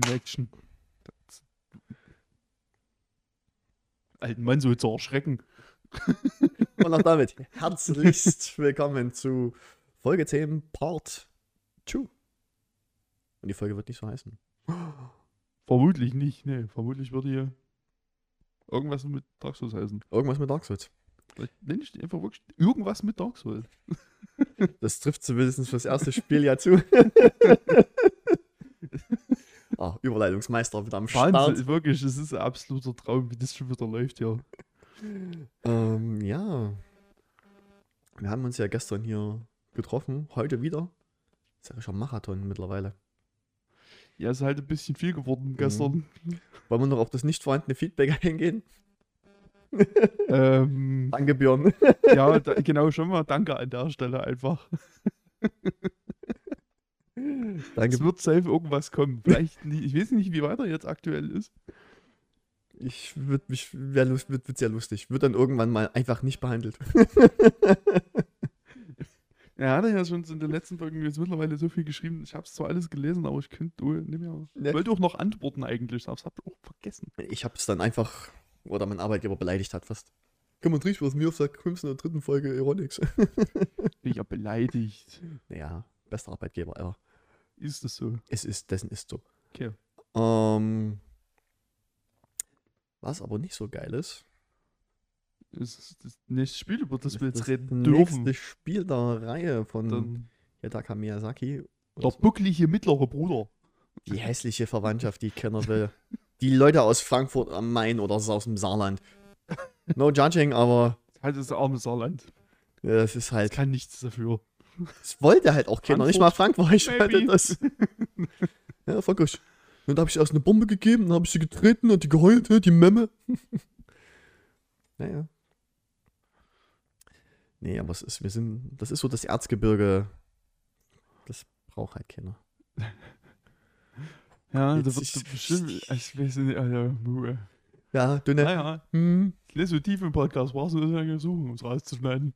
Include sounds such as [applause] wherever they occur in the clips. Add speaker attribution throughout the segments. Speaker 1: Connection. Das- Alten Mann, so jetzt erschrecken.
Speaker 2: Und auch damit herzlichst willkommen zu Folge 10 Part 2. Und die Folge wird nicht so heißen.
Speaker 1: Vermutlich nicht, ne. Vermutlich würde hier irgendwas mit Dark Souls heißen.
Speaker 2: Irgendwas mit Dark Souls.
Speaker 1: Vielleicht nenne ich die einfach wirklich irgendwas mit Dark Souls.
Speaker 2: Das trifft zumindest fürs erste Spiel ja zu. ah, Überleitungsmeister wieder am Start.
Speaker 1: Wahnsinn, also wirklich, es ist ein absoluter Traum, wie das schon wieder läuft hier.
Speaker 2: Ähm, ja. Wir haben uns ja gestern hier getroffen. Heute wieder. Das ist ja schon Marathon mittlerweile.
Speaker 1: Ja, ist halt ein bisschen viel geworden gestern.
Speaker 2: Wollen wir noch auf das nicht vorhandene Feedback [laughs] eingehen?
Speaker 1: ähm,
Speaker 2: Danke, Björn.
Speaker 1: ja, da, genau, schon mal danke an der Stelle einfach.
Speaker 2: Danke,
Speaker 1: Es wird safe irgendwas kommen. Vielleicht nie, ich weiß nicht, wie weiter jetzt aktuell ist.
Speaker 2: Ich würde mich, wär lust, wird, wird sehr lustig. Wird dann irgendwann mal einfach nicht behandelt.
Speaker 1: Er hatte ja schon so in den letzten Folgen jetzt mittlerweile so viel geschrieben. Ich habe es zwar alles gelesen, aber ich könnte oh, nicht mehr.
Speaker 2: Ne.
Speaker 1: Ich wollte auch noch antworten eigentlich, aber es habe ich auch vergessen.
Speaker 2: Ich habe es dann einfach, oder mein Arbeitgeber beleidigt hat fast. Komm und riech, was mir auf der kommst in der dritten Folge [laughs] Ironics.
Speaker 1: Bin ich ja beleidigt.
Speaker 2: naja, bester Arbeitgeber ever.
Speaker 1: Ist das so?
Speaker 2: Es ist, dessen ist so.
Speaker 1: Okay.
Speaker 2: Ähm, was aber nicht so geil ist,
Speaker 1: Ist das, das nächste Spiel, über das wir jetzt
Speaker 2: das
Speaker 1: reden dürfen?
Speaker 2: nächste Spiel der Reihe von
Speaker 1: Dann
Speaker 2: Hidaka Miyazaki.
Speaker 1: der bucklige mittlere Bruder. [laughs]
Speaker 2: Die hässliche Verwandtschaft, die keiner will. Die Leute aus Frankfurt am Main oder aus dem Saarland. No judging, aber
Speaker 1: Halt das arme Saarland.
Speaker 2: ja, das ist halt.
Speaker 1: Kann nichts dafür.
Speaker 2: Das wollte halt auch keiner, nicht mal Frank war ich hatte
Speaker 1: Maybe.
Speaker 2: das. Ja, fuck euch. Und da habe ich erst eine Bombe gegeben, dann habe ich sie getreten und die geheult, hä, die Memme. [laughs] naja. Nee, aber es ist, wir sind, das ist so das Erzgebirge. Das braucht halt keiner.
Speaker 1: Ja,
Speaker 2: Jetzt
Speaker 1: da wird
Speaker 2: ist-
Speaker 1: so bestimmt. Ich weiß nicht, Alter. Mühe.
Speaker 2: Ja, dünne.
Speaker 1: Naja,
Speaker 2: Hm.
Speaker 1: nicht so tief im Podcast warst du das ja gesucht, um es rauszuschneiden.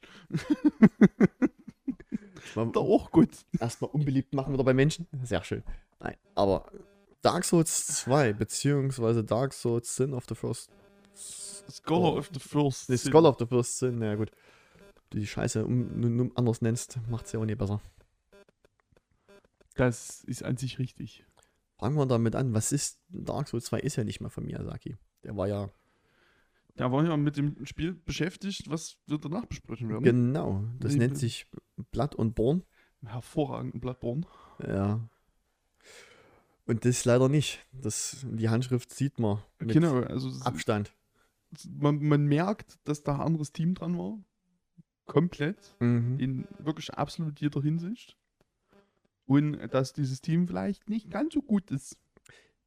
Speaker 2: Mal-
Speaker 1: Da auch gut.
Speaker 2: erstmal unbeliebt machen wieder bei Menschen. Sehr schön. Nein, aber Dark Souls 2, beziehungsweise Dark Souls Sin of the First.
Speaker 1: Scholar of the First.
Speaker 2: Nee,
Speaker 1: Sin.
Speaker 2: Skull of the First Sin, na ja, gut. Ob Du die Scheiße um, nun- nun anders nennst, macht's ja auch nicht besser.
Speaker 1: Das ist an sich richtig.
Speaker 2: Fangen wir damit an. Was ist. Dark Souls 2 ist ja nicht mal von Miyazaki. Der war ja.
Speaker 1: Da waren wir mit dem Spiel beschäftigt, was wir danach besprechen werden.
Speaker 2: Genau. Das
Speaker 1: Nee, äh.
Speaker 2: nennt
Speaker 1: bl-
Speaker 2: sich Blood und Born.
Speaker 1: Hervorragenden Bloodborne.
Speaker 2: Ja. Und das leider nicht. Das, die Handschrift sieht man. Mit
Speaker 1: Genau, also es-
Speaker 2: Abstand.
Speaker 1: es- man, man merkt, dass da ein anderes Team dran war. Komplett.
Speaker 2: Mhm.
Speaker 1: In wirklich absolut jeder Hinsicht. Und dass dieses Team vielleicht nicht ganz so gut ist.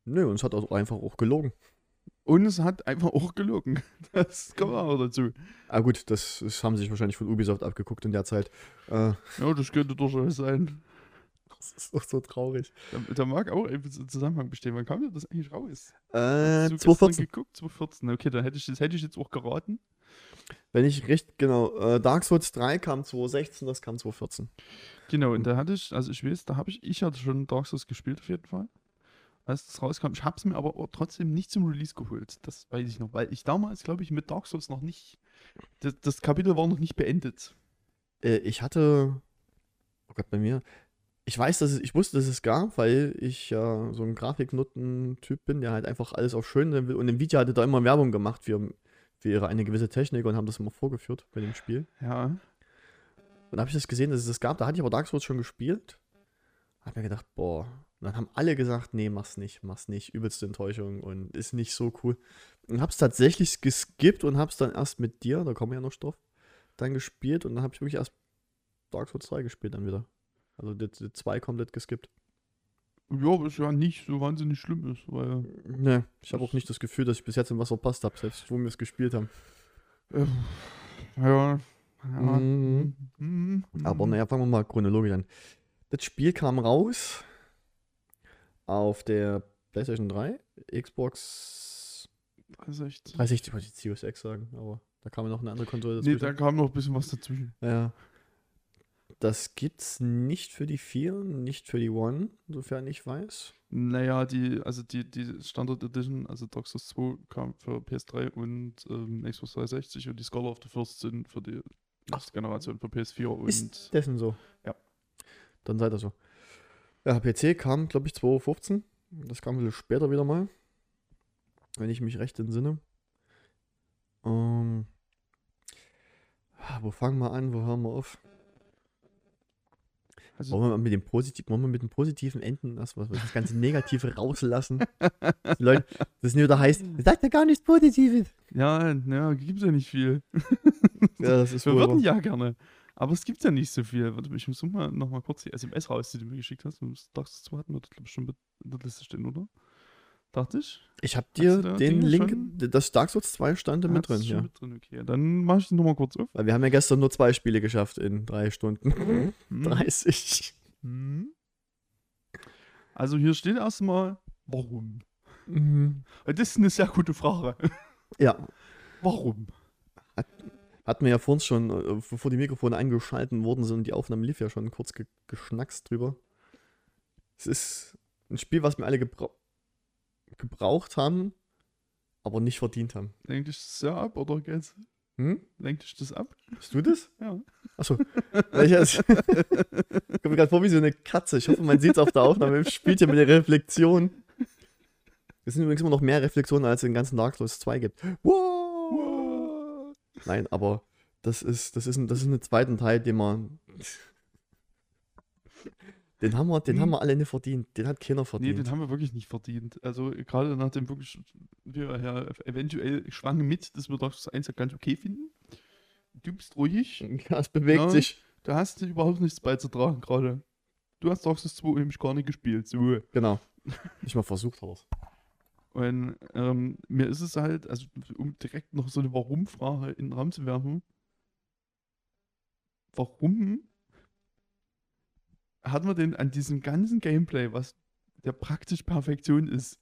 Speaker 2: Nö, und es hat auch einfach auch gelogen.
Speaker 1: Und es hat einfach auch gelogen. [laughs] Das kommt auch dazu.
Speaker 2: Ah gut, das, ist- haben sie sich wahrscheinlich von Ubisoft abgeguckt in der Zeit. Äh, [laughs]
Speaker 1: Ja, das könnte durchaus sein.
Speaker 2: das ist doch so traurig.
Speaker 1: Da, da mag auch ein bisschen Zusammenhang bestehen. Wann kam denn das eigentlich raus?
Speaker 2: Äh,
Speaker 1: Hast du gestern
Speaker 2: 2014.
Speaker 1: geguckt? 2014. Okay, dann hätte ich, das hätte ich jetzt auch geraten.
Speaker 2: Wenn ich recht, genau. Äh, Dark Souls 3 kam 2016, das kam 2014.
Speaker 1: Genau, und da hatte ich, also ich weiß, da habe ich, ich hatte schon Dark Souls gespielt auf jeden Fall. Als das rauskam, ich habe es mir aber auch trotzdem nicht zum Release geholt. Das weiß ich noch, weil ich damals, glaube ich, mit Dark Souls noch nicht, das, das Kapitel war noch nicht beendet.
Speaker 2: Äh, ich hatte. Oh Gott, bei mir. Ich weiß, dass es, ich wusste, dass es gab, weil ich ja so ein Grafiknutten-Typ bin, der halt einfach alles auf schön sehen will. Und Nvidia hatte da immer Werbung gemacht für, für ihre eine gewisse Technik und haben das immer vorgeführt bei dem Spiel.
Speaker 1: Ja,
Speaker 2: Und da habe ich das gesehen, dass es das gab. Da hatte ich aber Dark Souls schon gespielt. Hab mir gedacht, boah. Und dann haben alle gesagt, nee, mach's nicht, mach's nicht. Übelste Enttäuschung und ist nicht so cool. Und hab's tatsächlich geskippt und hab's dann erst mit dir, da kommen wir ja noch drauf, dann gespielt und dann hab ich wirklich erst Dark Souls 2 gespielt dann wieder. Also die, die 2 komplett geskippt.
Speaker 1: ja was ja nicht so wahnsinnig schlimm ist, weil
Speaker 2: Ne, ich habe auch nicht das Gefühl, dass ich bis jetzt in was verpasst habe, selbst wo wir es gespielt haben.
Speaker 1: äh, ja, ja.
Speaker 2: Mhm.
Speaker 1: mhm,
Speaker 2: Aber
Speaker 1: mhm.
Speaker 2: naja, fangen wir mal chronologisch an. Das Spiel kam raus auf der PlayStation 3, Xbox
Speaker 1: Also echt.
Speaker 2: 360, wollte ich Series X sagen, aber da kam ja noch eine andere Konsole
Speaker 1: Nee,
Speaker 2: dazwischen.
Speaker 1: da kam noch ein bisschen was dazwischen.
Speaker 2: ja. Das gibt's nicht für die 4, nicht für die One, sofern ich weiß.
Speaker 1: Naja, die, also die, die Standard Edition, also Dark Souls 2 kam für PS3 und ähm, Xbox 360 und die Scholar of the First sind für die nächste Generation für PS4 und
Speaker 2: Ist dessen so.
Speaker 1: Ja.
Speaker 2: Dann seid ihr so. Ja, PC kam, glaube ich, 2015. Das kam ein bisschen später wieder mal. Wenn ich mich recht entsinne. Ähm, ah, wo fangen wir an? Wo hören wir auf?
Speaker 1: Also-
Speaker 2: wollen, wir mal mit dem Positiv, wollen wir mit dem Positiven enden? Das, was wir das ganze [laughs] Negative rauslassen. Die Leute, das nur da [laughs] heißt, sagt ja gar nichts Positives.
Speaker 1: ja, naja, gibt's ja nicht viel.
Speaker 2: Ja, das ist
Speaker 1: Wir
Speaker 2: wohl
Speaker 1: würden
Speaker 2: wahr.
Speaker 1: ja gerne. Aber es gibt ja nicht so viel. Warte mal, ich muss mal noch mal kurz die SMS raus, die du mir geschickt hast. Und Dark Souls 2 hatten wir, glaube ich, schon mit in der Liste stehen, oder? Dachte ich.
Speaker 2: Ich habe
Speaker 1: du
Speaker 2: dir
Speaker 1: da
Speaker 2: den
Speaker 1: Dinge
Speaker 2: Link,
Speaker 1: schon?
Speaker 2: das Dark Souls 2 stand da
Speaker 1: Ah,
Speaker 2: mit
Speaker 1: das
Speaker 2: drin.
Speaker 1: ist schon
Speaker 2: Ja.
Speaker 1: mit drin. Okay, dann mache ich die nochmal kurz auf.
Speaker 2: Weil wir haben ja gestern nur zwei Spiele geschafft in drei [laughs] Stunden.
Speaker 1: Hm.
Speaker 2: 30.
Speaker 1: Hm. Also hier steht erstmal, warum? Und Das ist eine sehr gute Frage.
Speaker 2: Ja,
Speaker 1: Warum?
Speaker 2: hatten wir ja vor uns schon, äh, bevor die Mikrofone eingeschalten wurden, sind die Aufnahme lief ja schon kurz ge geschnackst drüber. Es ist ein Spiel, was wir alle gebra gebraucht haben, aber nicht verdient haben.
Speaker 1: Lenkt dich das sehr ab oder geht's?
Speaker 2: Hm?
Speaker 1: Lenkt dich das ab?
Speaker 2: Bist du das?
Speaker 1: Ja.
Speaker 2: Achso. Ich, ich komme mir gerade vor wie so eine Katze. Ich hoffe, man sieht es auf der Aufnahme. Ich spielt hier mit der Reflexion. Es sind übrigens immer noch mehr Reflexionen, als es in den ganzen Dark Souls 2 gibt. Wow. Nein, aber das ist, das ist, ein, das ist ein zweiten Teil, den man. Den haben wir, den haben wir alle nicht verdient. Den hat keiner
Speaker 1: Nee,
Speaker 2: verdient.
Speaker 1: den haben wir wirklich nicht verdient. Also gerade nach dem wirklich, wir ja eventuell schwangen mit, dass wir Dark Souls 1 ja ganz okay finden. Du bist ruhig.
Speaker 2: ja, es bewegt
Speaker 1: Ja.
Speaker 2: sich.
Speaker 1: Du hast dir überhaupt nichts beizutragen gerade. Du hast Dark Souls 2 nämlich gar nicht gespielt. So.
Speaker 2: Genau. Nicht mal versucht habe
Speaker 1: Und ähm, mir ist es halt, also um direkt noch so eine Warum-Frage in den Raum zu werfen. Warum hat man denn an diesem ganzen Gameplay, was der praktisch Perfektion ist,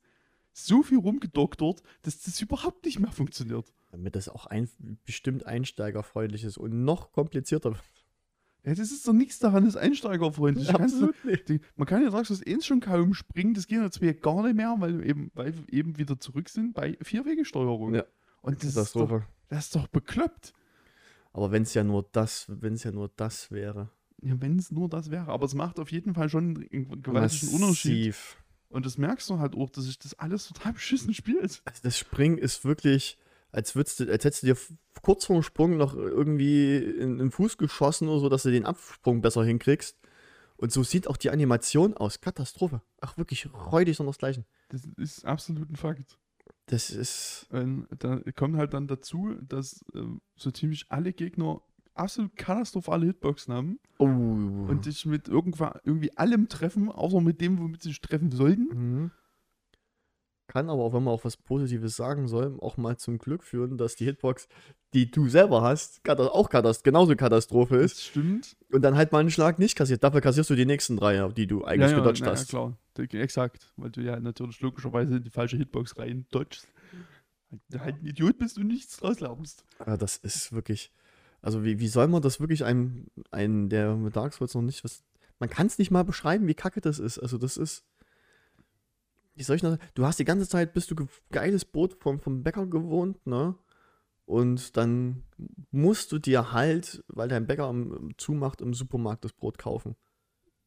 Speaker 1: so viel rumgedoktert, dass das überhaupt nicht mehr funktioniert?
Speaker 2: Damit das auch ein, bestimmt einsteigerfreundlich ist und noch komplizierter wird.
Speaker 1: Ja, das ist doch nichts daran, das einsteigerfreundlich. Du kannst doch-
Speaker 2: nicht.
Speaker 1: Die, man kann ja sagen, dass eins schon kaum springen, das geht jetzt wieder gar nicht mehr, weil, wir eben, weil wir eben wieder zurück sind bei Vierwegesteuerung.
Speaker 2: Ja.
Speaker 1: Und das ist, doch,
Speaker 2: Katastrophe.
Speaker 1: das ist doch bekloppt.
Speaker 2: Aber wenn es ja nur das, wenn es ja nur das wäre.
Speaker 1: Ja, wenn es nur das wäre. Aber es macht auf jeden Fall schon einen gewaltigen Unterschied.
Speaker 2: Massiv.
Speaker 1: Und das merkst du halt auch, dass sich das alles total beschissen spielt.
Speaker 2: Also das Springen ist wirklich, als würdest du, als hättest du dir f- kurz vorm Sprung noch irgendwie in den Fuß geschossen oder so, dass du den Absprung besser hinkriegst. Und so sieht auch die Animation aus. Katastrophe. Ach, wirklich räudig und desgleichen.
Speaker 1: Das ist absolut ein Fakt.
Speaker 2: Das ist.
Speaker 1: Und da kommt halt dann dazu, dass ähm, so ziemlich alle Gegner absolut katastrophale Hitboxen haben
Speaker 2: Oh.
Speaker 1: und dich mit irgendwa, irgendwie allem treffen, außer mit dem, womit sie dich treffen sollten.
Speaker 2: Mhm. Kann aber auch, wenn man auch was Positives sagen soll, auch mal zum Glück führen, dass die Hitbox, die du selber hast, katas- auch katast genauso Katastrophe ist.
Speaker 1: Das stimmt.
Speaker 2: Und dann halt mal einen Schlag nicht kassiert. Dafür kassierst du die nächsten drei, auf die du eigentlich gedodged
Speaker 1: na
Speaker 2: hast.
Speaker 1: klar. D- Exakt. Weil du ja natürlich logischerweise in die falsche Hitbox rein dodgst. Halt- Halt ein Idiot bist und nichts rauslaubst.
Speaker 2: Ja, Ah, das ist wirklich. Also, wie, wie soll man das wirklich einem, einem der mit Dark Souls noch nicht was. Man kann es nicht mal beschreiben, wie kacke das ist. Also, das ist. Wie soll ich das? Du hast die ganze Zeit, bist du ge geiles Brot vom, vom Bäcker gewohnt, ne? Und dann musst du dir halt, weil dein Bäcker im, im zumacht, im Supermarkt das Brot kaufen.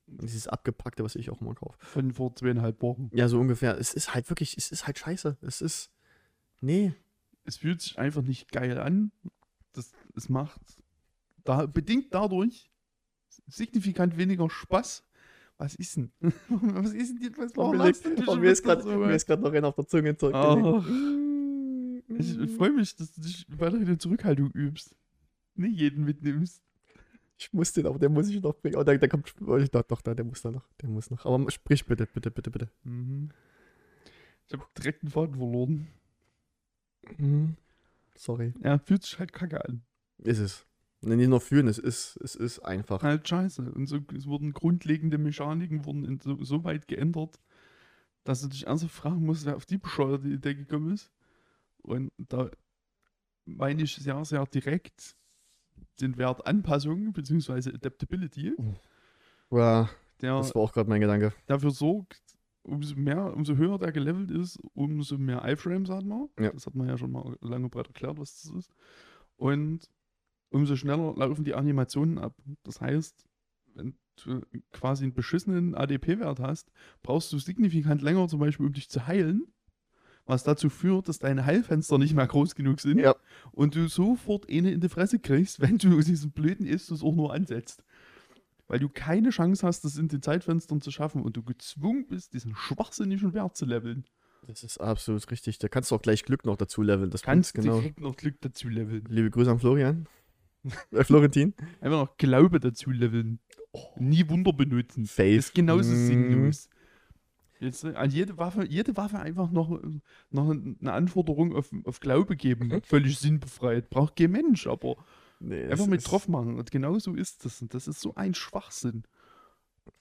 Speaker 2: Und dieses abgepackte, was ich auch immer kaufe.
Speaker 1: Von vor zweieinhalb Wochen.
Speaker 2: Ja, so ungefähr. Es ist halt wirklich, es ist halt scheiße. Es ist. Nee.
Speaker 1: Es fühlt sich einfach nicht geil an. Das, es macht da, bedingt dadurch signifikant weniger Spaß. Was ist denn? [laughs] Was ist denn? die- Was
Speaker 2: Oh,
Speaker 1: warum
Speaker 2: mir
Speaker 1: lachst
Speaker 2: liegt-
Speaker 1: du denn
Speaker 2: oh,
Speaker 1: schon
Speaker 2: mir ist
Speaker 1: wieder
Speaker 2: gerade
Speaker 1: so, ey?
Speaker 2: noch einer auf der Zunge Mm.
Speaker 1: Ach.
Speaker 2: zurückgelegt.
Speaker 1: Oh, Ich, [laughs] ich freue mich, dass du dich weiterhin in Zurückhaltung übst. Nicht jeden mitnimmst.
Speaker 2: Ich muss den, aber der muss ich noch bringen. Oh, der, der kommt. Oh, ich- doch, doch, der, der muss da noch. Der muss noch. Aber sprich bitte, bitte, bitte, bitte.
Speaker 1: Mhm. Ich habe direkt den Faden verloren. Mhm.
Speaker 2: Sorry.
Speaker 1: Ja, fühlt sich halt kacke an.
Speaker 2: Ist es. Nee, nicht nur führen, es ist, es ist einfach.
Speaker 1: Halt scheiße. Und so, es wurden grundlegende Mechaniken wurden in so, so weit geändert, dass du dich ernsthaft fragen musst, wer auf die bescheuerte Idee gekommen ist. Und da meine ich sehr, sehr direkt, den Wert Anpassung bzw. Adaptability,
Speaker 2: Ja,
Speaker 1: der
Speaker 2: das war auch gerade mein Gedanke.
Speaker 1: dafür sorgt, umso mehr, umso höher der gelevelt ist, umso mehr iframes hat man.
Speaker 2: Ja.
Speaker 1: Das hat man ja schon mal lange breit erklärt, was das ist. Und umso schneller laufen die Animationen ab. Das heißt, wenn du quasi einen beschissenen ADP-Wert hast, brauchst du signifikant länger zum Beispiel, um dich zu heilen. Was dazu führt, dass deine Heilfenster nicht mehr groß genug sind
Speaker 2: Ja.
Speaker 1: und du sofort eine in die Fresse kriegst, wenn du [laughs] diesen blöden Istus auch nur ansetzt. Weil du keine Chance hast, das in den Zeitfenstern zu schaffen und du gezwungen bist, diesen schwachsinnigen Wert zu leveln.
Speaker 2: Das ist absolut richtig. Da kannst du auch gleich Glück noch dazu leveln. Das
Speaker 1: Kannst
Speaker 2: bringt's genau.
Speaker 1: direkt noch Glück dazu leveln.
Speaker 2: Liebe Grüße an Florian. Äh, Florentin.
Speaker 1: Einfach noch Glaube dazu leveln. Nie Wunder benutzen.
Speaker 2: Safe.
Speaker 1: Ist genauso
Speaker 2: Oh. Mm.
Speaker 1: sinnlos. Jetzt äh, an jede Waffe, jede Waffe einfach noch, äh, noch eine Anforderung auf, auf Glaube
Speaker 2: [laughs]
Speaker 1: geben. Völlig sinnbefreit. Braucht kein Mensch, aber
Speaker 2: Nee,
Speaker 1: einfach
Speaker 2: es
Speaker 1: mit
Speaker 2: ist-
Speaker 1: drauf machen. Und genau so ist das. Und das ist so ein Schwachsinn.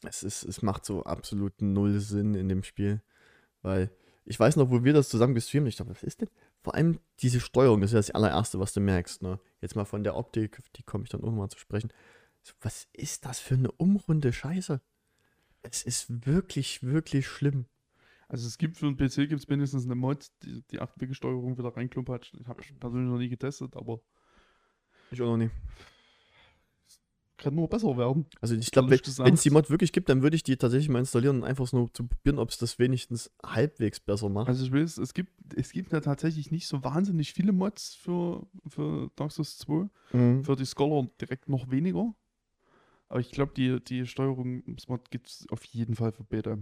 Speaker 2: Es, ist, es macht so absolut null Sinn in dem Spiel. Weil ich weiß noch, wo wir das zusammen gestreamt haben. Ich dachte, was ist denn? Vor allem diese Steuerung das ist ja das allererste, was du merkst. Ne? Jetzt mal von der Optik, auf die komme ich dann irgendwann zu sprechen. So, was ist das für eine umrunde Scheiße? Es ist wirklich, wirklich schlimm.
Speaker 1: Also es gibt für den PC gibt es mindestens eine Mod, die die 8-Wege-Steuerung wieder reinklumpert. Habe ich persönlich noch nie getestet, aber
Speaker 2: Ich auch noch nie.
Speaker 1: kann nur besser werden.
Speaker 2: Also ich glaube,
Speaker 1: Ehrlich
Speaker 2: wenn es die
Speaker 1: gesagt.
Speaker 2: Mod wirklich gibt, dann würde ich die tatsächlich mal installieren und einfach nur zu probieren, ob es das wenigstens halbwegs besser macht.
Speaker 1: Also ich will es, es gibt, es gibt ja tatsächlich nicht so wahnsinnig viele Mods für, für Dark Souls 2.
Speaker 2: Mhm.
Speaker 1: Für die Scholar direkt noch weniger. Aber ich glaube, die, die Steuerungsmod gibt es auf jeden Fall für Beta.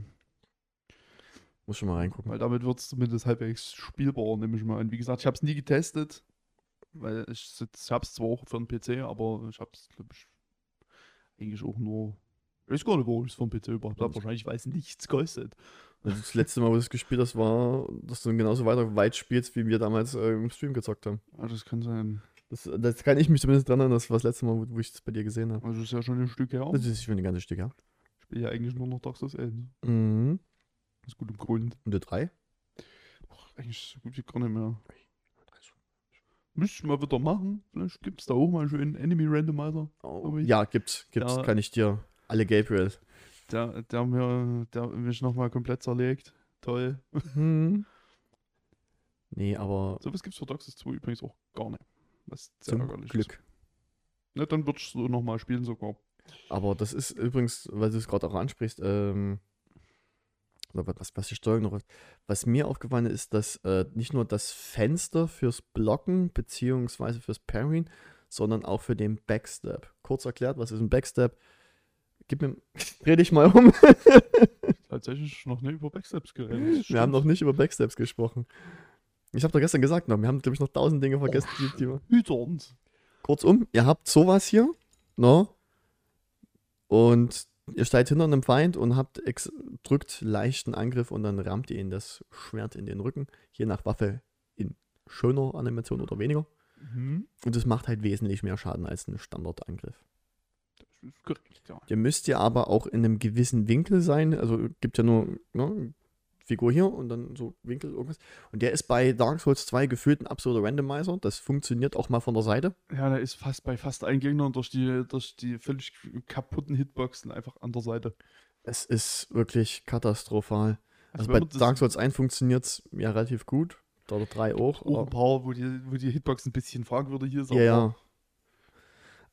Speaker 2: Muss schon mal reingucken.
Speaker 1: Weil damit wird es zumindest halbwegs spielbar, nehme ich mal an. Wie gesagt, ich habe es nie getestet. Weil ich, sitz- ich habe es zwar auch für den PC, aber ich habe es, glaube ich, eigentlich auch nur. Ich weiß gar nicht, warum ich es für den PC überhaupt habe. Wahrscheinlich, weil es nichts kostet.
Speaker 2: Also das letzte Mal, wo du es gespielt hast, war, dass du genauso weiter weit spielst, wie wir damals äh, im Stream gezockt haben.
Speaker 1: Ja, das kann sein.
Speaker 2: Das, das kann ich mich zumindest dran erinnern, das war das letzte Mal, wo, wo ich das bei dir gesehen habe.
Speaker 1: Also ist ja schon ein Stück her.
Speaker 2: Oh. Das ist schon ein ganzes Stück, ja.
Speaker 1: Ich spiele ja eigentlich nur noch Dark Souls 1.
Speaker 2: Mhm.
Speaker 1: Aus gutem Grund.
Speaker 2: Und der 3?
Speaker 1: Boah, eigentlich so gut wie gar nicht mehr. Müsste ich mal wieder machen. Vielleicht gibt es da auch mal einen schönen Enemy-Randomizer.
Speaker 2: Oh,
Speaker 1: Aber ich-
Speaker 2: ja, gibt's. Gibt's,
Speaker 1: Ja.
Speaker 2: kann ich dir. Alle Gabriel.
Speaker 1: Der, der, mir, der mich nochmal komplett zerlegt. Toll.
Speaker 2: Mhm. Nee, aber
Speaker 1: So was gibt's für Doxis 2 übrigens auch gar nicht. Was sehr
Speaker 2: zum
Speaker 1: ärgerlich ist.
Speaker 2: Glück.
Speaker 1: Na, dann würdest du nochmal spielen sogar.
Speaker 2: Aber das ist übrigens, weil du es gerade auch ansprichst, ähm, oder wa- was, was die Steuerung noch ist, was mir aufgefallen ist, dass äh, nicht nur das Fenster fürs Blocken beziehungsweise fürs Parrying, sondern auch für den Backstab. Kurz erklärt, was ist ein Backstab? Gib mir, [laughs] dreh dich mal um.
Speaker 1: Tatsächlich noch nicht über Backsteps geredet.
Speaker 2: Wir haben noch nicht über Backstabs gesprochen. Ich habe doch gestern gesagt, noch, wir haben, glaube ich, noch tausend Dinge vergessen. die, die wir
Speaker 1: Hüternd.
Speaker 2: Kurzum, ihr habt sowas hier, ne? Und ihr steigt hinter einem Feind und habt ex drückt leichten Angriff und dann rammt ihr ihn das Schwert in den Rücken, je nach Waffe in schöner Animation oder weniger.
Speaker 1: Mhm.
Speaker 2: Und es macht halt wesentlich mehr Schaden als ein Standardangriff.
Speaker 1: Das ist korrekt, ja.
Speaker 2: Ihr müsst ja aber auch in einem gewissen Winkel sein, also gibt ja nur ne, Figur hier und dann so Winkel irgendwas. Und der ist bei Dark Souls 2 gefühlt ein absoluter Randomizer. Das funktioniert auch mal von der Seite.
Speaker 1: Ja, da ist fast bei fast allen Gegnern durch die, durch die völlig kaputten Hitboxen einfach an der Seite.
Speaker 2: Es ist wirklich katastrophal. Also
Speaker 1: wenn
Speaker 2: bei
Speaker 1: man das-
Speaker 2: Dark Souls 1 funktioniert es ja relativ gut. Dota 3 auch.
Speaker 1: auch ein
Speaker 2: Aber,
Speaker 1: paar, wo die, wo die Hitbox ein bisschen fragwürdig ist.
Speaker 2: ja, ja.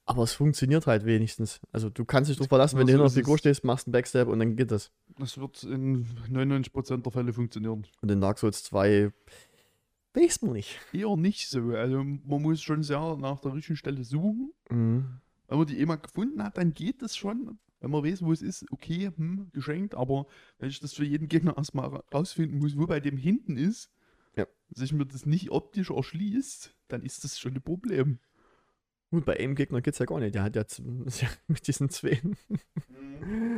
Speaker 2: Aber es funktioniert halt wenigstens. Also du kannst dich drauf verlassen, wenn du
Speaker 1: Ja, so
Speaker 2: hinter der
Speaker 1: ist
Speaker 2: Figur
Speaker 1: es.
Speaker 2: stehst, machst einen Backstab und dann geht das.
Speaker 1: Das wird in 99% der Fälle funktionieren.
Speaker 2: Und in Dark Souls 2 weiß man nicht.
Speaker 1: Eher nicht so. Also man muss schon sehr nach der richtigen Stelle suchen.
Speaker 2: Mhm.
Speaker 1: Wenn man die eh mal gefunden hat, dann geht das schon. Wenn man weiß, wo es ist, okay, hm, geschenkt, aber wenn ich das für jeden Gegner erstmal ra- rausfinden muss, wo bei dem hinten ist,
Speaker 2: Ja.
Speaker 1: sich mir das nicht optisch erschließt, dann ist das schon ein Problem.
Speaker 2: Gut, bei einem Gegner geht's ja gar nicht. Der hat ja z- [laughs] mit diesen Zwähnen.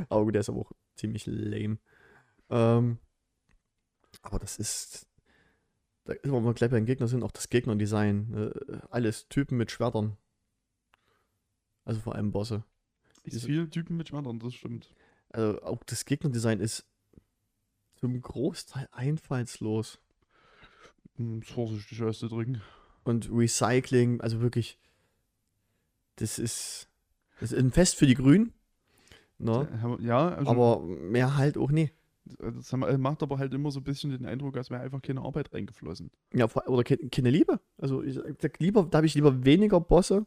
Speaker 2: Aber gut, der ist aber auch ziemlich lame. Ähm, aber das ist. Da ist wir gleich bei den Gegnern sind, auch das Gegnerdesign. Äh, alles Typen mit Schwertern. Also vor allem Bosse.
Speaker 1: Ist
Speaker 2: Diese-
Speaker 1: viel Typen mit Schwertern, das stimmt.
Speaker 2: Also auch das Gegnerdesign ist zum Großteil einfallslos.
Speaker 1: Hm, ist vorsichtig auszudrücken.
Speaker 2: Und Recycling, also wirklich. Das ist, das ist ein Fest für die Grünen. Ne?
Speaker 1: Ja, Ja, also,
Speaker 2: Aber mehr halt auch nie.
Speaker 1: also das haben- äh, macht aber halt immer so ein bisschen den Eindruck, als wäre einfach keine Arbeit reingeflossen.
Speaker 2: Ja, vor- oder ke- keine Liebe. Also ich sag, lieber, da habe ich lieber weniger Bosse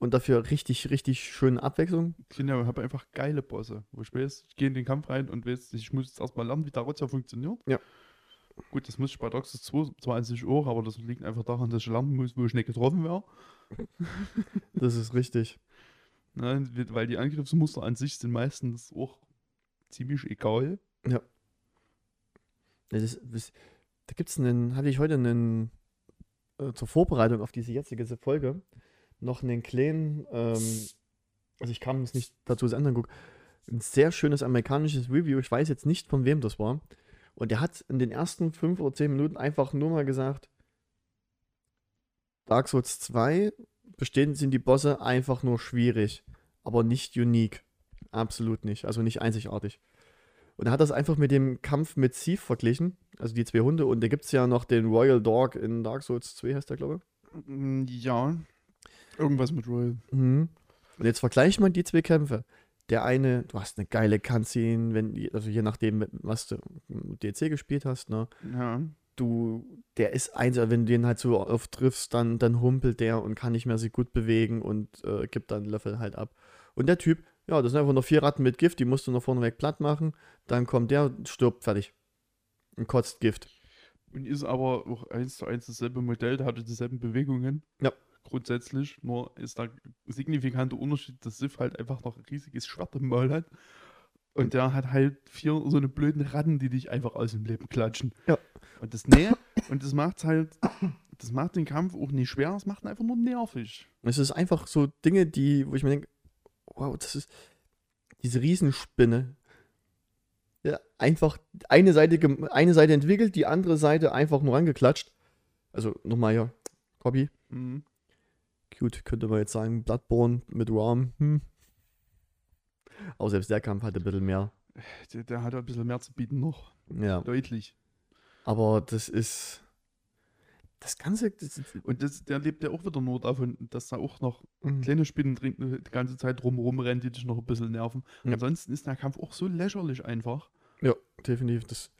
Speaker 2: und dafür richtig, richtig schöne Abwechslung.
Speaker 1: Kinder, ich habe einfach geile Bosse. Wo ich weiß, ich gehe in den Kampf rein und weiß, ich muss jetzt erstmal lernen, wie der Rotzia funktioniert.
Speaker 2: Ja.
Speaker 1: Gut, das muss ich bei Doxus 2 zwar an sich auch, aber das liegt einfach daran, dass ich lernen muss, wo ich nicht getroffen wäre.
Speaker 2: Das ist richtig.
Speaker 1: Ne, wird- weil die Angriffsmuster an sich sind meistens auch ziemlich egal.
Speaker 2: Das ist, das, da gibt es einen, hatte ich heute einen, äh, zur Vorbereitung auf diese jetzige Folge, noch einen kleinen, ähm, also ich kam jetzt nicht dazu, es angucken, ein sehr schönes amerikanisches Review, ich weiß jetzt nicht, von wem das war. Und der hat in den ersten fünf oder zehn Minuten einfach nur mal gesagt, Dark Souls 2 bestehen sind die Bosse einfach nur schwierig, aber nicht unique. Absolut nicht, also nicht einzigartig. Und er hat das einfach mit dem Kampf mit Thief verglichen, also die zwei Hunde. Und da gibt es ja noch den Royal Dog in Dark Souls 2, heißt der, glaube ich.
Speaker 1: Mm, Ja. Irgendwas mit Royal.
Speaker 2: Mhm. Und jetzt vergleicht man die zwei Kämpfe. Der eine, du hast eine geile Cutscene, wenn, also je nachdem, was du im DLC gespielt hast, ne?
Speaker 1: Ja.
Speaker 2: Du, der ist eins, aber wenn du den halt so oft triffst, dann, dann humpelt der und kann nicht mehr sich gut bewegen und äh, gibt dann Löffel halt ab. Und der Typ, ja, das sind einfach nur vier Ratten mit Gift, die musst du noch vorne weg platt machen. Dann kommt der, stirbt, fertig. Und kotzt Gift.
Speaker 1: Und ist aber auch eins zu eins dasselbe Modell, der hatte dieselben Bewegungen.
Speaker 2: Ja.
Speaker 1: Grundsätzlich, nur ist der signifikante Unterschied, dass Sif halt einfach noch ein riesiges Schwert im Maul hat. Und der hat halt vier so eine blöden Ratten, die dich einfach aus dem Leben klatschen.
Speaker 2: Ja.
Speaker 1: Und das Nähe, und das macht's halt, das macht den Kampf auch nicht schwer, es macht ihn einfach nur nervig.
Speaker 2: Es ist einfach so Dinge, die, wo ich mir denke, wow, das ist diese Riesenspinne. Ja, einfach eine Seite, gem- eine Seite entwickelt, die andere Seite einfach nur rangeklatscht. Also nochmal ja, Copy.
Speaker 1: Mhm.
Speaker 2: Cute, könnte man jetzt sagen, Bloodborne mit Rom. Hm. Aber selbst der Kampf hatte ein bisschen mehr.
Speaker 1: Der, der hat ein bisschen mehr zu bieten noch.
Speaker 2: Ja,
Speaker 1: Deutlich.
Speaker 2: aber das ist. Das Ganze. Das ist,
Speaker 1: Und das, der lebt ja auch wieder nur davon, dass da auch noch
Speaker 2: Mhm.
Speaker 1: kleine Spinnen drin die ganze Zeit drum rumrennen, die dich noch ein bisschen nerven.
Speaker 2: Ja.
Speaker 1: Ansonsten ist der Kampf auch so lächerlich einfach.
Speaker 2: Ja, definitiv. Das.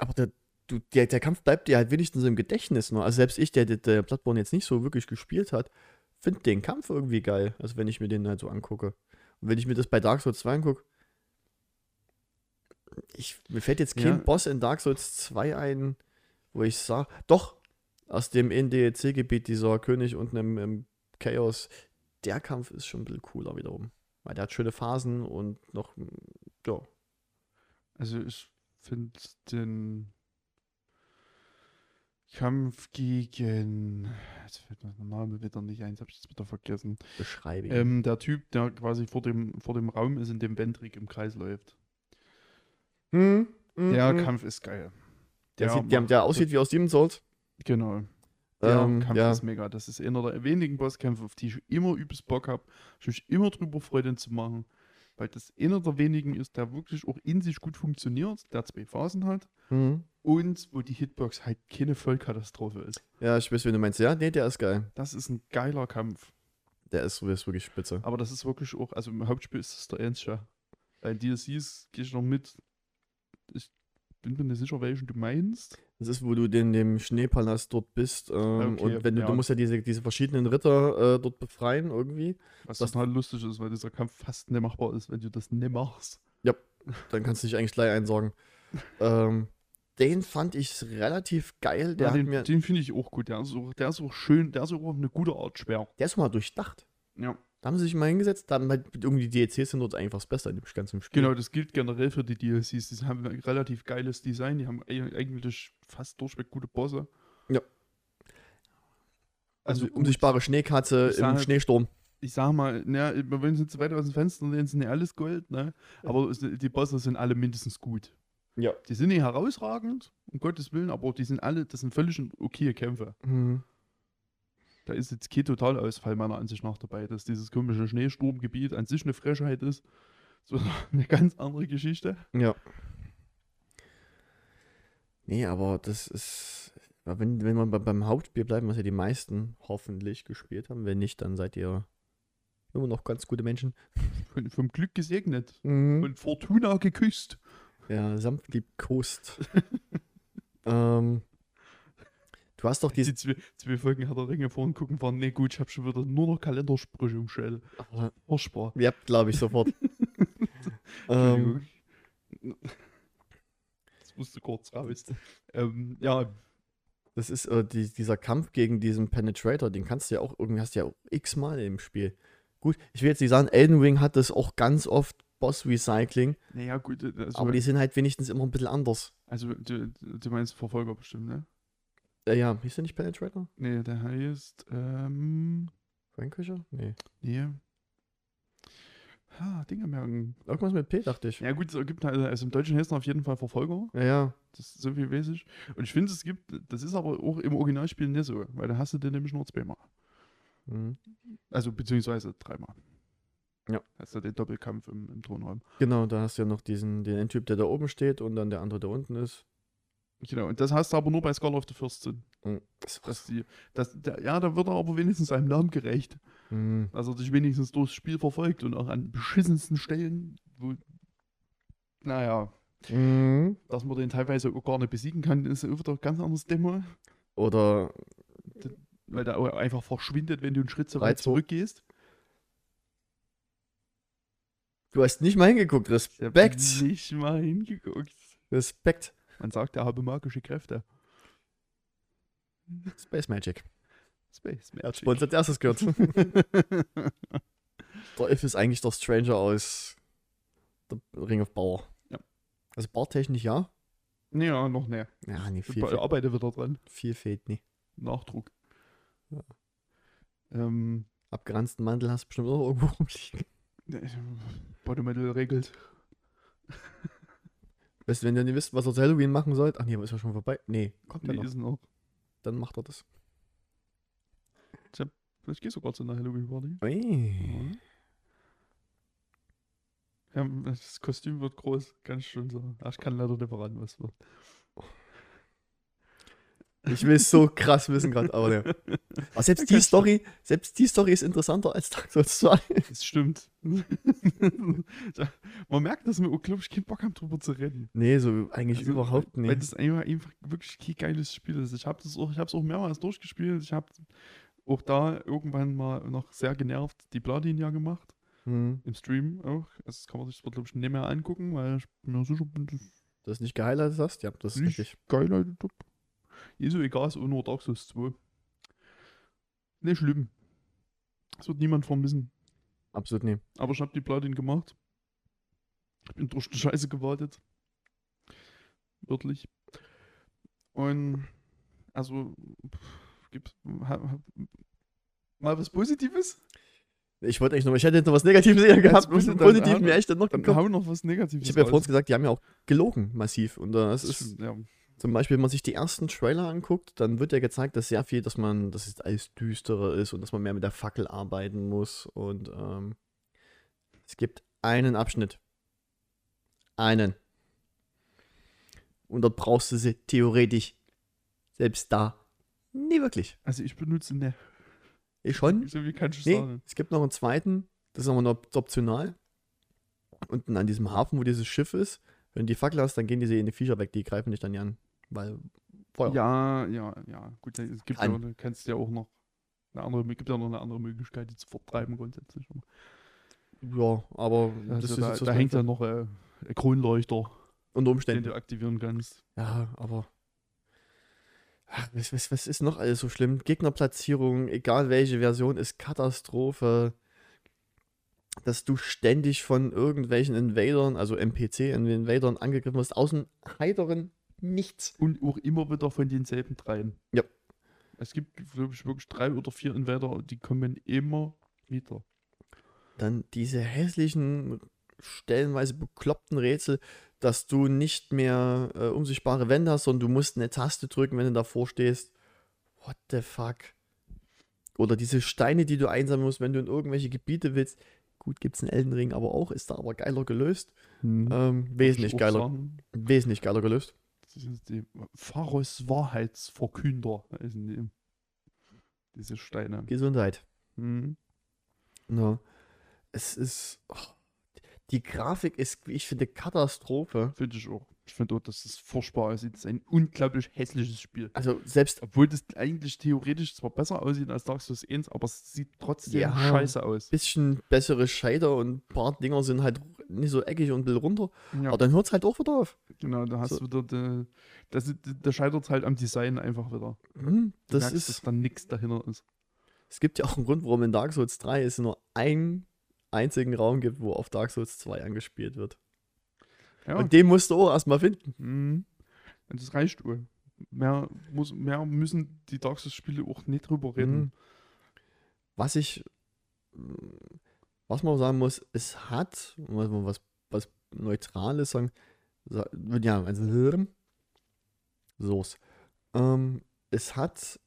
Speaker 2: Aber der, du, der, der Kampf bleibt dir halt wenigstens im Gedächtnis. Ne? Also selbst ich, der, der, der Bloodborne jetzt nicht so wirklich gespielt hat, finde den Kampf irgendwie geil. Also wenn ich mir den halt so angucke. Und wenn ich mir das bei Dark Souls 2 angucke, ich, mir fällt jetzt kein
Speaker 1: Ja.
Speaker 2: Boss in Dark Souls 2 ein, wo ich sage, doch, aus dem NDEC-Gebiet, dieser König unten im, im Chaos, der Kampf ist schon ein bisschen cooler wiederum. Weil der hat schöne Phasen und noch, ja,
Speaker 1: Also ich finde den Kampf gegen. Jetzt fällt mir der Name wieder nicht ein, jetzt habe ich das wieder vergessen.
Speaker 2: beschreibe ich.
Speaker 1: Ähm, der Typ, der quasi vor dem, vor dem Raum ist, in dem Vendrick im Kreis läuft.
Speaker 2: Hm, hm,
Speaker 1: Der
Speaker 2: hm.
Speaker 1: Kampf ist geil.
Speaker 2: Der, sieht, der,
Speaker 1: macht-
Speaker 2: der aussieht wie aus Demon's Souls.
Speaker 1: Genau. Der
Speaker 2: Ähm,
Speaker 1: Kampf
Speaker 2: ja.
Speaker 1: ist mega. Das ist einer der wenigen Bosskämpfe, auf die ich immer übelst Bock habe. Ich mich immer drüber freue, den zu machen. Weil das einer der wenigen ist, der wirklich auch in sich gut funktioniert, der zwei Phasen hat
Speaker 2: Hm.
Speaker 1: und wo die Hitbox halt keine Vollkatastrophe ist.
Speaker 2: ja, ich weiß, wen du meinst. Ja, nee, der ist geil.
Speaker 1: Das ist ein geiler Kampf.
Speaker 2: Der ist, der ist wirklich spitze.
Speaker 1: Aber das ist wirklich auch, also im Hauptspiel ist das der Ernstschau. Bei DLCs gehe ich noch mit. Ich bin mir nicht sicher, welchen du meinst.
Speaker 2: Das ist, wo du in dem Schneepalast dort bist. Ähm,
Speaker 1: Okay,
Speaker 2: und wenn du,
Speaker 1: ja.
Speaker 2: du musst ja diese, diese verschiedenen Ritter äh, dort befreien irgendwie.
Speaker 1: Was
Speaker 2: Das-
Speaker 1: das halt lustig ist, weil dieser Kampf fast nicht machbar ist, wenn du das nicht machst.
Speaker 2: Dann kannst du dich eigentlich gleich einsorgen.
Speaker 1: [laughs]
Speaker 2: ähm, den fand ich relativ geil. Der,
Speaker 1: Ja,
Speaker 2: hat
Speaker 1: den
Speaker 2: mir,
Speaker 1: den finde ich auch gut. Der ist auch, der ist auch schön, der ist auch auf eine gute Art schwer.
Speaker 2: der ist mal durchdacht.
Speaker 1: Ja.
Speaker 2: Da haben sie sich mal hingesetzt. Da haben halt irgendwie die DLCs sind dort einfach das Beste an dem ganzen Spiel.
Speaker 1: Genau, das gilt generell für die DLCs. Die haben ein relativ geiles Design. Die haben eig- eigentlich fast durchweg gute Bosse.
Speaker 2: Ja. Also,
Speaker 1: Also,
Speaker 2: unsichtbare Schneekatze
Speaker 1: Ich
Speaker 2: im
Speaker 1: sag- halt
Speaker 2: Schneesturm.
Speaker 1: ich sag mal, na, wenn sie zu weit aus dem Fenster sehen, sind ja alles Gold, ne? Aber es- die Bosse sind alle mindestens gut.
Speaker 2: Ja.
Speaker 1: Die sind nicht herausragend, um Gottes Willen, aber die sind alle, das sind völlig okaye Kämpfe.
Speaker 2: Mhm.
Speaker 1: Da ist jetzt kein Totalausfall meiner Ansicht nach dabei, dass dieses komische Schneesturmgebiet an sich eine Frechheit ist. [laughs] So eine ganz andere Geschichte.
Speaker 2: Ja. Nee, aber das ist. Ja, wenn, wenn wir bei- beim Hauptspiel bleiben, was ja die meisten hoffentlich gespielt haben, wenn nicht, dann seid ihr immer noch ganz gute Menschen.
Speaker 1: Von- Vom Glück gesegnet. Von Fortuna geküsst.
Speaker 2: Ja, sanft liebkost. ähm, du hast doch
Speaker 1: Die
Speaker 2: diese.
Speaker 1: zwei, zwei Folgen Herr der Ringe vorhin gucken waren, nee gut, ich habe schon wieder nur noch Kalendersprüche im Shell. Furchtbar.
Speaker 2: Ja, glaube ich sofort. ähm,
Speaker 1: Entschuldigung. Das musste kurz raus. Ähm, ja,
Speaker 2: das ist äh, die, dieser Kampf gegen diesen Penetrator, den kannst du ja auch irgendwie, hast du ja auch x-mal im Spiel. Gut, ich will jetzt nicht sagen, Elden Ring hat das auch ganz oft Boss-Recycling,
Speaker 1: naja gut, äh, also,
Speaker 2: aber die sind halt wenigstens immer ein bisschen anders.
Speaker 1: also du, du meinst Verfolger bestimmt, ne?
Speaker 2: Äh, ja, hieß der nicht Penetrator?
Speaker 1: Nee, der heißt, ähm,
Speaker 2: Vanquisher? Nee.
Speaker 1: nee. Ha, Dinge merken.
Speaker 2: Irgendwas mit P, dachte ich.
Speaker 1: Ja gut, es gibt halt, also im Deutschen heißt er auf jeden Fall Verfolger.
Speaker 2: Ja, ja.
Speaker 1: Das ist so viel weiß ich. Und ich finde, es gibt, das ist aber auch im Originalspiel nicht so, weil da hast du den nämlich nur zweimal.
Speaker 2: Mhm.
Speaker 1: Also beziehungsweise dreimal.
Speaker 2: Ja.
Speaker 1: Hast du den Doppelkampf im, im Thronraum.
Speaker 2: Genau, da hast du ja noch diesen, den Typ, der da oben steht und dann der andere da unten ist.
Speaker 1: Genau, und das hast du aber nur bei Skull of the First Sin.
Speaker 2: Mhm.
Speaker 1: Dass die, dass, der, ja, da wird er aber wenigstens seinem Namen gerecht.
Speaker 2: Mhm.
Speaker 1: Dass er dich wenigstens durchs Spiel verfolgt und auch an beschissensten Stellen, wo. Naja,
Speaker 2: Mhm.
Speaker 1: dass man den teilweise auch gar nicht besiegen kann, ist ja wieder ein ganz anderes Demo,
Speaker 2: Oder
Speaker 1: weil der auch einfach verschwindet, wenn du einen Schritt so weit
Speaker 2: Reizwo-
Speaker 1: zurückgehst.
Speaker 2: du hast nicht mal hingeguckt.
Speaker 1: Ich hab
Speaker 2: Respekt.
Speaker 1: Nicht mal hingeguckt.
Speaker 2: Respekt.
Speaker 1: Man sagt, er habe magische Kräfte.
Speaker 2: Space Magic.
Speaker 1: Space
Speaker 2: Er
Speaker 1: Magic.
Speaker 2: hat Sponsor als
Speaker 1: [laughs]
Speaker 2: erstes gehört. Dolph ist eigentlich der Stranger aus The Ring of Power.
Speaker 1: Ja.
Speaker 2: Also bartechnisch ja.
Speaker 1: Ja, noch näher.
Speaker 2: Ja, nee, viel,
Speaker 1: Ich
Speaker 2: viel,
Speaker 1: arbeite wieder dran.
Speaker 2: viel fehlt nie.
Speaker 1: Nachdruck.
Speaker 2: Ja.
Speaker 1: Ähm,
Speaker 2: Abgeranzten Mantel hast du bestimmt auch irgendwo rumliegen.
Speaker 1: ne, Body Metal regelt.
Speaker 2: Weißt du, wenn ihr nicht wisst, was ihr zu Halloween machen sollt, ach nee, aber ist ja schon vorbei. Nee, kommt ja
Speaker 1: Nee,
Speaker 2: noch.
Speaker 1: ist noch.
Speaker 2: Dann macht er das.
Speaker 1: Vielleicht gehst du sogar zu einer Halloween-Party.
Speaker 2: Ui.
Speaker 1: Ja, das Kostüm wird groß, ganz schön so. Ach, ich kann leider nicht verraten, was wird.
Speaker 2: Ich will es so krass wissen gerade, aber ne.
Speaker 1: [laughs]
Speaker 2: Aber selbst die Story, selbst die Story ist interessanter als Dark Souls 2.
Speaker 1: Das stimmt. [laughs] Ja, Man merkt, dass wir, glaube ich, keinen Bock haben, drüber zu reden.
Speaker 2: Nee, so eigentlich
Speaker 1: Also,
Speaker 2: überhaupt
Speaker 1: Weil
Speaker 2: nicht.
Speaker 1: das einfach, einfach wirklich kein geiles Spiel ist. Ich habe es auch, ich hab's auch mehrmals durchgespielt. Ich habe auch da irgendwann mal noch sehr genervt die Platin ja gemacht.
Speaker 2: Hm,
Speaker 1: Im Stream auch. Also das kann man sich zwar, glaube ich, nicht mehr angucken, weil ich mir sicher bin, dass
Speaker 2: Das nicht gehighlightet hast? Ja, das ist
Speaker 1: Nicht.
Speaker 2: richtig.
Speaker 1: geil Leute top. Jesu egal, ist auch nur Dark Souls 2. Nicht schlimm. Das wird niemand vermissen.
Speaker 2: Absolut nee.
Speaker 1: Aber ich habe die Platin gemacht. Ich bin durch die Scheiße gewartet. Wörtlich. Und also pff, gibt's ha, ha, mal was Positives?
Speaker 2: Ich wollte eigentlich noch, ich hätte jetzt noch was Negatives eher gehabt.
Speaker 1: muss
Speaker 2: [laughs]
Speaker 1: ich dann-
Speaker 2: Positiv mir echt dann noch
Speaker 1: Dann
Speaker 2: gekommen.
Speaker 1: hau noch was Negatives.
Speaker 2: Ich habe ja vor
Speaker 1: raus.
Speaker 2: uns gesagt, die haben ja auch gelogen, massiv. Und äh, das
Speaker 1: das
Speaker 2: ist
Speaker 1: ist, ja.
Speaker 2: Zum Beispiel, wenn man sich die ersten Trailer anguckt, dann wird ja gezeigt, dass sehr viel, dass man, dass es alles düsterer ist und dass man mehr mit der Fackel arbeiten muss. Und ähm, es gibt einen Abschnitt. Einen. Und dort brauchst du sie theoretisch selbst da. Nie wirklich.
Speaker 1: Also ich benutze ne.
Speaker 2: Ich schon.
Speaker 1: So wie kann ich
Speaker 2: Nee,
Speaker 1: sagen.
Speaker 2: es gibt noch einen zweiten, das ist aber noch optional. Unten an diesem Hafen, wo dieses Schiff ist, wenn du die Fackel hast, dann gehen diese in die Viecher weg, die greifen dich dann nicht an. Weil Feuer.
Speaker 1: Ja, ja, ja. Gut, es gibt ja
Speaker 2: Kann.
Speaker 1: auch, du kannst ja auch noch eine andere, gibt ja noch eine andere Möglichkeit, die zu vertreiben grundsätzlich.
Speaker 2: Ja, aber das
Speaker 1: Also
Speaker 2: ist
Speaker 1: da,
Speaker 2: jetzt was
Speaker 1: da hängt ja
Speaker 2: Neues.
Speaker 1: noch äh, ein Kronleuchter,
Speaker 2: unter
Speaker 1: den
Speaker 2: Umständen.
Speaker 1: du aktivieren kannst.
Speaker 2: Ja, aber Ach, was, was, was ist noch alles so schlimm? Gegnerplatzierung, egal welche Version, ist Katastrophe. Dass du ständig von irgendwelchen Invadern, also NPC Invadern angegriffen wirst, aus dem heiteren Nichts.
Speaker 1: Und auch immer wieder von denselben dreien.
Speaker 2: Ja.
Speaker 1: Es gibt, glaube ich, wirklich drei oder vier Invader und die kommen immer wieder.
Speaker 2: Dann diese hässlichen, stellenweise bekloppten Rätsel, dass du nicht mehr äh, unsichtbare Wände hast, sondern du musst eine Taste drücken, wenn du davor stehst. What the fuck? Oder diese Steine, die du einsammeln musst, wenn du in irgendwelche Gebiete willst. Gut, gibt's einen Elden Ring, aber auch, ist da aber geiler gelöst.
Speaker 1: Hm.
Speaker 2: Ähm, wesentlich geiler. Wesentlich geiler gelöst.
Speaker 1: Das sind die Pharos Wahrheitsverkünder. Also die, diese Steine.
Speaker 2: Gesundheit.
Speaker 1: Mhm.
Speaker 2: Ja. Es ist. ach, die Grafik ist, wie ich finde, Katastrophe.
Speaker 1: Finde ich auch. Ich finde auch, dass das furchtbar aussieht. Das ist ein unglaublich hässliches Spiel.
Speaker 2: Also selbst.
Speaker 1: Obwohl das eigentlich theoretisch zwar besser aussieht als Dark Souls 1, aber es sieht trotzdem
Speaker 2: Ja.
Speaker 1: scheiße aus.
Speaker 2: Bisschen bessere Scheiter und ein paar Dinger sind halt nicht so eckig und ein bisschen runter.
Speaker 1: Ja.
Speaker 2: Aber dann hört es halt auch wieder auf.
Speaker 1: Genau, da hast
Speaker 2: So.
Speaker 1: du wieder, de, das, da scheitert es halt am Design einfach wieder.
Speaker 2: Hm,
Speaker 1: Du
Speaker 2: das
Speaker 1: merkst, dass
Speaker 2: ist.
Speaker 1: dann nichts dahinter ist.
Speaker 2: Es gibt ja auch einen Grund, warum in Dark Souls 3 es nur einen einzigen Raum gibt, wo auf Dark Souls 2 angespielt wird.
Speaker 1: Ja,
Speaker 2: Und den musst du auch erstmal finden.
Speaker 1: mhm. und das reicht wohl. Mehr, muss, mehr müssen die Dark Souls-Spiele auch nicht drüber
Speaker 2: Mhm.
Speaker 1: reden.
Speaker 2: Was ich. Was man auch sagen muss, es hat, muss man was, was Neutrales sagen, sa- ja, also. So's. Ähm, es hat,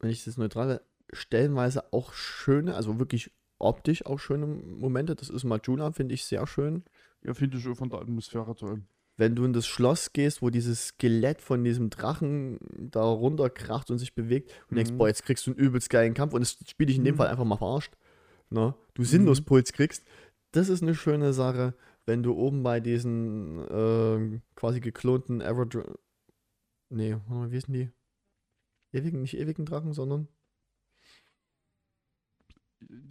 Speaker 2: wenn ich das neutrale, stellenweise auch schöne, also wirklich optisch auch schöne Momente. Das ist Majula, finde ich sehr schön.
Speaker 1: Ja, finde ich auch von der Atmosphäre toll.
Speaker 2: wenn du in das Schloss gehst, wo dieses Skelett von diesem Drachen da runterkracht und sich bewegt und denkst,
Speaker 1: Mhm.
Speaker 2: boah, jetzt kriegst du einen übelst geilen Kampf und das Spiel dich in dem
Speaker 1: Mhm.
Speaker 2: Fall einfach mal verarscht. Ne? Du sinnlos
Speaker 1: Mhm.
Speaker 2: Puls kriegst. Das ist eine schöne Sache, wenn du oben bei diesen ähm, quasi geklonten Everdra... Nee, warte mal, wie sind die? Ewigen, nicht ewigen Drachen, sondern...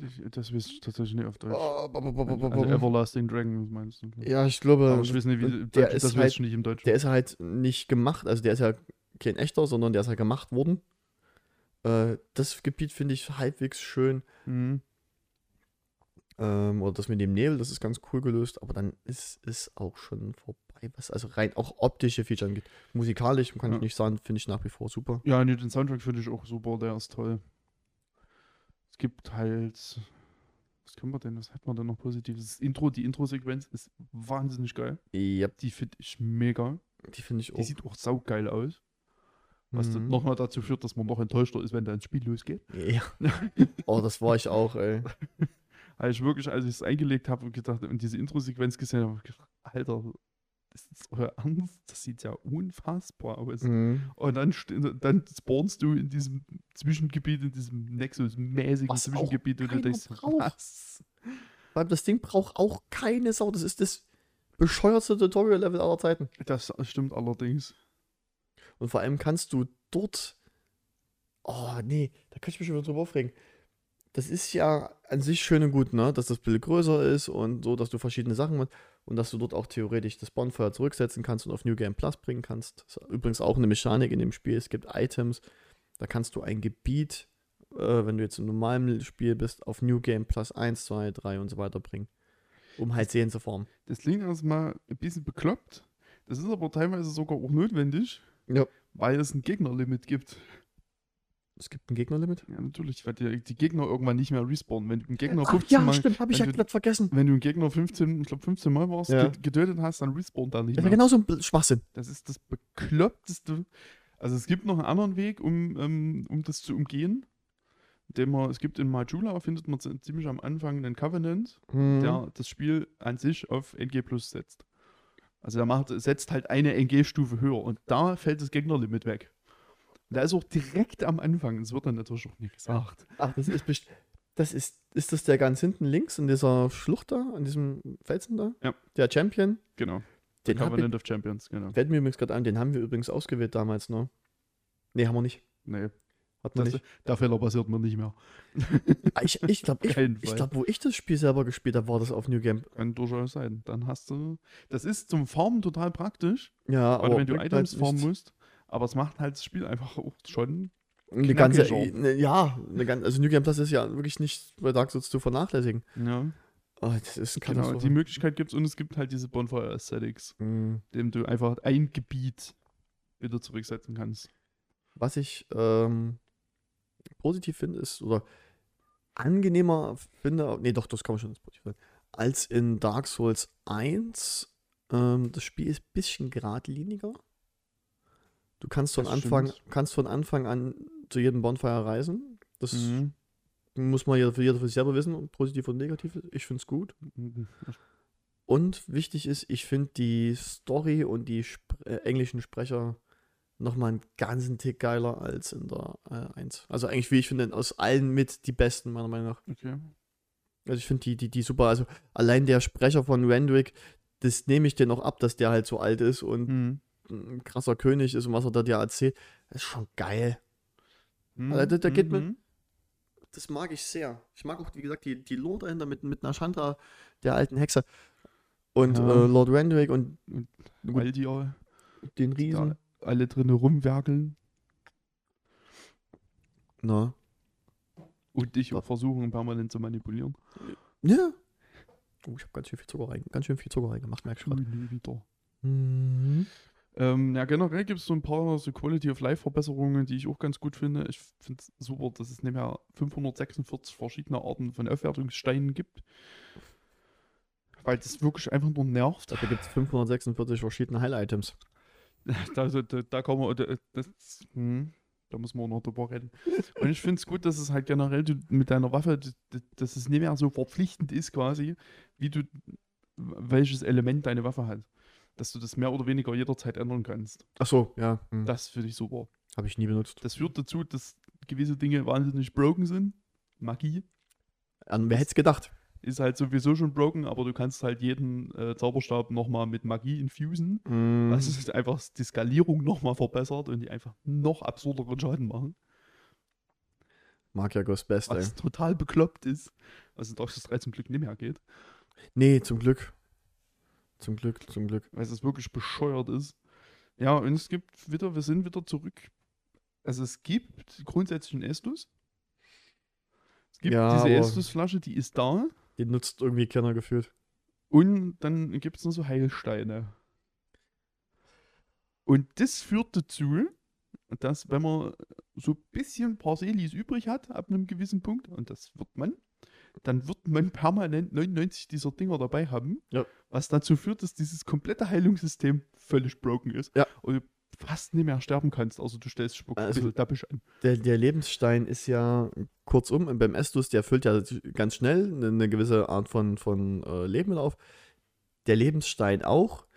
Speaker 1: Ich- Das weiß ich tatsächlich nicht auf Deutsch.
Speaker 2: Oh, ba- ba- ba- ba- ba-
Speaker 1: also
Speaker 2: ba-
Speaker 1: Everlasting Dragon, was meinst du?
Speaker 2: ja, ich glaube,
Speaker 1: Aber ich weiß nicht, wie im
Speaker 2: und der
Speaker 1: Deutsch,
Speaker 2: ist
Speaker 1: das weiß
Speaker 2: halt-
Speaker 1: ich nicht im Deutschen.
Speaker 2: der ist halt nicht gemacht, also der ist ja kein echter, sondern der ist ja gemacht worden. Äh, das Gebiet finde ich halbwegs schön.
Speaker 1: Mhm.
Speaker 2: Ähm, oder das mit dem Nebel, das ist ganz cool gelöst, aber dann ist es auch schon vorbei, was also rein auch optische Feature angeht. Musikalisch kann
Speaker 1: Ja.
Speaker 2: ich nicht sagen, finde ich nach wie vor super.
Speaker 1: Ja, nee, den Soundtrack finde ich auch super, der ist toll. Es gibt halt. Was können wir denn? Was hat man denn noch Positives? Das Intro, die Intro-Sequenz ist wahnsinnig geil.
Speaker 2: Ja,
Speaker 1: Die finde ich mega.
Speaker 2: die finde ich
Speaker 1: Die sieht auch saugeil aus. Was dann
Speaker 2: Mhm.
Speaker 1: nochmal dazu führt, dass man noch enttäuschter ist, wenn dann das Spiel
Speaker 2: [laughs]
Speaker 1: losgeht.
Speaker 2: [laughs] Ja. oh, das war ich
Speaker 1: [laughs]
Speaker 2: auch, ey.
Speaker 1: Habe ich wirklich, als ich es eingelegt habe und gedacht und diese Intro-Sequenz gesehen habe, hab ich gedacht, Alter, ist das euer Ernst? Das sieht ja unfassbar aus.
Speaker 2: Mhm.
Speaker 1: Und dann, ste- dann spawnst du in diesem Zwischengebiet, in diesem Nexus-mäßigen
Speaker 2: Was auch
Speaker 1: Zwischengebiet und du
Speaker 2: keiner
Speaker 1: denkst,
Speaker 2: braucht.
Speaker 1: was?
Speaker 2: Weil das Ding braucht auch keine Sau. Das ist das bescheuerste Tutorial-Level aller Zeiten.
Speaker 1: Das stimmt allerdings.
Speaker 2: Und vor allem kannst du dort. Oh, nee, da kann ich mich schon wieder drüber aufregen. Das ist ja an sich schön und gut, ne? Dass das Bild größer ist und so, dass du verschiedene Sachen machst und dass du dort auch theoretisch das Bonfire zurücksetzen kannst und auf New Game Plus bringen kannst. Das ist übrigens auch eine Mechanik in dem Spiel. Es gibt Items, da kannst du ein Gebiet, äh, wenn du jetzt im normalen Spiel bist, auf New Game Plus 1, 2, 3 und so weiter bringen. Um halt Seen zu formen.
Speaker 1: Das klingt erstmal ein bisschen bekloppt. Das ist aber teilweise sogar auch notwendig,
Speaker 2: Ja.
Speaker 1: weil es ein Gegnerlimit gibt.
Speaker 2: Es gibt ein Gegnerlimit.
Speaker 1: Ja, natürlich, weil die, die Gegner irgendwann nicht mehr respawnen. Wenn du einen Gegner
Speaker 2: Ach
Speaker 1: 15
Speaker 2: ja,
Speaker 1: Mal,
Speaker 2: stimmt, habe ich
Speaker 1: wenn
Speaker 2: ja
Speaker 1: du-
Speaker 2: glatt vergessen.
Speaker 1: wenn du einen Gegner 15, ich glaube 15 Mal warst,
Speaker 2: Ja.
Speaker 1: get- getötet hast, dann respawnt er nicht
Speaker 2: Das
Speaker 1: mehr.
Speaker 2: war genau so ein Bl- Schwachsinn.
Speaker 1: Das ist das bekloppteste. Also es gibt noch einen anderen Weg, um, ähm, um das zu umgehen. Den man, es gibt in Majula, findet man zi- ziemlich am Anfang einen Covenant,
Speaker 2: Mhm.
Speaker 1: der das Spiel an sich auf NG Plus setzt. Also der macht, setzt halt eine NG-Stufe höher und da fällt das Gegnerlimit weg. Und da ist auch direkt am Anfang, das wird dann natürlich auch nicht gesagt.
Speaker 2: Ach, das ist best das ist ist das der ganz hinten links in dieser Schlucht da, an diesem Felsen da?
Speaker 1: Ja.
Speaker 2: Der Champion.
Speaker 1: Genau.
Speaker 2: Den hab ich,
Speaker 1: Covenant of Champions, genau.
Speaker 2: fällt mir übrigens gerade ein, den haben wir übrigens ausgewählt damals, ne? Nee, haben wir nicht.
Speaker 1: Nee,
Speaker 2: Hat man
Speaker 1: das,
Speaker 2: nicht.
Speaker 1: der Fehler passiert mir nicht mehr.
Speaker 2: Ah, Ich,
Speaker 1: [laughs]
Speaker 2: ich glaube, ich,
Speaker 1: Keinen
Speaker 2: ich
Speaker 1: Fall.
Speaker 2: glaub, wo ich das Spiel selber gespielt habe, war das auf New Game.
Speaker 1: Kann durchaus sein. Dann hast du. Das ist zum Formen total praktisch,
Speaker 2: Ja,
Speaker 1: weil
Speaker 2: aber
Speaker 1: wenn du
Speaker 2: bringt
Speaker 1: Items
Speaker 2: halt
Speaker 1: formen
Speaker 2: nichts.
Speaker 1: musst, aber es macht halt das Spiel einfach auch schon.
Speaker 2: eine ganze,
Speaker 1: knackiger.
Speaker 2: ne, ja, eine ganze, also New Game Plus ist ja wirklich nicht bei Dark Souls zu vernachlässigen.
Speaker 1: Ja,
Speaker 2: Oh, das ist eine
Speaker 1: genau. Die
Speaker 2: Katastrophe.
Speaker 1: Möglichkeit gibt es und es gibt halt diese Bonfire Aesthetics,
Speaker 2: Mhm.
Speaker 1: dem du einfach ein Gebiet wieder zurücksetzen kannst.
Speaker 2: Was ich ähm, positiv finde, ist, oder angenehmer finde, nee, doch, das kann man schon als positiv sagen, als in Dark Souls 1. Ähm, das Spiel ist ein bisschen geradliniger. Du kannst von,
Speaker 1: Das
Speaker 2: Anfang,
Speaker 1: stimmt.
Speaker 2: kannst von Anfang an zu jedem Bonfire reisen. Das
Speaker 1: Mhm.
Speaker 2: muss man jeder für, jeder für sich selber wissen, positiv und negativ. Ich finde es gut.
Speaker 1: Mhm.
Speaker 2: Und wichtig ist, ich finde die Story und die Sp äh, englischen Sprecher nochmal einen ganzen Tick geiler als in der äh, 1. Also eigentlich, wie ich finde, aus allen mit die besten, meiner Meinung nach.
Speaker 1: Okay.
Speaker 2: Also ich finde die, die, die super. Also allein der Sprecher von Randwick, das nehme ich dir noch ab, dass der halt so alt ist und
Speaker 1: Hm.
Speaker 2: ein krasser König ist und was er da dir erzählt. Das ist schon geil.
Speaker 1: Hm,
Speaker 2: Also da- da geht man-
Speaker 1: mhm.
Speaker 2: Das mag ich sehr. Ich mag auch, wie gesagt, die, die Lore dahinter mit, mit Nashanta, der alten Hexe. Und
Speaker 1: Ja.
Speaker 2: äh, Lord Randwick und Gut.
Speaker 1: Weil die all-
Speaker 2: den Riesen.
Speaker 1: da alle drinnen rumwerkeln
Speaker 2: Na.
Speaker 1: und dich
Speaker 2: Ja.
Speaker 1: versuchen permanent zu manipulieren.
Speaker 2: Ja. Oh, ich habe ganz schön viel Zucker rein, ganz schön viel Zucker reingemacht, merk ich gerade.
Speaker 1: Tue nie wieder.
Speaker 2: Mhm.
Speaker 1: Ähm, ja, generell gibt es so ein paar so Quality of Life Verbesserungen, die ich auch ganz gut finde. Ich finde es super, dass es nämlich 546 verschiedene Arten von Aufwertungssteinen gibt. Weil das wirklich einfach nur nervt.
Speaker 2: Dafür gibt es 546 verschiedene Highlight-Items.
Speaker 1: [laughs] Da, da, da da kann man, da, das, hm, da muss man auch noch drüber reden. Und ich finde es gut, dass es halt generell du, mit deiner Waffe, d- d- dass es nicht mehr so verpflichtend ist quasi, wie du, welches Element deine Waffe hat. Dass du das mehr oder weniger jederzeit ändern kannst.
Speaker 2: Achso, ja. Hm.
Speaker 1: Das finde ich super.
Speaker 2: Habe ich nie benutzt.
Speaker 1: Das führt dazu, dass gewisse Dinge wahnsinnig broken sind. Magie
Speaker 2: An, wer hätte es gedacht?
Speaker 1: ist halt sowieso schon broken, aber du kannst halt jeden äh, Zauberstab nochmal mit Magie infusen.
Speaker 2: Mhm.
Speaker 1: Das ist einfach die Skalierung nochmal verbessert und die einfach noch absurderen Schaden machen.
Speaker 2: Mag ja Ghost Best, ey.
Speaker 1: Was total bekloppt ist. Was in Dark Souls 3 zum Glück nicht mehr geht.
Speaker 2: Nee, zum Glück. Zum Glück, zum Glück.
Speaker 1: Weil es wirklich bescheuert ist. Ja, und es gibt wieder, wir sind wieder zurück. Also es gibt grundsätzlich einen Estus. Es gibt
Speaker 2: Ja,
Speaker 1: diese
Speaker 2: aber-
Speaker 1: Estus-Flasche, die ist da.
Speaker 2: Den nutzt irgendwie keiner gefühlt.
Speaker 1: Und dann gibt es noch so Heilsteine. Und das führt dazu, dass wenn man so ein bisschen Parselis übrig hat, ab einem gewissen Punkt, und das wird man, dann wird man permanent 99 dieser Dinger dabei haben,
Speaker 2: Ja.
Speaker 1: was dazu führt, dass dieses komplette Heilungssystem völlig broken ist.
Speaker 2: Ja.
Speaker 1: Und du fast nicht mehr sterben kannst, also du stellst Spuck
Speaker 2: Also-
Speaker 1: ein bisschen dappisch an.
Speaker 2: Der, der Lebensstein ist ja kurzum, beim Estus, der füllt ja ganz schnell eine, eine gewisse Art von, von äh, Leben auf. Der Lebensstein auch.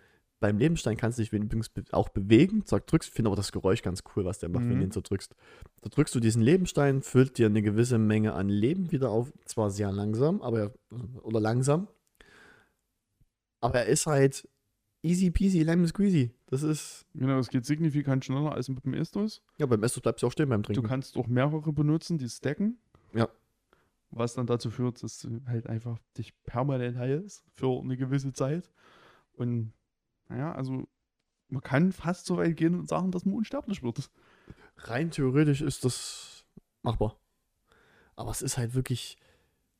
Speaker 2: Beim Lebensstein kannst du dich übrigens be auch bewegen, zerdrückst. Ich finde aber das Geräusch ganz cool, was der macht, wenn
Speaker 1: Mhm.
Speaker 2: du ihn zerdrückst. Zerdrückst du diesen Lebensstein, füllt dir eine gewisse Menge an Leben wieder auf. Zwar sehr langsam, aber ja, oder langsam. Aber er ist halt easy peasy, lemon squeezy. Das ist.
Speaker 1: Genau, es geht signifikant schneller als mit dem Estus.
Speaker 2: Ja, beim Estus bleibst du auch stehen beim Trinken.
Speaker 1: Du kannst auch mehrere benutzen, die stacken.
Speaker 2: Ja.
Speaker 1: Was dann dazu führt, dass du halt einfach dich permanent heilst für eine gewisse Zeit. Und naja, also man kann fast so weit gehen und sagen, dass man unsterblich wird.
Speaker 2: rein theoretisch ist das machbar. Aber es ist halt wirklich.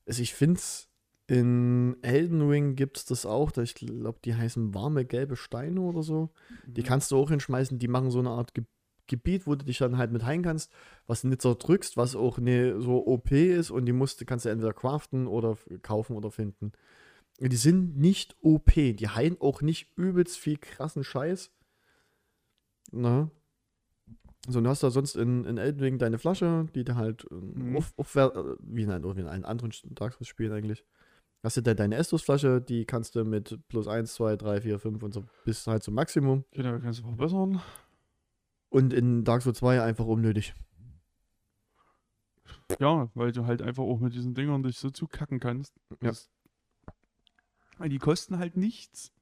Speaker 2: Also ich finde es, in Elden Ring gibt es das auch. Da ich glaube, die heißen warme gelbe Steine oder so. Die
Speaker 1: Mhm.
Speaker 2: kannst du auch hinschmeißen. Die machen so eine Art Ge Gebiet, wo du dich dann halt mit heilen kannst, was du nicht zerdrückst, was auch ne, so OP ist. Und die musst, du- kannst du entweder craften oder f- kaufen oder finden. Und Die sind nicht OP. Die heilen auch nicht übelst viel krassen Scheiß. Na? So, und du hast da sonst in, in Elden Ring deine Flasche, die du halt ähm,
Speaker 1: Mhm.
Speaker 2: auf, aufwer- äh, wie in einem, wie in einem anderen Dark Souls Spiel eigentlich. Hast du da deine Estus-Flasche, die kannst du mit plus 1, 2, 3, 4, 5 und so bis halt zum Maximum.
Speaker 1: Genau, kannst du verbessern.
Speaker 2: Und in Dark Souls 2 einfach unnötig.
Speaker 1: Ja, weil du halt einfach auch mit diesen Dingern dich so zukacken kannst.
Speaker 2: Ja.
Speaker 1: Das- Weil die kosten halt nichts.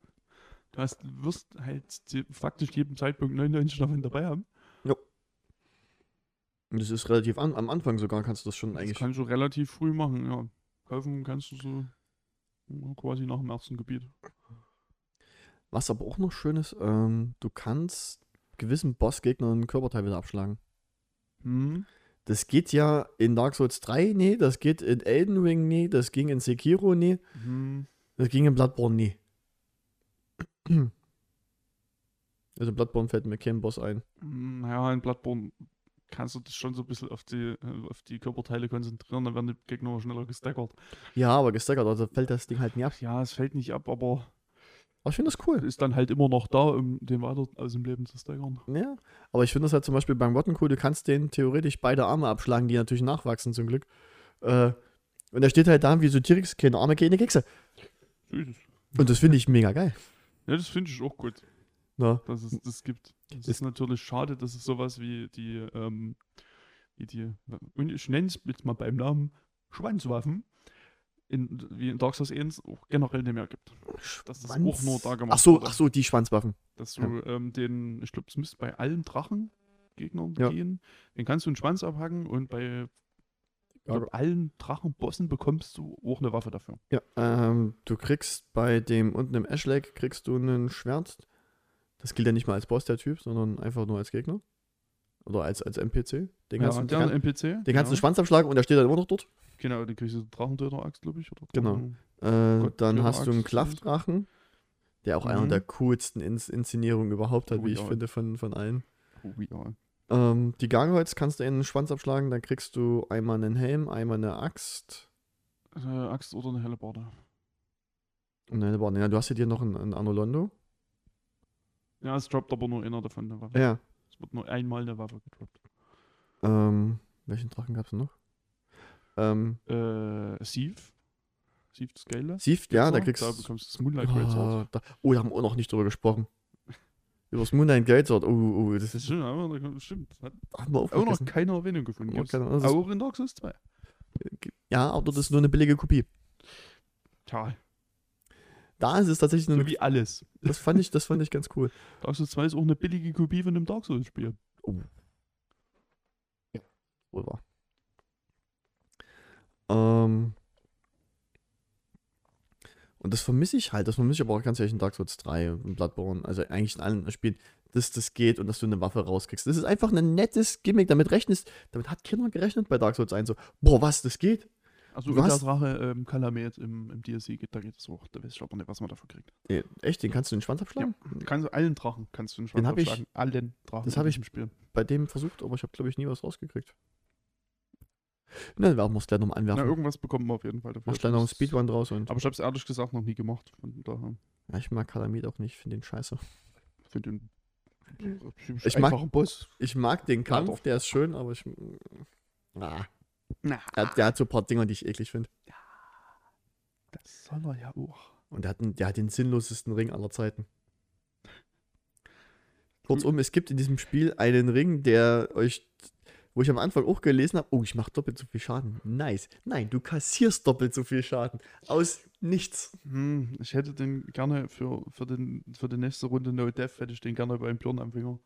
Speaker 1: Du hast, wirst halt zu- faktisch jedem Zeitpunkt 99 davon dabei haben.
Speaker 2: Und das ist relativ an, am Anfang sogar, kannst du das schon
Speaker 1: Das
Speaker 2: eigentlich.
Speaker 1: kannst du relativ früh machen, ja. Kaufen kannst du so ja, quasi nach dem ersten Gebiet.
Speaker 2: Was aber auch noch schön ist, ähm, du kannst gewissen Bossgegnern einen Körperteil wieder abschlagen.
Speaker 1: Hm.
Speaker 2: Das geht ja in Dark Souls 3 nie, das geht in Elden Ring nie, das ging in Sekiro nie,
Speaker 1: Hm.
Speaker 2: das ging in Bloodborne nie. [clears throat] Also in Bloodborne fällt mir kein Boss ein.
Speaker 1: Hm, Naja, in Bloodborne kannst du dich schon so ein bisschen auf die, äh, auf die Körperteile konzentrieren, dann werden die Gegner schneller gestackert.
Speaker 2: Ja, aber gestackert, also fällt das Ding halt nie ab.
Speaker 1: Ja, es fällt nicht ab, aber
Speaker 2: Aber ich finde das cool.
Speaker 1: ist dann halt immer noch da, um den weiter aus dem Leben zu stackern.
Speaker 2: Ja, aber ich finde das halt zum Beispiel beim Rottenkohl, du kannst den theoretisch beide Arme abschlagen, die natürlich nachwachsen zum Glück. Äh, und er steht halt da wie so T-Rex, keine Arme, keine Kekse.
Speaker 1: Jesus.
Speaker 2: Und das finde ich mega geil.
Speaker 1: Ja, das finde ich auch gut,
Speaker 2: Ne?
Speaker 1: dass es das gibt. Es
Speaker 2: Ist-
Speaker 1: ist natürlich schade, dass es sowas wie die, ähm, wie die, und ich nenne es jetzt mal beim Namen, Schwanzwaffen, in, wie in Dark Souls 1 auch generell nicht mehr gibt. Das ist auch nur da gemacht
Speaker 2: Ach so,
Speaker 1: wurde.
Speaker 2: ach so, die Schwanzwaffen.
Speaker 1: Dass du
Speaker 2: Ja.
Speaker 1: ähm, den, ich glaube, es müsste bei allen Drachengegnern
Speaker 2: Ja.
Speaker 1: gehen, den kannst du einen Schwanz abhacken und bei ich
Speaker 2: Ja.
Speaker 1: glaub, allen Drachenbossen bekommst du auch eine Waffe dafür.
Speaker 2: Ja, ähm, du kriegst bei dem unten im Ashlag kriegst du einen Schwert. Das gilt ja nicht mal als Boss, der Typ, sondern einfach nur als Gegner. Oder als, als NPC. Den
Speaker 1: Ja,
Speaker 2: kannst
Speaker 1: und
Speaker 2: du,
Speaker 1: der
Speaker 2: den, kann,
Speaker 1: NPC.
Speaker 2: den kannst
Speaker 1: ja.
Speaker 2: du den Schwanz abschlagen und der steht dann immer noch dort.
Speaker 1: Genau, den kriegst du Drachentöter-Axt, glaube ich. Oder
Speaker 2: Genau.
Speaker 1: Drachen-
Speaker 2: Äh,
Speaker 1: Gott,
Speaker 2: dann
Speaker 1: ihre
Speaker 2: hast du einen
Speaker 1: Axt, oder?
Speaker 2: Klaffdrachen, der auch einer
Speaker 1: Mhm.
Speaker 2: der coolsten Ins Inszenierungen überhaupt hat,
Speaker 1: Oh
Speaker 2: wie ich
Speaker 1: ja.
Speaker 2: finde, von, von allen.
Speaker 1: Oh, ja.
Speaker 2: Ähm, die Gangholz kannst du in den Schwanz abschlagen, dann kriegst du einmal einen Helm, einmal eine Axt.
Speaker 1: Also, Eine Axt oder eine Hellebarde.
Speaker 2: Nein, warte, ja, du hast ja dir noch einen, einen Anolondo.
Speaker 1: Ja, es droppt aber nur einer davon eine Waffe.
Speaker 2: Ja.
Speaker 1: Es wird nur einmal eine Waffe gedroppt.
Speaker 2: Ähm, welchen Drachen gab es noch? Ähm,
Speaker 1: Äh, Sieve. Sieve Scale.
Speaker 2: Sieft, ja, da kriegst
Speaker 1: Da
Speaker 2: du.
Speaker 1: bekommst du das Moonlight
Speaker 2: Oh,
Speaker 1: Greatsword.
Speaker 2: da, oh, da haben wir auch noch nicht drüber gesprochen. Über das Moonlight Greatsword. Oh, oh, das
Speaker 1: Das ist
Speaker 2: ist,
Speaker 1: schön, aber da- stimmt. Hat
Speaker 2: haben wir auch
Speaker 1: auch noch
Speaker 2: vergessen.
Speaker 1: keine Erwähnung gefunden.
Speaker 2: Ja,
Speaker 1: gibt's.
Speaker 2: keine Ahnung, das ist-
Speaker 1: Auch in Dark Souls 2.
Speaker 2: Ja, aber das ist nur eine billige Kopie.
Speaker 1: Tja,
Speaker 2: Da ist es tatsächlich nur
Speaker 1: so
Speaker 2: eine,
Speaker 1: wie alles.
Speaker 2: das fand ich, Das fand ich ganz cool.
Speaker 1: Dark Souls 2 ist auch eine billige Kopie von einem Dark Souls Spiel.
Speaker 2: wohl war. Ähm, und das vermisse ich halt. Das vermisse ich aber auch ganz ehrlich in Dark Souls 3 und Bloodborne. Also eigentlich in allen Spielen, dass das geht und dass du eine Waffe rauskriegst. Das ist einfach ein nettes Gimmick. Damit rechnest, damit hat keiner gerechnet bei Dark Souls 1. So, boah, was, das geht?
Speaker 1: Also
Speaker 2: Du
Speaker 1: in der
Speaker 2: hast-
Speaker 1: Drache ähm, Kalamet im, im DLC geht, da geht es auch. Da weiß ich aber nicht, was man dafür kriegt.
Speaker 2: Äh, echt, den kannst du in den Schwanz abschlagen?
Speaker 1: Kannst du allen Drachen kannst du einen
Speaker 2: Den
Speaker 1: Schwanz
Speaker 2: hab ich-
Speaker 1: abschlagen. Allen Drachen
Speaker 2: das
Speaker 1: in
Speaker 2: hab ich-
Speaker 1: diesem Spiel.
Speaker 2: Bei dem versucht, aber ich habe, glaube ich, nie was rausgekriegt. Na, dann werden wir es gleich nochmal
Speaker 1: Na,
Speaker 2: anwerfen.
Speaker 1: irgendwas bekommen wir auf jeden Fall dafür.
Speaker 2: Mach gleich noch einen
Speaker 1: Das-
Speaker 2: Speedrun draus und.
Speaker 1: Aber ich habe es ehrlich gesagt noch nie gemacht. Von daher
Speaker 2: Ja, ich mag Kalamit auch nicht, finde den scheiße.
Speaker 1: für den typisch
Speaker 2: Ich mag-
Speaker 1: einfachen Boss.
Speaker 2: Ich mag den
Speaker 1: Ja,
Speaker 2: Kampf,
Speaker 1: doch.
Speaker 2: der ist schön, aber ich. Ah,
Speaker 1: Na,
Speaker 2: der, hat- der hat so ein paar Dinger, die ich eklig finde.
Speaker 1: das soll er ja auch.
Speaker 2: Und der hat, den- der hat den sinnlosesten Ring aller Zeiten. Kurzum, es gibt in diesem Spiel einen Ring, der euch. Wo ich am Anfang auch gelesen habe, oh, ich mache doppelt so viel Schaden. Nice. Nein, du kassierst doppelt so viel Schaden. Aus nichts.
Speaker 1: Hm, ich hätte den gerne für, für, den, für die nächste Runde No Death hätte ich den gerne beim Björn am Finger.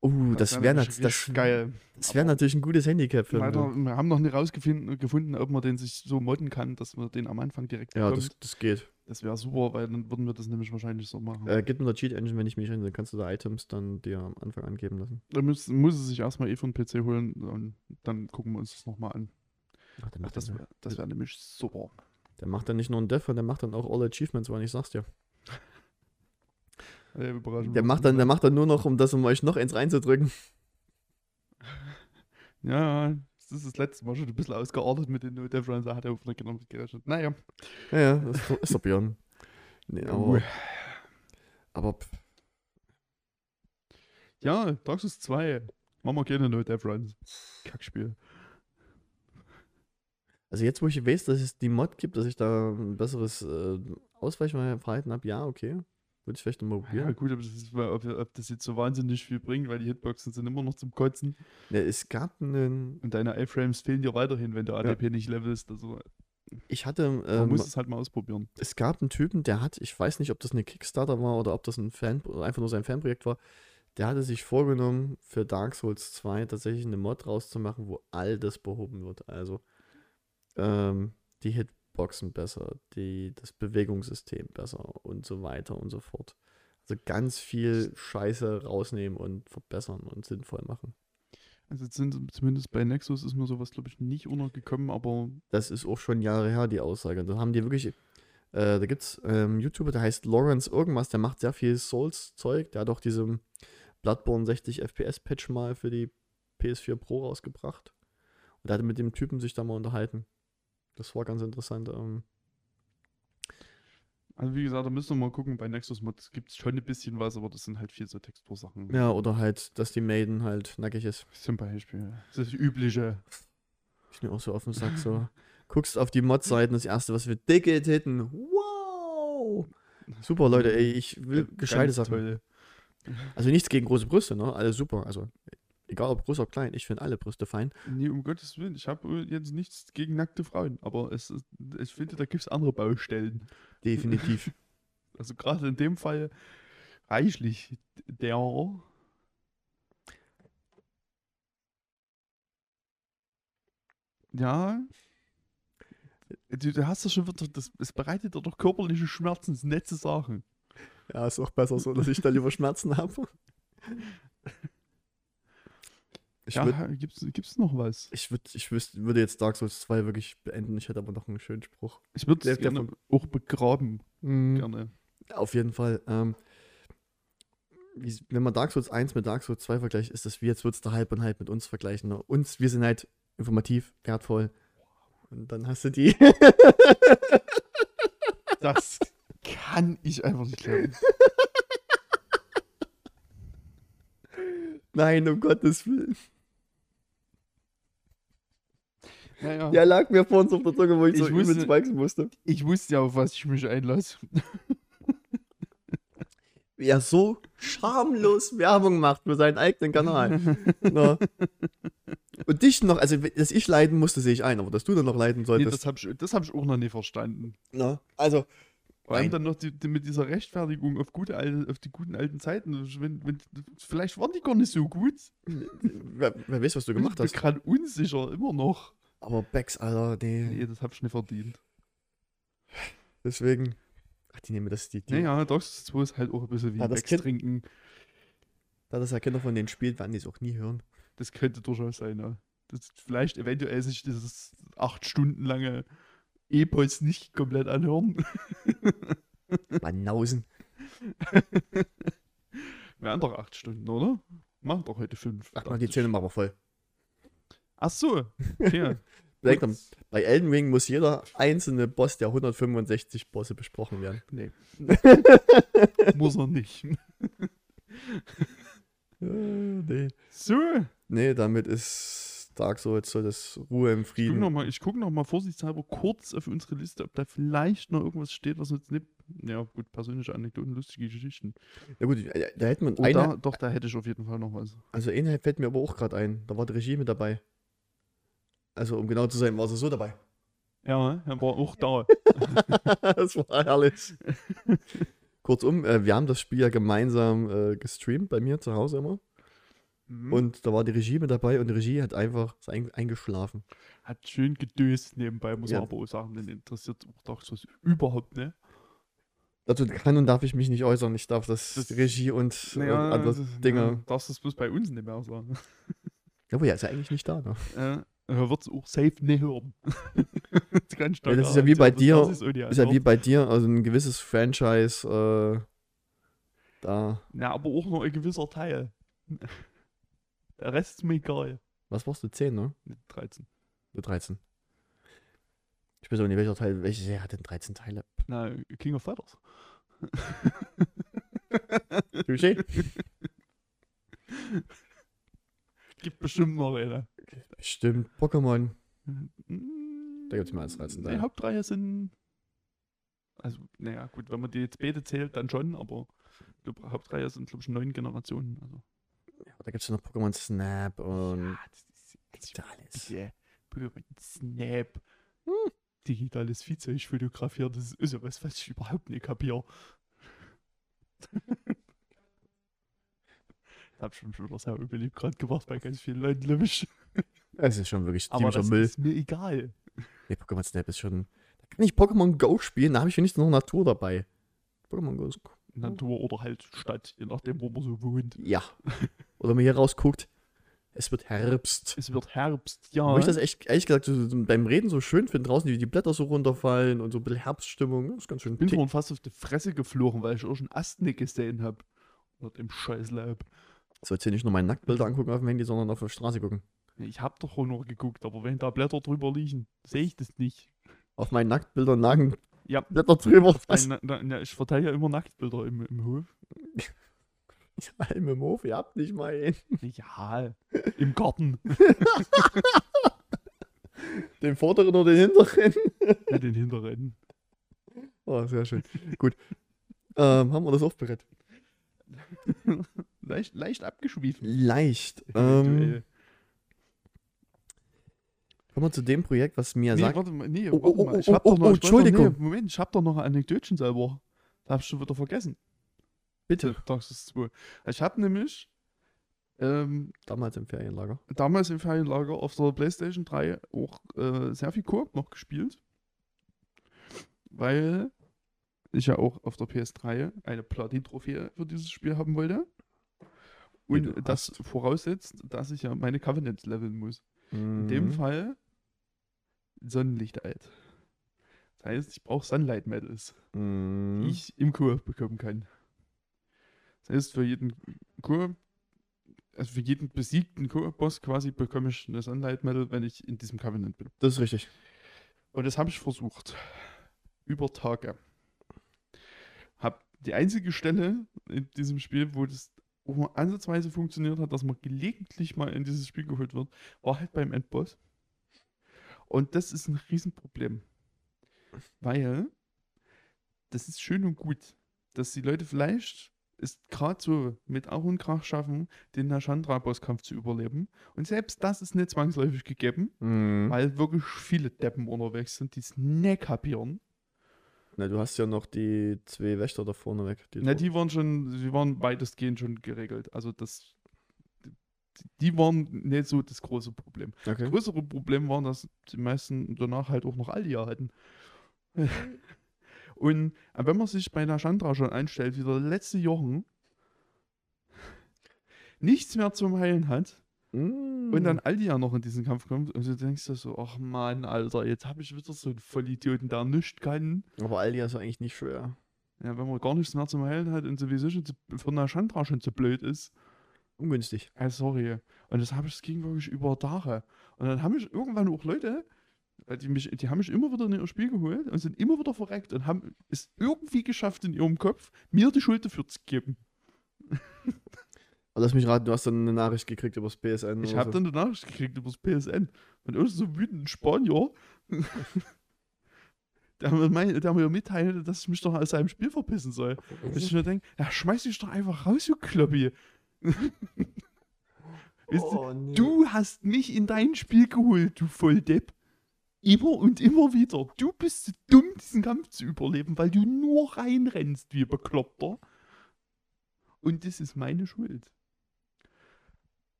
Speaker 2: Oh, das wäre nat das,
Speaker 1: natürlich geil.
Speaker 2: das wär natürlich ein gutes Handicap für
Speaker 1: Leider,
Speaker 2: mich.
Speaker 1: wir haben noch nicht rausgefunden, gefunden, ob man den sich so modden kann, dass man den am Anfang direkt
Speaker 2: Ja,
Speaker 1: bekommt.
Speaker 2: das, das geht.
Speaker 1: Das wäre super, weil dann würden wir das nämlich wahrscheinlich so machen.
Speaker 2: Äh, gib mir der Cheat Engine, wenn ich mich erinnere, dann kannst du da Items dann dir am Anfang angeben lassen.
Speaker 1: Da muss, muss es sich erstmal eh von PC holen und dann gucken wir uns das nochmal an.
Speaker 2: Ach, dann
Speaker 1: Ach, das wäre das wär nämlich super.
Speaker 2: Der macht dann nicht nur einen Def, der macht dann auch All Achievements, weil ich sag's dir.
Speaker 1: Äh, überraschen
Speaker 2: Der
Speaker 1: wir
Speaker 2: macht
Speaker 1: uns
Speaker 2: dann,
Speaker 1: mal.
Speaker 2: der macht dann nur noch, um das, um euch noch eins reinzudrücken.
Speaker 1: Ja, ja, das ist das letzte Mal schon ein bisschen ausgeartet mit den No Dev Runs. Da hat er auf nicht genau gerechnet. Naja,
Speaker 2: Ja, ja, das ist doch- ist doch Björn. Nee, aber, aber pff,
Speaker 1: ja, Dark Souls 2. Machen wir gerne No Dev Runs. Kackspiel.
Speaker 2: also jetzt, wo ich weiß, dass es die Mod gibt, dass ich da ein besseres äh, Ausweichverhalten habe, ja, okay. Würde ich vielleicht nochmal
Speaker 1: Ja,
Speaker 2: probieren.
Speaker 1: gut, ob das, ist, ob, ob das jetzt so wahnsinnig viel bringt, weil die Hitboxen sind immer noch zum Kotzen.
Speaker 2: Ja, es gab einen.
Speaker 1: Und deine A-Frames fehlen dir weiterhin, wenn du ADP nicht levelst. Also,
Speaker 2: Ich hatte.
Speaker 1: man
Speaker 2: Ähm,
Speaker 1: muss es halt mal ausprobieren.
Speaker 2: es gab einen Typen, der hat, ich weiß nicht, ob das eine Kickstarter war oder ob das ein Fan, oder einfach nur sein Fanprojekt war, der hatte sich vorgenommen, für Dark Souls 2 tatsächlich eine Mod rauszumachen, wo all das behoben wird. Also ähm, die Hitboxen besser, die, das Bewegungssystem besser und so weiter und so fort. Also ganz viel Scheiße rausnehmen und verbessern und sinnvoll machen.
Speaker 1: Also jetzt sind zumindest bei Nexus ist mir sowas, glaube ich, nicht untergekommen, aber
Speaker 2: Das ist auch schon Jahre her, die Aussage. Und dann haben die wirklich, äh, da gibt es ähm, YouTuber, der heißt Lawrence irgendwas, der macht sehr viel Souls-Zeug. Der hat auch diesem Bloodborne 60 FPS-Patch mal für die PS4 Pro rausgebracht. Und der hatte mit dem Typen sich da mal unterhalten. Das war ganz interessant. Ähm,
Speaker 1: also wie gesagt, da müssen wir mal gucken, bei Nexus Mods gibt es schon ein bisschen was, aber das sind halt viel so Textursachen.
Speaker 2: ja, oder halt, dass die Maiden halt nackig ist.
Speaker 1: Zum Beispiel. Das ist das übliche.
Speaker 2: Ich mir auch so auf den Sack so. Guckst auf die Mod-Seiten, das erste, was wir dicke Titten. Wow! Wow. Super, Leute, ey, ich will
Speaker 1: Äh, Ganz
Speaker 2: gescheite Sachen.
Speaker 1: toll.
Speaker 2: Also nichts gegen große Brüste, ne? Alles super. Also, egal ob groß oder klein, ich finde alle Brüste fein.
Speaker 1: Nee, um Gottes Willen, ich habe jetzt nichts gegen nackte Frauen, aber es, ist- ich finde, da gibt es andere Baustellen.
Speaker 2: Definitiv.
Speaker 1: Also gerade in dem Fall reichlich der. Ja. Du, du hast das schon wieder, das, es bereitet dir doch körperliche Schmerzen, das sind nette Sachen.
Speaker 2: [laughs] ja, ist auch besser so, dass ich da lieber Schmerzen habe. Ich würde
Speaker 1: ja, gibt's, gibt's noch was?
Speaker 2: Ich, würd, ich wüsst, würde jetzt Dark Souls 2 wirklich beenden. Ich hätte aber noch einen schönen Spruch.
Speaker 1: Ich würde
Speaker 2: Der-
Speaker 1: es
Speaker 2: der
Speaker 1: gerne auch begraben,
Speaker 2: Mhm. [laughs]
Speaker 1: gerne.
Speaker 2: Auf jeden Fall. Ähm, wie, wenn man Dark Souls 1 mit Dark Souls 2 vergleicht, ist das wie jetzt würdest du halb und halb mit uns vergleichen. Ne? Uns, wir sind halt informativ, wertvoll. Und dann hast du die. [laughs]
Speaker 1: Das kann ich einfach nicht glauben.
Speaker 2: Nein, um Gottes Willen.
Speaker 1: Naja,
Speaker 2: Ja, lag mir vor uns auf der Zunge, wo ich,
Speaker 1: Ich
Speaker 2: so
Speaker 1: wusste-
Speaker 2: übelst wachsen musste.
Speaker 1: ich wusste ja, auf was ich mich einlasse.
Speaker 2: Wer so schamlos Werbung macht für seinen eigenen Kanal.
Speaker 1: [laughs]
Speaker 2: Na. Und dich noch, also dass ich leiden musste, sehe ich ein, aber dass du dann noch leiden
Speaker 1: Nee,
Speaker 2: solltest.
Speaker 1: das habe ich, das hab ich auch noch nie verstanden.
Speaker 2: na, also,
Speaker 1: Vor allem
Speaker 2: Nein.
Speaker 1: dann noch die, die, mit dieser Rechtfertigung auf, gute alte, auf die guten alten Zeiten. Wenn, wenn, vielleicht waren die gar nicht so gut.
Speaker 2: Wer, wer weiß, was du
Speaker 1: Ich
Speaker 2: gemacht
Speaker 1: bin
Speaker 2: hast.
Speaker 1: gerade unsicher, immer noch.
Speaker 2: Aber Becks, Alter, nee.
Speaker 1: Nee, das hab ich nicht verdient.
Speaker 2: Deswegen. Ach, die nehmen das, die. die
Speaker 1: Naja, Dark Souls 2 ist halt auch ein bisschen wie
Speaker 2: Ja,
Speaker 1: ein
Speaker 2: das
Speaker 1: Becks
Speaker 2: Kind-
Speaker 1: trinken.
Speaker 2: Da das ja Kinder von denen spielt, werden die es auch nie
Speaker 1: [laughs]
Speaker 2: hören.
Speaker 1: Das könnte durchaus sein, ja. Das vielleicht eventuell sich dieses acht Stunden lange Epos nicht komplett anhören. [laughs]
Speaker 2: Banausen.
Speaker 1: Wären doch acht Stunden, oder? Machen doch heute fünf.
Speaker 2: Ach, mach die Zähne mal voll.
Speaker 1: Ach so. Okay.
Speaker 2: Denk dran, bei Elden Ring muss jeder einzelne Boss der 165 Bosse besprochen werden.
Speaker 1: Nee. [laughs] Muss er nicht.
Speaker 2: Äh, nee.
Speaker 1: So.
Speaker 2: Nee, damit ist Dark Souls so das Ruhe im
Speaker 1: Ich gucke
Speaker 2: Frieden.
Speaker 1: nochmal guck noch mal vorsichtshalber kurz auf unsere Liste, ob da vielleicht noch irgendwas steht, was uns nicht. Ja, gut, persönliche Anekdoten, lustige Geschichten.
Speaker 2: Ja gut, äh, da hätte man
Speaker 1: Oh,
Speaker 2: eine,
Speaker 1: da, doch, da hätte ich auf jeden Fall noch was.
Speaker 2: also eine fällt mir aber auch gerade ein. Da war die Regie mit dabei. Also um genau zu sein, war sie so dabei. [laughs]
Speaker 1: Ja, er war auch da.
Speaker 2: das
Speaker 1: [laughs]
Speaker 2: war herrlich. Kurzum, äh, wir haben das Spiel ja gemeinsam äh, gestreamt bei mir zu Hause immer.
Speaker 1: Mhm.
Speaker 2: Und da war die Regie mit dabei und die Regie hat einfach ist ein, eingeschlafen.
Speaker 1: Hat schön gedöst nebenbei, muss
Speaker 2: Ja.
Speaker 1: man aber auch sagen, den interessiert auch Dark Souls überhaupt, ne?
Speaker 2: Dazu kann und darf ich mich nicht äußern. Ich darf das,
Speaker 1: Das-
Speaker 2: Regie und, und andere
Speaker 1: das-
Speaker 2: Dinge.
Speaker 1: ja, darfst du es bloß bei uns nicht mehr ne? sagen.
Speaker 2: Ja, aber ja, ist ja eigentlich nicht da. Ne?
Speaker 1: Äh, er wird es auch safe nicht hören. Ganz stark.
Speaker 2: Ja, das ist ja wie bei dir-
Speaker 1: ja,
Speaker 2: Ist ja wie bei dir, also ein gewisses Franchise äh, da.
Speaker 1: Na, aber auch nur ein gewisser Teil. Der Rest ist mir egal.
Speaker 2: Was warst du? 10, ne?
Speaker 1: Ne, 13.
Speaker 2: Du 13. Ich weiß auch nicht, welcher Teil, welche Serie hat denn 13 Teile?
Speaker 1: Na, King of Fighters.
Speaker 2: Touché.
Speaker 1: Gibt bestimmt noch eine.
Speaker 2: Stimmt, Pokémon.
Speaker 1: Da
Speaker 2: Da gibt's mehr als 13
Speaker 1: Die
Speaker 2: Teile.
Speaker 1: Hauptreihe sind. Also, naja, gut, wenn man die jetzt beide zählt, dann schon, aber ich glaub, Hauptreihe sind, glaube ich, neun Generationen. Also.
Speaker 2: Ja, da gibt es ja noch Pokémon Snap und
Speaker 1: ja, Ah, das ist
Speaker 2: da alles.
Speaker 1: diese Pokémon Snap. Hm. Digitales Viehzeug fotografieren, das ist sowas, was ich überhaupt nicht kapiere. das [laughs] hab ich schon wieder sehr unbeliebt gerade gemacht bei ganz vielen Leuten, glaube ich.
Speaker 2: Das ist schon wirklich
Speaker 1: Aber
Speaker 2: ziemlicher
Speaker 1: das
Speaker 2: Müll.
Speaker 1: ist mir egal.
Speaker 2: Nee, Pokémon Snap ist schon. Da kann ich Pokémon Go spielen, da habe ich wenigstens noch Natur dabei. Pokémon Go ist.
Speaker 1: Natur oder halt Stadt, je nachdem, wo man so wohnt.
Speaker 2: Ja. Oder wenn man hier rausguckt, es wird Herbst.
Speaker 1: Es wird Herbst, ja.
Speaker 2: Wo ich das echt, ehrlich gesagt so- so beim Reden so schön finde, draußen, wie die Blätter so runterfallen und so ein bisschen Herbststimmung. Das ist ganz schön.
Speaker 1: bin
Speaker 2: tick.
Speaker 1: vorhin fast auf die Fresse geflogen, weil ich auch schon Ast nicht gesehen habe. Mit dem Scheißleib.
Speaker 2: Sollst du dir nicht nur meine Nacktbilder angucken auf dem Handy, sondern auf der Straße gucken.
Speaker 1: Ich hab doch auch nur geguckt, aber wenn da Blätter drüber liegen, sehe ich das nicht.
Speaker 2: Auf meinen Nacktbildern lagen
Speaker 1: Ja,
Speaker 2: Blätter drüber.
Speaker 1: Ein,
Speaker 2: [laughs]
Speaker 1: na, na, na, ich verteile ja immer Nacktbilder im, im Hof.
Speaker 2: Alme Mof, ihr habt nicht mal einen.
Speaker 1: Ja, im Garten.
Speaker 2: Den vorderen oder den hinteren. [laughs]
Speaker 1: Nicht den hinteren.
Speaker 2: Oh, sehr schön. Gut. Ähm, haben wir das aufbereitet?
Speaker 1: Leicht, leicht abgeschwiefen.
Speaker 2: Leicht. Ähm, kommen wir zu dem Projekt, was mir
Speaker 1: nee,
Speaker 2: sagt.
Speaker 1: warte mal, nee,
Speaker 2: Oh,
Speaker 1: warte
Speaker 2: oh, oh,
Speaker 1: mal. Ich
Speaker 2: oh,
Speaker 1: hab
Speaker 2: oh,
Speaker 1: doch noch,
Speaker 2: oh,
Speaker 1: ich wollte Doch, nee,
Speaker 2: Entschuldigung.
Speaker 1: Moment, ich hab doch noch ein Anekdötchen selber. Das hab ich schon wieder vergessen.
Speaker 2: Bitte.
Speaker 1: Dark Souls 2. Ich hab nämlich ähm,
Speaker 2: Damals im Ferienlager.
Speaker 1: damals im Ferienlager auf der PlayStation 3 auch äh, sehr viel Koop noch gespielt. Weil ich ja auch auf der PS3 eine Platin-Trophäe für dieses Spiel haben wollte.
Speaker 2: Wie du
Speaker 1: Und das voraussetzt, dass ich ja meine Covenants leveln muss.
Speaker 2: Mhm.
Speaker 1: In dem Fall Sonnenlicht alt. Das heißt, ich brauche Sunlight Medals
Speaker 2: Mhm.
Speaker 1: die ich im Koop bekommen kann. Das heißt, für jeden Koop, also für jeden besiegten Koop-Boss quasi bekomme ich eine Sunlight Medal, wenn ich in diesem Covenant bin.
Speaker 2: Das ist richtig.
Speaker 1: Und das habe ich versucht. Über Tage. Hab die einzige Stelle in diesem Spiel, wo das auch nur ansatzweise funktioniert hat, dass man gelegentlich mal in dieses Spiel geholt wird, war halt beim Endboss. Und das ist ein Riesenproblem. Weil das ist schön und gut, dass die Leute vielleicht es gerade so mit Ach und Krach schaffen, den Nashandra-Bosskampf zu überleben. Und selbst das ist nicht zwangsläufig gegeben
Speaker 2: Mhm.
Speaker 1: weil wirklich viele Deppen unterwegs sind, die es nicht kapieren.
Speaker 2: Na, du hast ja noch die zwei Wächter da vorne weg. Die
Speaker 1: Na, Ne, die waren schon, die waren weitestgehend schon geregelt. Also das, die waren nicht so das große Problem.
Speaker 2: okay.
Speaker 1: Größere Problem waren, dass die meisten danach halt auch noch Aldia
Speaker 2: [laughs]
Speaker 1: hatten. Und äh, wenn man sich bei Nashandra schon einstellt, wie der letzte Jochen nichts mehr zum Heilen hat,
Speaker 2: Mm. Hm.
Speaker 1: Und dann Aldia noch in diesen Kampf kommt und du denkst dir so, ach Mann, Alter, jetzt habe ich wieder so einen Vollidioten, der nichts kann.
Speaker 2: Aber Aldi ist eigentlich nicht schwer.
Speaker 1: Ja, wenn man gar nichts mehr zum Heilen hat und sowieso schon zu, für eine Chandra schon zu blöd ist.
Speaker 2: Ungünstig.
Speaker 1: Ey, sorry. Und das habe ich, das ging wirklich über Tage. Und dann haben mich irgendwann auch Leute, äh, die, mich, die haben mich immer wieder in ihr Spiel geholt und sind immer wieder verreckt und haben es irgendwie geschafft in ihrem Kopf, mir die Schuld dafür zu geben.
Speaker 2: Aber lass mich raten, du hast dann eine Nachricht gekriegt über das PSN.
Speaker 1: Ich
Speaker 2: oder
Speaker 1: habe
Speaker 2: so.
Speaker 1: dann eine Nachricht gekriegt über das PSN. Und irgend so ein wütenden Spanier, [laughs] der, mir mein, der mir mitteilte, dass ich mich doch aus seinem Spiel verpissen soll. Und ich mir denke, ja, schmeiß dich doch einfach raus, du Kloppi. [laughs] Weißt du,
Speaker 2: Oh, nee.
Speaker 1: du hast mich in dein Spiel geholt, du Volldepp. Immer und immer wieder. Du bist zu dumm, diesen Kampf zu überleben, weil du nur reinrennst wie Bekloppter. Und das ist meine Schuld.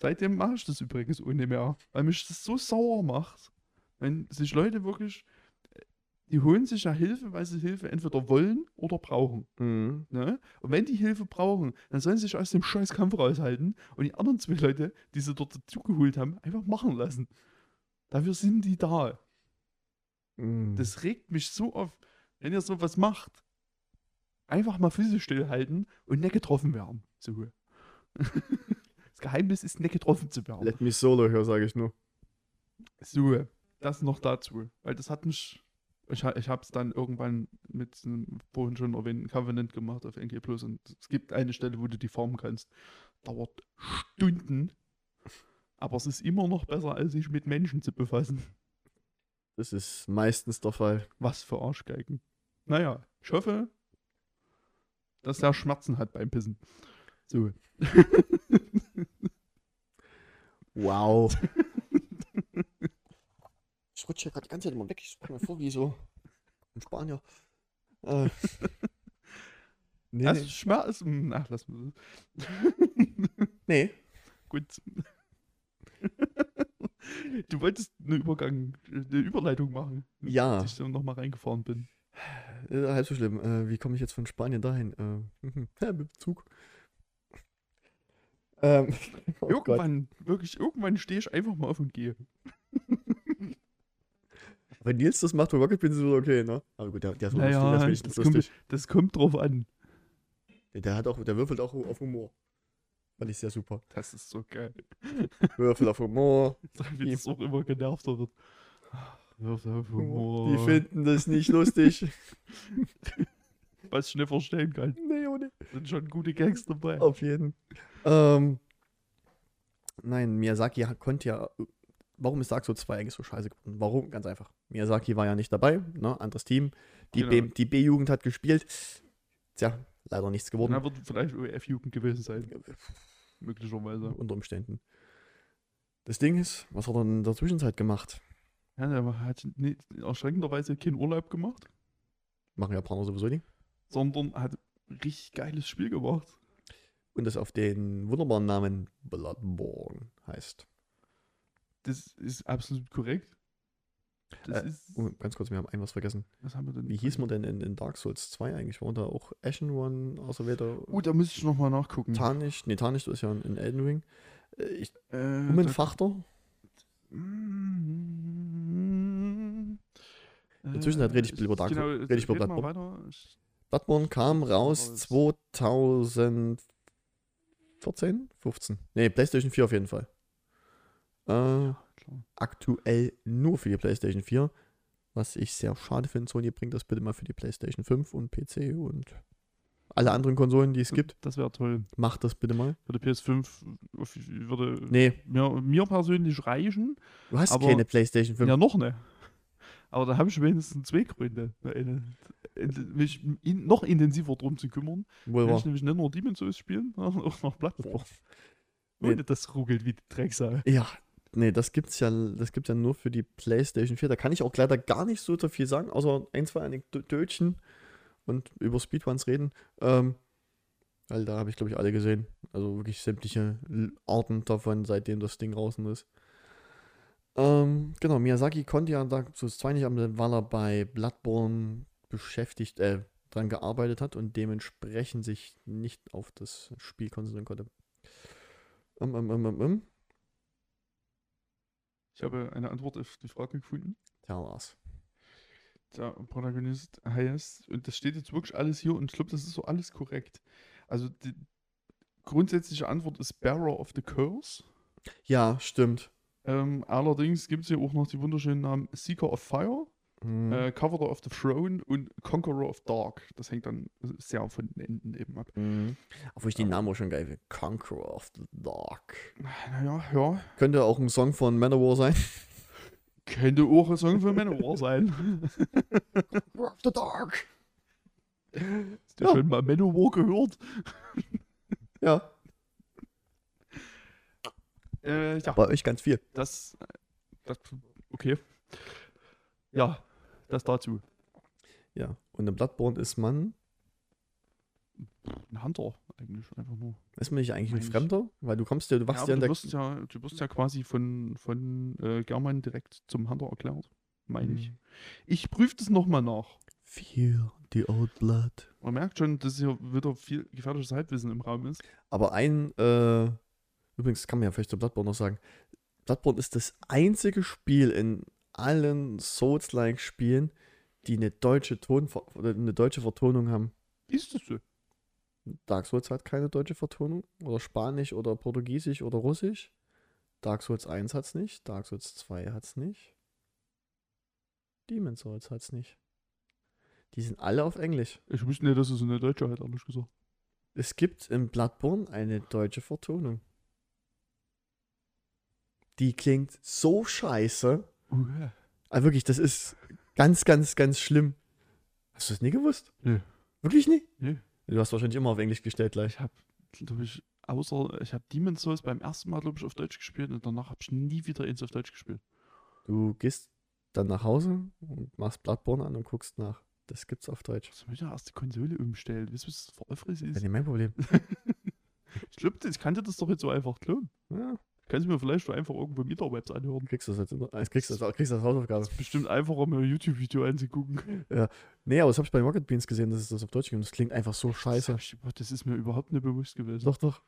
Speaker 1: Seitdem mache ich das übrigens ohne mehr, weil mich das so sauer macht, wenn sich Leute wirklich, äh, die holen sich ja Hilfe, weil sie Hilfe entweder wollen oder brauchen.
Speaker 2: Mhm.
Speaker 1: Ne? Und wenn die Hilfe brauchen, dann sollen sie sich aus dem scheiß Kampf raushalten und die anderen zwei Leute, die sie dort dazugeholt haben, einfach machen lassen. Dafür sind die da.
Speaker 2: Mhm.
Speaker 1: Das regt mich so auf, wenn ihr sowas macht. Einfach mal Füße stillhalten und nicht getroffen werden. So. [laughs] das Geheimnis ist, nicht getroffen zu werden.
Speaker 2: Let me solo hören, sage ich nur.
Speaker 1: So, das noch dazu. Weil das hat mich. Ich, ha- ich habe es dann irgendwann mit einem vorhin schon erwähnten Covenant gemacht auf NG Plus und es gibt eine Stelle, wo du die farmen kannst. Dauert Stunden. Aber es ist immer noch besser, als sich mit Menschen zu befassen.
Speaker 2: Das ist meistens der Fall.
Speaker 1: Was für Arschgeigen. Naja, ich hoffe, dass der Schmerzen hat beim Pissen. So.
Speaker 2: Wow. [laughs] ich rutsche gerade die ganze Zeit immer weg. Ich komme mir vor wie so ein Spanier. Äh. [laughs] nee,
Speaker 1: Also Schmerz. Ach, lass mal.
Speaker 2: nee.
Speaker 1: Gut. [laughs] Du wolltest eine, Übergang, eine Überleitung machen,
Speaker 2: Ja.
Speaker 1: dass ich dann nochmal reingefahren bin.
Speaker 2: Äh, halb so schlimm. Äh, wie komme ich jetzt von Spanien dahin? Äh, mhm. [laughs] ja, mit dem Zug. Ähm, oh Gott.
Speaker 1: irgendwann, wirklich, irgendwann stehe ich einfach mal auf und gehe.
Speaker 2: Wenn Nils das macht bei Rocket Beans ist es okay, ne? Aber gut, der, der ist
Speaker 1: Naja,
Speaker 2: lustig, der ist wenigstens
Speaker 1: das kommt-
Speaker 2: lustig.
Speaker 1: Das kommt drauf an.
Speaker 2: Der, hat auch, der würfelt auch auf Humor. Fand ich sehr super.
Speaker 1: Das ist so geil. [laughs]
Speaker 2: Würfel auf Humor.
Speaker 1: Wie das auch immer genervter wird. Wirf auf Humor.
Speaker 2: Die finden das
Speaker 1: [laughs]
Speaker 2: nicht lustig.
Speaker 1: Was ich nicht verstehen kann.
Speaker 2: nee, ohne.
Speaker 1: Sind schon gute Gags dabei.
Speaker 2: Oh. Auf jeden. Ähm, nein, Miyazaki ha- konnte ja warum ist Dark Souls 2 eigentlich so scheiße geworden? Warum? Ganz einfach. Miyazaki war ja nicht dabei, ne? anderes Team. Die
Speaker 1: Genau.
Speaker 2: B- die B-Jugend hat gespielt. Tja, leider nichts geworden.
Speaker 1: Na, wird vielleicht OEF-Jugend gewesen sein, möglicherweise.
Speaker 2: Unter Umständen. Das Ding ist, was hat er denn in der Zwischenzeit gemacht?
Speaker 1: Ja, der hat nee, erschreckenderweise keinen Urlaub gemacht,
Speaker 2: Machen Japaner sowieso nicht.
Speaker 1: sondern hat ein richtig geiles Spiel gemacht.
Speaker 2: Und das auf den wunderbaren Namen Bloodborne heißt.
Speaker 1: Das ist absolut korrekt. Das ist.
Speaker 2: Oh, ganz kurz, wir haben ein was vergessen.
Speaker 1: Was haben wir denn?
Speaker 2: Wie hieß man denn in, in Dark Souls 2 eigentlich? War da auch Ashenron auserwählter?
Speaker 1: Oh, da müsste ich nochmal nachgucken.
Speaker 2: Tarnished? Nee, Tarnished ist ja in, in Elden Ring. Äh, Ich,
Speaker 1: Äh, da-
Speaker 2: Ummenfachter?
Speaker 1: In Äh,
Speaker 2: der Zwischenzeit rede halt ich über Dark Souls- rede ich über
Speaker 1: genau, mal weiter. Ich-
Speaker 2: Bloodborne kam raus
Speaker 1: Raus.
Speaker 2: 2014? 15? Nee, PlayStation 4 auf jeden Fall. Äh,
Speaker 1: klar.
Speaker 2: aktuell nur für die PlayStation 4. Was ich sehr schade finde, Sony bringt das bitte mal für die PlayStation 5 und PC und alle anderen Konsolen, die es gibt.
Speaker 1: Das wäre toll.
Speaker 2: Macht das bitte mal.
Speaker 1: Für die PS5 auf- würde
Speaker 2: Nee,
Speaker 1: mir, mir persönlich reichen.
Speaker 2: du hast
Speaker 1: Aber-
Speaker 2: keine PlayStation 5.
Speaker 1: Ja, noch ne. Aber da habe ich wenigstens zwei Gründe, eine, mich in, noch intensiver drum zu kümmern.
Speaker 2: Wohl
Speaker 1: Will
Speaker 2: wahr.
Speaker 1: ich nämlich nicht nur Demon's Souls spielen, [laughs] sondern auch noch Bloodborne. Ohne das ruckelt wie die Drecksau.
Speaker 2: Ja, nee, das gibt's ja, das gibt's ja nur für die PlayStation 4. Da kann ich auch leider gar nicht so viel sagen, außer ein, zwei Anekdötchen und über Speedruns reden. Ähm, weil da habe ich, glaube ich, alle gesehen. Also wirklich sämtliche L- Arten davon, seitdem das Ding draußen ist. Ähm, genau, Miyazaki konnte ja da so zwei nicht, aber weil er bei Bloodborne beschäftigt, äh, dran gearbeitet hat und dementsprechend sich nicht auf das Spiel konzentrieren konnte. Um, um, um, um, um.
Speaker 1: Ich habe eine Antwort auf die Frage gefunden.
Speaker 2: Tja, Lars.
Speaker 1: der Protagonist heißt, und das steht jetzt wirklich alles hier und ich glaube, das ist so alles korrekt. Also die grundsätzliche Antwort ist Bearer of the Curse.
Speaker 2: Ja, stimmt.
Speaker 1: Ähm, allerdings gibt es hier auch noch die wunderschönen Namen Seeker of Fire,
Speaker 2: Mhm.
Speaker 1: äh, Coverer of the Throne und Conqueror of Dark. Das hängt dann sehr von den Enden eben ab.
Speaker 2: Mhm. Obwohl ich den
Speaker 1: aber-
Speaker 2: Namen auch schon geil finde. Conqueror of the Dark.
Speaker 1: Naja, ja.
Speaker 2: Könnte auch ein Song von Manowar sein.
Speaker 1: Könnte auch ein Song für Manowar [laughs] sein.
Speaker 2: Conqueror of the Dark.
Speaker 1: Hast du ja.
Speaker 2: Ja.
Speaker 1: schon mal Manowar gehört?
Speaker 2: Ja.
Speaker 1: Äh, ja.
Speaker 2: Bei euch ganz viel.
Speaker 1: Das, äh, das. Okay. Ja, das dazu.
Speaker 2: Ja. Und im Bloodborne ist man,
Speaker 1: Ein Hunter eigentlich einfach nur.
Speaker 2: ist man nicht eigentlich ein
Speaker 1: Mensch.
Speaker 2: Fremder? Weil du kommst ja, du
Speaker 1: Ja,
Speaker 2: wachst
Speaker 1: aber
Speaker 2: ja, in
Speaker 1: du,
Speaker 2: der.
Speaker 1: wirst ja, du wirst ja quasi von, von äh, German direkt zum Hunter erklärt, meine ich.
Speaker 2: Mhm.
Speaker 1: Ich prüfe das nochmal nach.
Speaker 2: Fear the Old Blood.
Speaker 1: Man merkt schon, dass hier wieder viel gefährliches Halbwissen im Raum ist.
Speaker 2: Aber ein, äh, übrigens kann man ja vielleicht zu Bloodborne noch sagen, Bloodborne ist das einzige Spiel in allen Souls-like-Spielen, die eine deutsche, Tonver oder eine deutsche Vertonung haben.
Speaker 1: Ist das so?
Speaker 2: Dark Souls hat keine deutsche Vertonung. Oder Spanisch oder Portugiesisch oder Russisch. Dark Souls 1 hat's nicht. Dark Souls 2 hat's nicht. Demon Souls hat's nicht. Die sind alle auf Englisch.
Speaker 1: Ich wüsste nicht, dass es eine Deutsche hat, halt ehrlich gesagt.
Speaker 2: Es gibt in Bloodborne eine deutsche Vertonung. Die klingt so scheiße.
Speaker 1: Okay.
Speaker 2: Also wirklich, das ist ganz, ganz, ganz schlimm. Hast du das nie gewusst?
Speaker 1: Nö.
Speaker 2: Wirklich nie?
Speaker 1: Nö.
Speaker 2: Du hast wahrscheinlich immer auf Englisch gestellt gleich.
Speaker 1: Ich habe, glaube ich, außer ich habe Demon's Souls beim ersten Mal, glaube ich, auf Deutsch gespielt und danach habe ich nie wieder eins auf Deutsch gespielt.
Speaker 2: Du gehst dann nach Hause und machst Bloodborne an und guckst nach. Das gibt's auf Deutsch.
Speaker 1: Ich muss ja erst die Konsole umstellen. Wisst ihr, was das für Öffres
Speaker 2: Das ist
Speaker 1: ist?
Speaker 2: nicht mein Problem.
Speaker 1: Ich glaube, ich kann dir das doch jetzt so einfach klonen.
Speaker 2: Ja,
Speaker 1: Kannst du mir vielleicht so einfach irgendwo im Interwebs anhören?
Speaker 2: kriegst du das jetzt immer. Als kriegst du das, kriegst du das Hausaufgabe.
Speaker 1: Bestimmt einfacher, mir ein YouTube-Video
Speaker 2: [laughs]
Speaker 1: anzugucken.
Speaker 2: Nee, aber das habe ich bei Rocket Beans gesehen, dass es das auf Deutsch gibt. Und das klingt einfach so
Speaker 1: Das,
Speaker 2: scheiße.
Speaker 1: hab ich- boah, das ist mir überhaupt nicht bewusst gewesen.
Speaker 2: Doch, doch.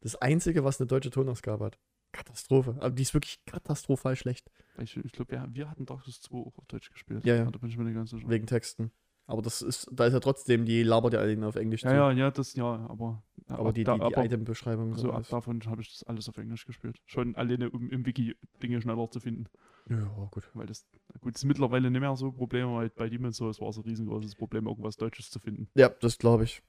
Speaker 2: Das Einzige, was eine deutsche Tonausgabe hat. Katastrophe. Aber die ist wirklich katastrophal schlecht.
Speaker 1: Ich, ich glaube, wir, wir hatten Dark Souls 2 auch auf Deutsch gespielt.
Speaker 2: Ja, ja.
Speaker 1: Da bin ich mir nicht ganz sicher.
Speaker 2: Wegen Texten. Aber das ist, da ist ja trotzdem, die labert ja denen auf Englisch
Speaker 1: ja,
Speaker 2: zu.
Speaker 1: ja, ja, das, ja, aber. äh,
Speaker 2: Aber die, die,
Speaker 1: da-
Speaker 2: die
Speaker 1: aber
Speaker 2: Item-Beschreibung und
Speaker 1: so ab
Speaker 2: alles.
Speaker 1: davon habe ich das alles auf Englisch gespielt. Schon alleine, um im Wiki Dinge schneller zu finden.
Speaker 2: Ja, gut.
Speaker 1: Weil das, gut, ist mittlerweile nicht mehr so ein Problem, aber halt bei Demon's Souls war es ein riesengroßes Problem, irgendwas Deutsches zu finden.
Speaker 2: Ja, das glaube ich.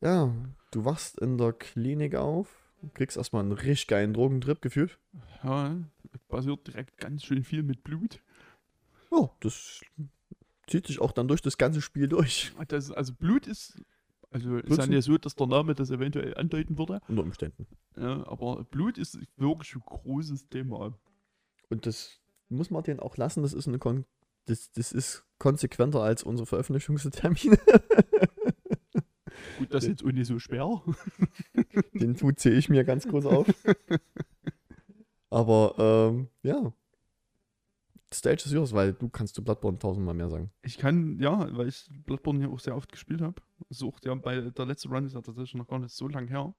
Speaker 2: Ja, du wachst in der Klinik auf Kriegst erstmal einen richtig geilen Drogentrip gefühlt.
Speaker 1: Ja, passiert direkt ganz schön viel mit Blut.
Speaker 2: Ja, das zieht sich auch dann durch das ganze Spiel durch.
Speaker 1: Das, also Blut ist, also ist
Speaker 2: Blutzen?
Speaker 1: dann ja so, dass der Name das eventuell andeuten würde.
Speaker 2: Unter Umständen.
Speaker 1: Ja, aber Blut ist wirklich ein großes Thema.
Speaker 2: Und das muss man denen auch lassen. Das ist, eine Kon das, das ist konsequenter als unsere Veröffentlichungstermine. [laughs]
Speaker 1: Gut, das ist jetzt auch nicht so schwer.
Speaker 2: Den Tut sehe ich mir ganz groß [laughs] auf. Aber ähm, ja. Stage is yours, weil du kannst zu Bloodborne tausendmal mehr sagen.
Speaker 1: Ich kann, ja, weil ich Bloodborne ja auch sehr oft gespielt habe. Sucht ja bei der letzte Run ist ja tatsächlich noch gar nicht so lang her.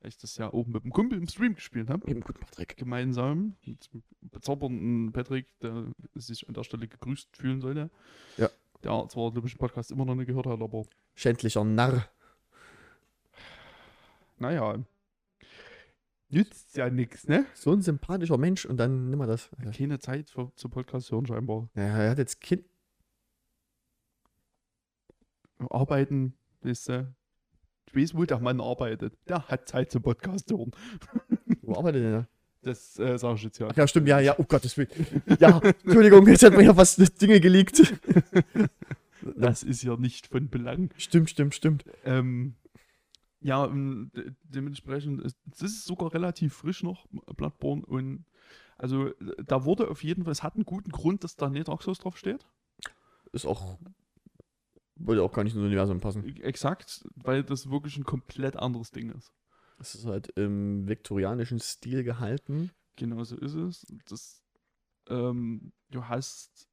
Speaker 1: Weil ich das ja oben mit dem Kumpel im Stream gespielt habe.
Speaker 2: Eben gut, Patrick.
Speaker 1: Gemeinsam mit dem bezaubernden Patrick, der sich an der Stelle gegrüßt fühlen sollte.
Speaker 2: Ja.
Speaker 1: Der zwar, glaube ich, den Podcast immer noch nicht gehört hat, aber
Speaker 2: Schändlicher Narr.
Speaker 1: naja. Nützt ja nichts, ne?
Speaker 2: So ein sympathischer Mensch und dann nimm mal das. Ja,
Speaker 1: Keine Zeit für, zum Podcast hören scheinbar.
Speaker 2: er hat jetzt [laughs] Kind.
Speaker 1: Arbeiten, äh, weißt du. Ich weiß, wo der Mann arbeitet. Der hat Zeit zum Podcast hören.
Speaker 2: Wo arbeitet denn er?
Speaker 1: Das äh, sage ich jetzt ja.
Speaker 2: Ach ja, stimmt, ja, ja, oh Gottes [laughs] Willen. Ja, Entschuldigung, jetzt hat mir ja fast das Dinge geleakt.
Speaker 1: Das ist ja nicht von Belang.
Speaker 2: Stimmt, stimmt, stimmt.
Speaker 1: Ähm, ja, ähm, de dementsprechend, ist- es ist sogar relativ frisch noch, Bloodborne. Und also äh, da wurde auf jeden Fall, es hat einen guten Grund, dass da nicht Dark Souls drauf steht.
Speaker 2: Ist auch. Würde auch gar nicht ins Universum passen.
Speaker 1: Exakt, weil das wirklich ein komplett anderes Ding ist.
Speaker 2: Es ist halt im viktorianischen Stil gehalten.
Speaker 1: Genau so ist es. Das, ähm, du hast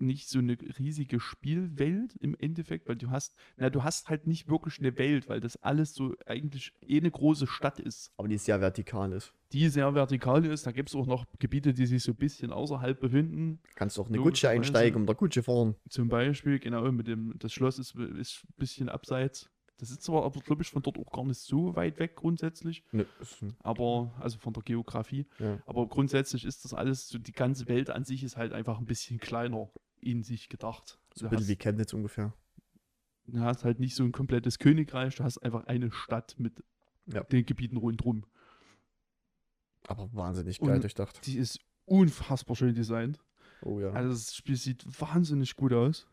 Speaker 1: nicht so eine riesige Spielwelt im Endeffekt, weil du hast, na, du hast halt nicht wirklich eine Welt, weil das alles so eigentlich eh eine große Stadt ist.
Speaker 2: Aber die sehr vertikal ist.
Speaker 1: die sehr vertikal ist. Da gibt es auch noch Gebiete, die sich so ein bisschen außerhalb befinden.
Speaker 2: Kannst auch eine
Speaker 1: Logischerweise.
Speaker 2: Gutsche einsteigen und der Gutsche fahren.
Speaker 1: Zum Beispiel, genau, mit dem, das Schloss ist, ist ein bisschen abseits. Das ist zwar aber, glaube ich, von dort auch gar nicht so weit weg grundsätzlich,
Speaker 2: Ne, ist ein-
Speaker 1: aber, also von der Geografie.
Speaker 2: ja.
Speaker 1: Aber grundsätzlich ist das alles, so die ganze Welt an sich ist halt einfach ein bisschen kleiner in sich gedacht.
Speaker 2: So ein
Speaker 1: Du
Speaker 2: bisschen
Speaker 1: hast,
Speaker 2: wie Chemnitz ungefähr.
Speaker 1: du hast halt nicht so ein komplettes Königreich, du hast einfach eine Stadt mit
Speaker 2: Ja.
Speaker 1: den Gebieten rundherum.
Speaker 2: Aber wahnsinnig geil
Speaker 1: Und-
Speaker 2: durchdacht.
Speaker 1: Die ist unfassbar schön designt.
Speaker 2: Oh ja.
Speaker 1: Also das Spiel sieht wahnsinnig gut aus.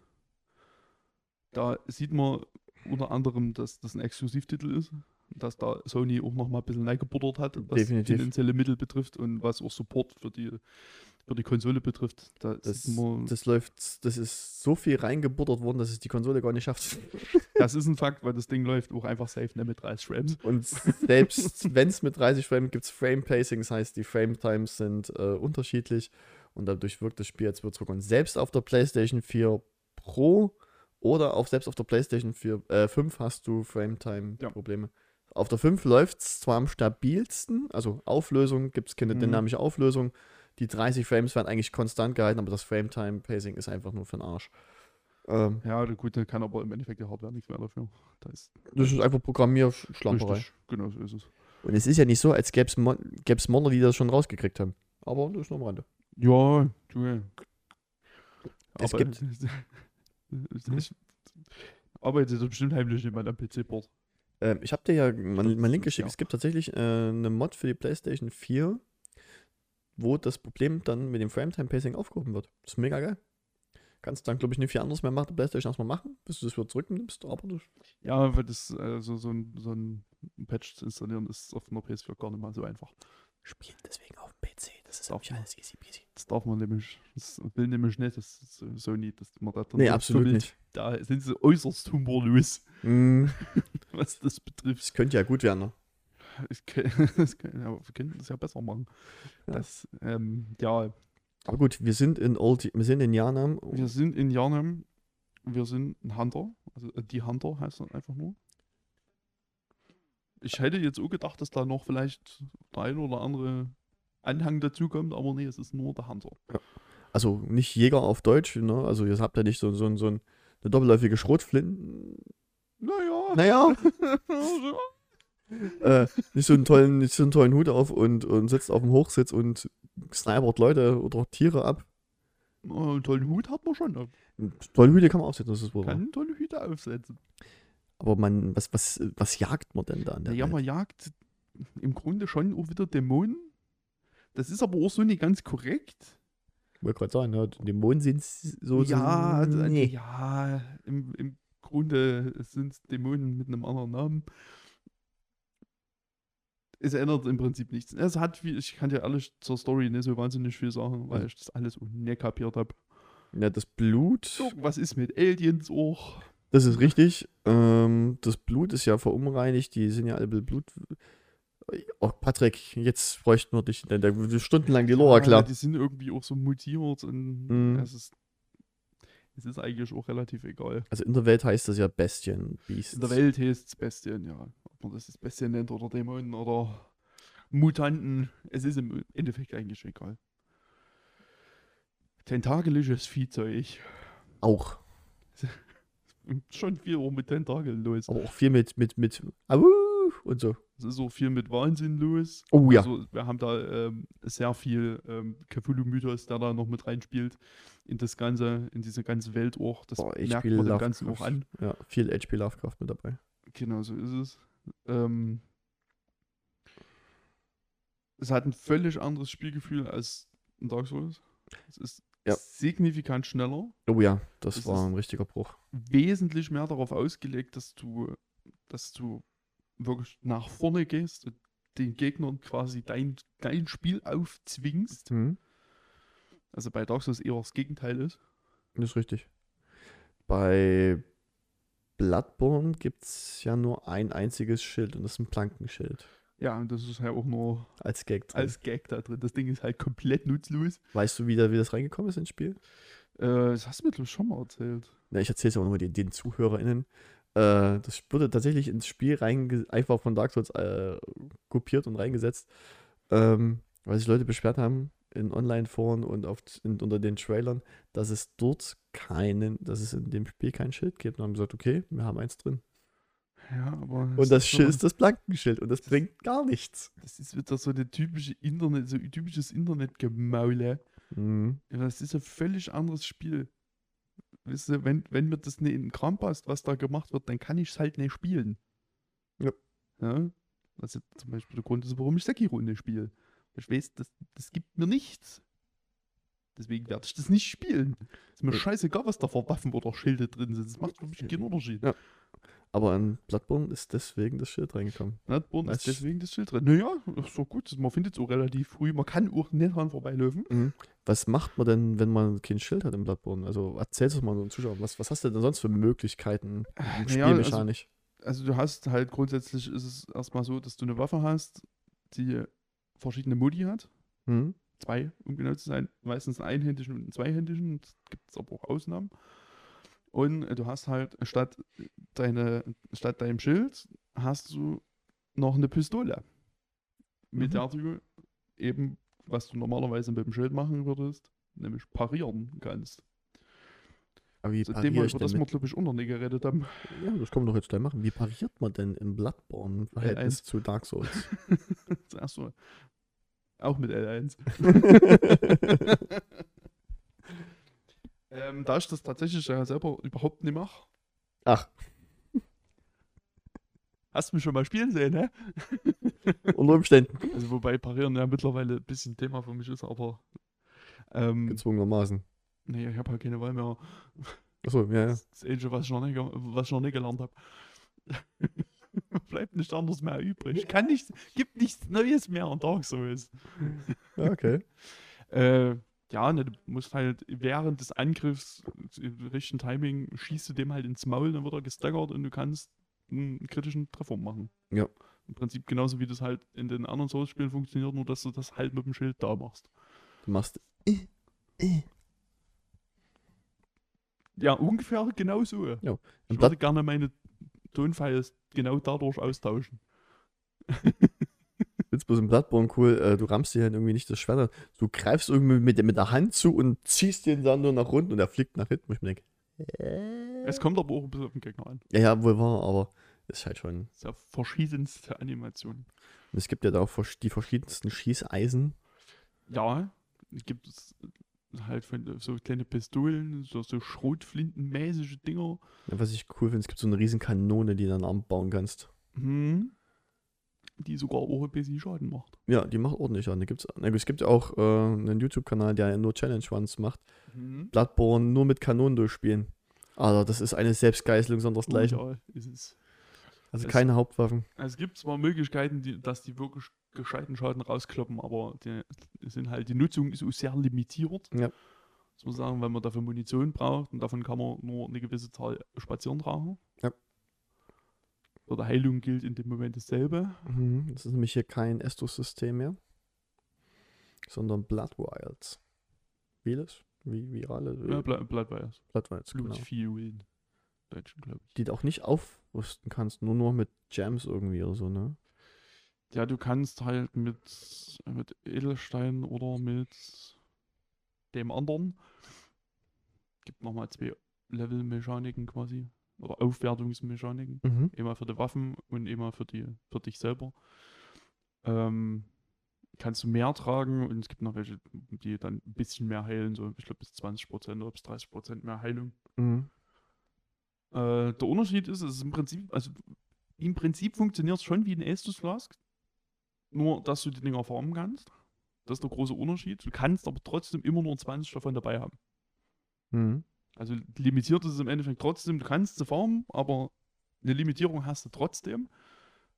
Speaker 1: Da sieht man unter anderem, dass das ein Exklusivtitel ist, dass da Sony auch nochmal ein bisschen neigebuttert hat, was
Speaker 2: Definitiv.
Speaker 1: finanzielle Mittel betrifft und was auch Support für die, für die Konsole betrifft. Da
Speaker 2: das,
Speaker 1: sieht man,
Speaker 2: das läuft, das ist so viel reingebuttert worden, dass es die Konsole gar nicht schafft.
Speaker 1: das ist ein Fakt, weil das Ding läuft auch einfach safe ne, mit 30 Frames.
Speaker 2: Und
Speaker 1: [laughs]
Speaker 2: selbst wenn es mit 30 Frames gibt es Frame Pacings, heißt die Frame Times sind äh, unterschiedlich und dadurch wirkt das Spiel als Würzruck. Und selbst auf der PlayStation 4 Pro oder auch selbst auf der PlayStation 4, äh, 5 hast du Frame Time Probleme. Auf der 5 läuft es zwar am stabilsten, also Auflösung, gibt es keine
Speaker 1: Mhm.
Speaker 2: dynamische Auflösung. Die 30 Frames werden eigentlich konstant gehalten, aber das Frame Time Pacing ist einfach nur für den Arsch. Ähm,
Speaker 1: Ja, gut, da kann aber im Endeffekt die Hardware nichts mehr dafür. Da ist
Speaker 2: das ist einfach Programmierschlamperei.
Speaker 1: richtig, genau so ist es.
Speaker 2: Und es ist ja nicht so, als gäbe es Modder, die das schon rausgekriegt haben. Aber das ist noch am Rande.
Speaker 1: Ja, du.
Speaker 2: Es
Speaker 1: Aber- [laughs]
Speaker 2: gibt-
Speaker 1: Ich arbeite so bestimmt heimlich jemand am PC-Board.
Speaker 2: Ähm, ich habe dir ja meinen mein Link
Speaker 1: Das ist
Speaker 2: geschickt.
Speaker 1: ja
Speaker 2: Es gibt tatsächlich äh, eine Mod für die PlayStation 4, wo das Problem dann mit dem Frametime-Pacing aufgehoben wird. Das ist mega geil. Kannst dann, glaube ich, nicht viel anderes mehr machen. Die PlayStation erstmal machen, bis du das wieder zurücknimmst. Aber das,
Speaker 1: Ja, weil das äh, so, so, ein, so ein Patch zu installieren ist auf einer PS4 gar nicht mal so einfach.
Speaker 2: spielen deswegen auf dem PC. Das ist
Speaker 1: Darf nämlich man.
Speaker 2: alles easy peasy.
Speaker 1: Das darf man nämlich, das will nämlich nicht, dass so- Sony, dass man da drin
Speaker 2: Nee, absolut nicht.
Speaker 1: Da sind sie äußerst humorlos, [laughs]
Speaker 2: Mm,
Speaker 1: was das betrifft.
Speaker 2: das könnte ja gut werden. Ne?
Speaker 1: Ich kann, [laughs] das kann, aber wir können das ja besser machen.
Speaker 2: Ja.
Speaker 1: Das, ähm, ja,
Speaker 2: Aber gut, wir sind in Old, wir sind in Janam.
Speaker 1: wir sind in Jarnheim, wir sind ein Hunter, also äh, die Hunter heißt dann einfach nur. Ich hätte jetzt auch gedacht, dass da noch vielleicht der ein oder andere Anhang dazu kommt, aber nee, es ist nur der Hunter.
Speaker 2: also nicht Jäger auf Deutsch, ne? Also jetzt habt ihr nicht so, so, so ein, eine doppelläufige Schrotflinte.
Speaker 1: Naja, [laughs]
Speaker 2: Naja,
Speaker 1: ja. [laughs]
Speaker 2: äh, nicht, so einen tollen, nicht so einen tollen Hut auf und, und sitzt auf dem Hochsitz und snipert Leute oder auch Tiere ab.
Speaker 1: Oh, einen tollen Hut hat man schon. äh,
Speaker 2: Tolle Hüte kann man aufsetzen, das ist wohl wahr.
Speaker 1: Kann tolle Hüte aufsetzen.
Speaker 2: Aber man, was, was, was jagt man denn da an der
Speaker 1: Naja,
Speaker 2: Welt?
Speaker 1: man jagt im Grunde schon auch wieder Dämonen. Das ist aber auch so nicht ganz korrekt.
Speaker 2: Wollte gerade sagen, ne? ja, Dämonen sind so.
Speaker 1: ja, also,
Speaker 2: so,
Speaker 1: äh,
Speaker 2: nee.
Speaker 1: ja, im, im Grunde sind es Dämonen mit einem anderen Namen. Es ändert im Prinzip nichts. Es hat, viel- ich kann dir ehrlich zur Story nicht so wahnsinnig viel sagen, weil
Speaker 2: Ja.
Speaker 1: ich das alles auch nicht kapiert habe.
Speaker 2: ja, das Blut.
Speaker 1: Irgendwas ist mit Aliens auch.
Speaker 2: Das ist richtig. Ähm, das Blut ist ja verunreinigt. Die sind ja alle mit Blut. Oh, Patrick, jetzt bräuchten wir dich. Da da würde stundenlang die Lore
Speaker 1: Ja,
Speaker 2: klar.
Speaker 1: Die sind irgendwie auch so mutiert und
Speaker 2: Mhm.
Speaker 1: es, ist, es ist eigentlich auch relativ egal.
Speaker 2: Also in der Welt heißt das ja Bestien, Beasts.
Speaker 1: In der Welt heißt es Bestien, ja. Ob man das jetzt Bestien nennt oder Dämonen oder Mutanten, es ist im Endeffekt eigentlich egal. Tentakelisches Viehzeug.
Speaker 2: Auch.
Speaker 1: Schon viel auch mit Tentakeln los.
Speaker 2: Aber auch viel mit, mit, mit. Au, und so.
Speaker 1: Es ist auch viel mit Wahnsinn los.
Speaker 2: Oh ja.
Speaker 1: Also, wir haben da ähm, sehr viel ähm, Cthulhu-Mythos, der da noch mit reinspielt in das Ganze, in diese ganze Welt auch. Das
Speaker 2: Boah,
Speaker 1: merkt
Speaker 2: HP
Speaker 1: man dem
Speaker 2: Lovecraft.
Speaker 1: Ganzen auch an.
Speaker 2: Ja, viel HP Lovecraft mit dabei.
Speaker 1: Genau, so ist es. Ähm, es hat ein völlig anderes Spielgefühl als ein Dark Souls. Es ist
Speaker 2: Ja.
Speaker 1: signifikant schneller,
Speaker 2: Oh ja, das,
Speaker 1: Das
Speaker 2: war
Speaker 1: ist-
Speaker 2: ein richtiger Bruch.
Speaker 1: wesentlich mehr darauf ausgelegt, dass du, dass du wirklich nach vorne gehst und den Gegnern quasi dein, dein Spiel aufzwingst.
Speaker 2: Mhm.
Speaker 1: Also bei Dark Souls eher das Gegenteil ist.
Speaker 2: Das ist richtig. Bei Bloodborne gibt es ja nur ein einziges Schild und das ist ein Plankenschild.
Speaker 1: Ja, und das ist ja auch nur
Speaker 2: Als Gag. Drin.
Speaker 1: als Gag da drin. Das Ding ist halt komplett nutzlos.
Speaker 2: Weißt du, wie, da, wie das reingekommen ist ins Spiel?
Speaker 1: Äh, das hast du mir glaub ich, schon mal erzählt.
Speaker 2: Na, Ne, ich erzähle es ja auch nur den, den ZuhörerInnen. Äh, das wurde tatsächlich ins Spiel reinge einfach von Dark Souls äh, kopiert und reingesetzt, ähm, weil sich Leute beschwert haben in Online-Foren und auf, in, unter den Trailern, dass es dort keinen, dass es in dem Spiel kein Schild gibt. Und haben gesagt, okay, wir haben eins drin.
Speaker 1: Ja, aber.
Speaker 2: Und das
Speaker 1: ist
Speaker 2: Schild
Speaker 1: schon-
Speaker 2: ist das Blankenschild und das bringt gar nichts.
Speaker 1: Das ist wieder so eine typische Internet, so ein typisches Internetgemaule.
Speaker 2: Mhm.
Speaker 1: Ja, Das ist ein völlig anderes Spiel. Weißt du, wenn, wenn mir das nicht in den Kram passt, was da gemacht wird, dann kann ich es halt nicht spielen.
Speaker 2: Ja.
Speaker 1: ja. Was jetzt zum Beispiel der Grund ist, warum ich Sekiro nicht spiele. Ich weiß, das, das gibt mir nichts. Deswegen werde ich das nicht spielen. Ist mir
Speaker 2: Ja.
Speaker 1: scheißegal, was da für Waffen oder Schilde drin sind. Das macht für mich keinen Unterschied.
Speaker 2: Ja. Aber in Bloodborne ist deswegen das Schild reingekommen.
Speaker 1: Bloodborne ist
Speaker 2: Weißt du-
Speaker 1: Ne? deswegen das Schild drin. Naja, ist doch gut. Man findet es auch relativ früh. Man kann auch nicht dran vorbeilaufen.
Speaker 2: Was macht man denn, wenn man kein Schild hat im Bloodborne? Also erzähl es mal so einem Zuschauer. Was, was hast du denn sonst für Möglichkeiten?
Speaker 1: Naja,
Speaker 2: Spielmechanisch.
Speaker 1: also du hast halt grundsätzlich ist es erstmal so, dass du eine Waffe hast, die verschiedene Modi hat.
Speaker 2: hm?
Speaker 1: Zwei, um genau zu sein. Meistens einen einhändischen und einen zweihändischen. Gibt es aber auch Ausnahmen. Und äh, du hast halt statt, deine, statt deinem Schild hast du noch eine Pistole. Mit
Speaker 2: Mhm.
Speaker 1: der du eben, was du normalerweise mit dem Schild machen würdest, nämlich parieren kannst.
Speaker 2: Aber wie
Speaker 1: Also in dem
Speaker 2: pariere
Speaker 1: Fall,
Speaker 2: ich
Speaker 1: über
Speaker 2: denn
Speaker 1: das wir,
Speaker 2: mit,
Speaker 1: glaube ich, auch noch nicht geredet [laughs] haben.
Speaker 2: ja, das können wir doch jetzt gleich machen. Wie pariert man denn im Bloodborne im Verhältnis zu
Speaker 1: [laughs]
Speaker 2: Dark Souls?
Speaker 1: Zuerst so. Auch mit L1. Ähm, da ich das tatsächlich ja selber überhaupt nicht mache.
Speaker 2: Ach,
Speaker 1: [laughs] Hast du mich schon mal spielen sehen, ne?
Speaker 2: unter Umständen.
Speaker 1: Also wobei Parieren ja mittlerweile ein bisschen Thema für mich ist, aber ähm,
Speaker 2: Gezwungenermaßen.
Speaker 1: nee, ich habe halt keine Wahl mehr.
Speaker 2: Achso, ja, ja.
Speaker 1: Das ist das Einzige, was ich noch nicht, ge- was ich noch nicht gelernt habe. [laughs] Bleibt nichts anderes mehr übrig. Kann nichts, gibt nichts Neues mehr an Dark Souls.
Speaker 2: ja okay.
Speaker 1: Äh, ja, ne, du musst halt während des Angriffs äh, im richtigen Timing schießt du dem halt ins Maul, dann wird er gestaggert und du kannst einen kritischen Treffer machen.
Speaker 2: Ja.
Speaker 1: Im Prinzip genauso wie das halt in den anderen Souls-Spielen funktioniert, nur dass du das halt mit dem Schild da machst.
Speaker 2: Du machst. Äh, äh.
Speaker 1: Ja, ungefähr genauso. Ich
Speaker 2: Und
Speaker 1: würde gerne meine Tonfiles genau dadurch austauschen.
Speaker 2: Witz bloß im Bloodborne cool, äh, du rammst dir halt irgendwie nicht das Schwert an. Du greifst irgendwie mit, der- mit der Hand zu und ziehst den dann nur nach unten und er fliegt nach hinten. Wo ich mir denke,
Speaker 1: Es kommt aber auch ein bisschen auf den Gegner an.
Speaker 2: ja, ja, wohl wahr, aber ist halt schon.
Speaker 1: Es ist ja verschiedenste Animationen.
Speaker 2: Und es gibt ja da auch versch- die verschiedensten Schießeisen.
Speaker 1: Ja, gibt es halt von so kleine Pistolen, so, so Schrotflintenmäßige Dinger.
Speaker 2: Ja, was ich cool finde, es gibt so eine riesen Kanone, die du dann anbauen kannst.
Speaker 1: Hm. die sogar auch ein bisschen Schaden macht.
Speaker 2: Ja, die macht ordentlich an. Da gibt's, na gut, es gibt auch äh, einen YouTube-Kanal, der nur Challenge Runs macht. Bloodborne nur mit Kanonen durchspielen. Also, das ist eine Selbstgeißelung sondersgleichen.
Speaker 1: Gleich. Ist es.
Speaker 2: Also
Speaker 1: Oh, es-
Speaker 2: keine Hauptwaffen.
Speaker 1: es gibt zwar Möglichkeiten, die, dass die wirklich gescheiten Schaden rauskloppen, aber die sind halt, die Nutzung ist auch sehr limitiert.
Speaker 2: Ja.
Speaker 1: Das muss man sagen, wenn man dafür Munition braucht und davon kann man nur eine gewisse Zahl spazieren tragen.
Speaker 2: Ja.
Speaker 1: Oder Heilung gilt in dem Moment dasselbe.
Speaker 2: Mhm, Das ist nämlich hier kein Estus-System mehr, sondern Blood Wilds. Vieles? Wie, virale?
Speaker 1: Ja,
Speaker 2: äh,
Speaker 1: bleib, bleib bei es.
Speaker 2: Blood Wilds,
Speaker 1: Blut
Speaker 2: genau.
Speaker 1: Fuel. Deutschen, glaube ich.
Speaker 2: Die du auch nicht aufrüsten kannst, nur noch mit Gems irgendwie oder so, ne?
Speaker 1: Ja, du kannst halt mit, mit Edelstein oder mit dem anderen. Gibt nochmal zwei Level-Mechaniken quasi. Oder Aufwertungsmechaniken.
Speaker 2: Mhm.
Speaker 1: Einmal für die Waffen und einmal für, die, für dich selber. Ähm, kannst du mehr tragen und es gibt noch welche, die dann ein bisschen mehr heilen. So, ich glaube, bis 20% oder bis 30% mehr Heilung.
Speaker 2: Mhm.
Speaker 1: Äh, der Unterschied ist, es ist im Prinzip, also im Prinzip funktioniert es schon wie ein Estus Flask, nur dass du die Dinger farmen kannst. Das ist der große Unterschied. Du kannst aber trotzdem immer nur 20 davon dabei haben.
Speaker 2: Mhm.
Speaker 1: Also limitiert ist es im Endeffekt trotzdem, du kannst sie farmen, aber eine Limitierung hast du trotzdem.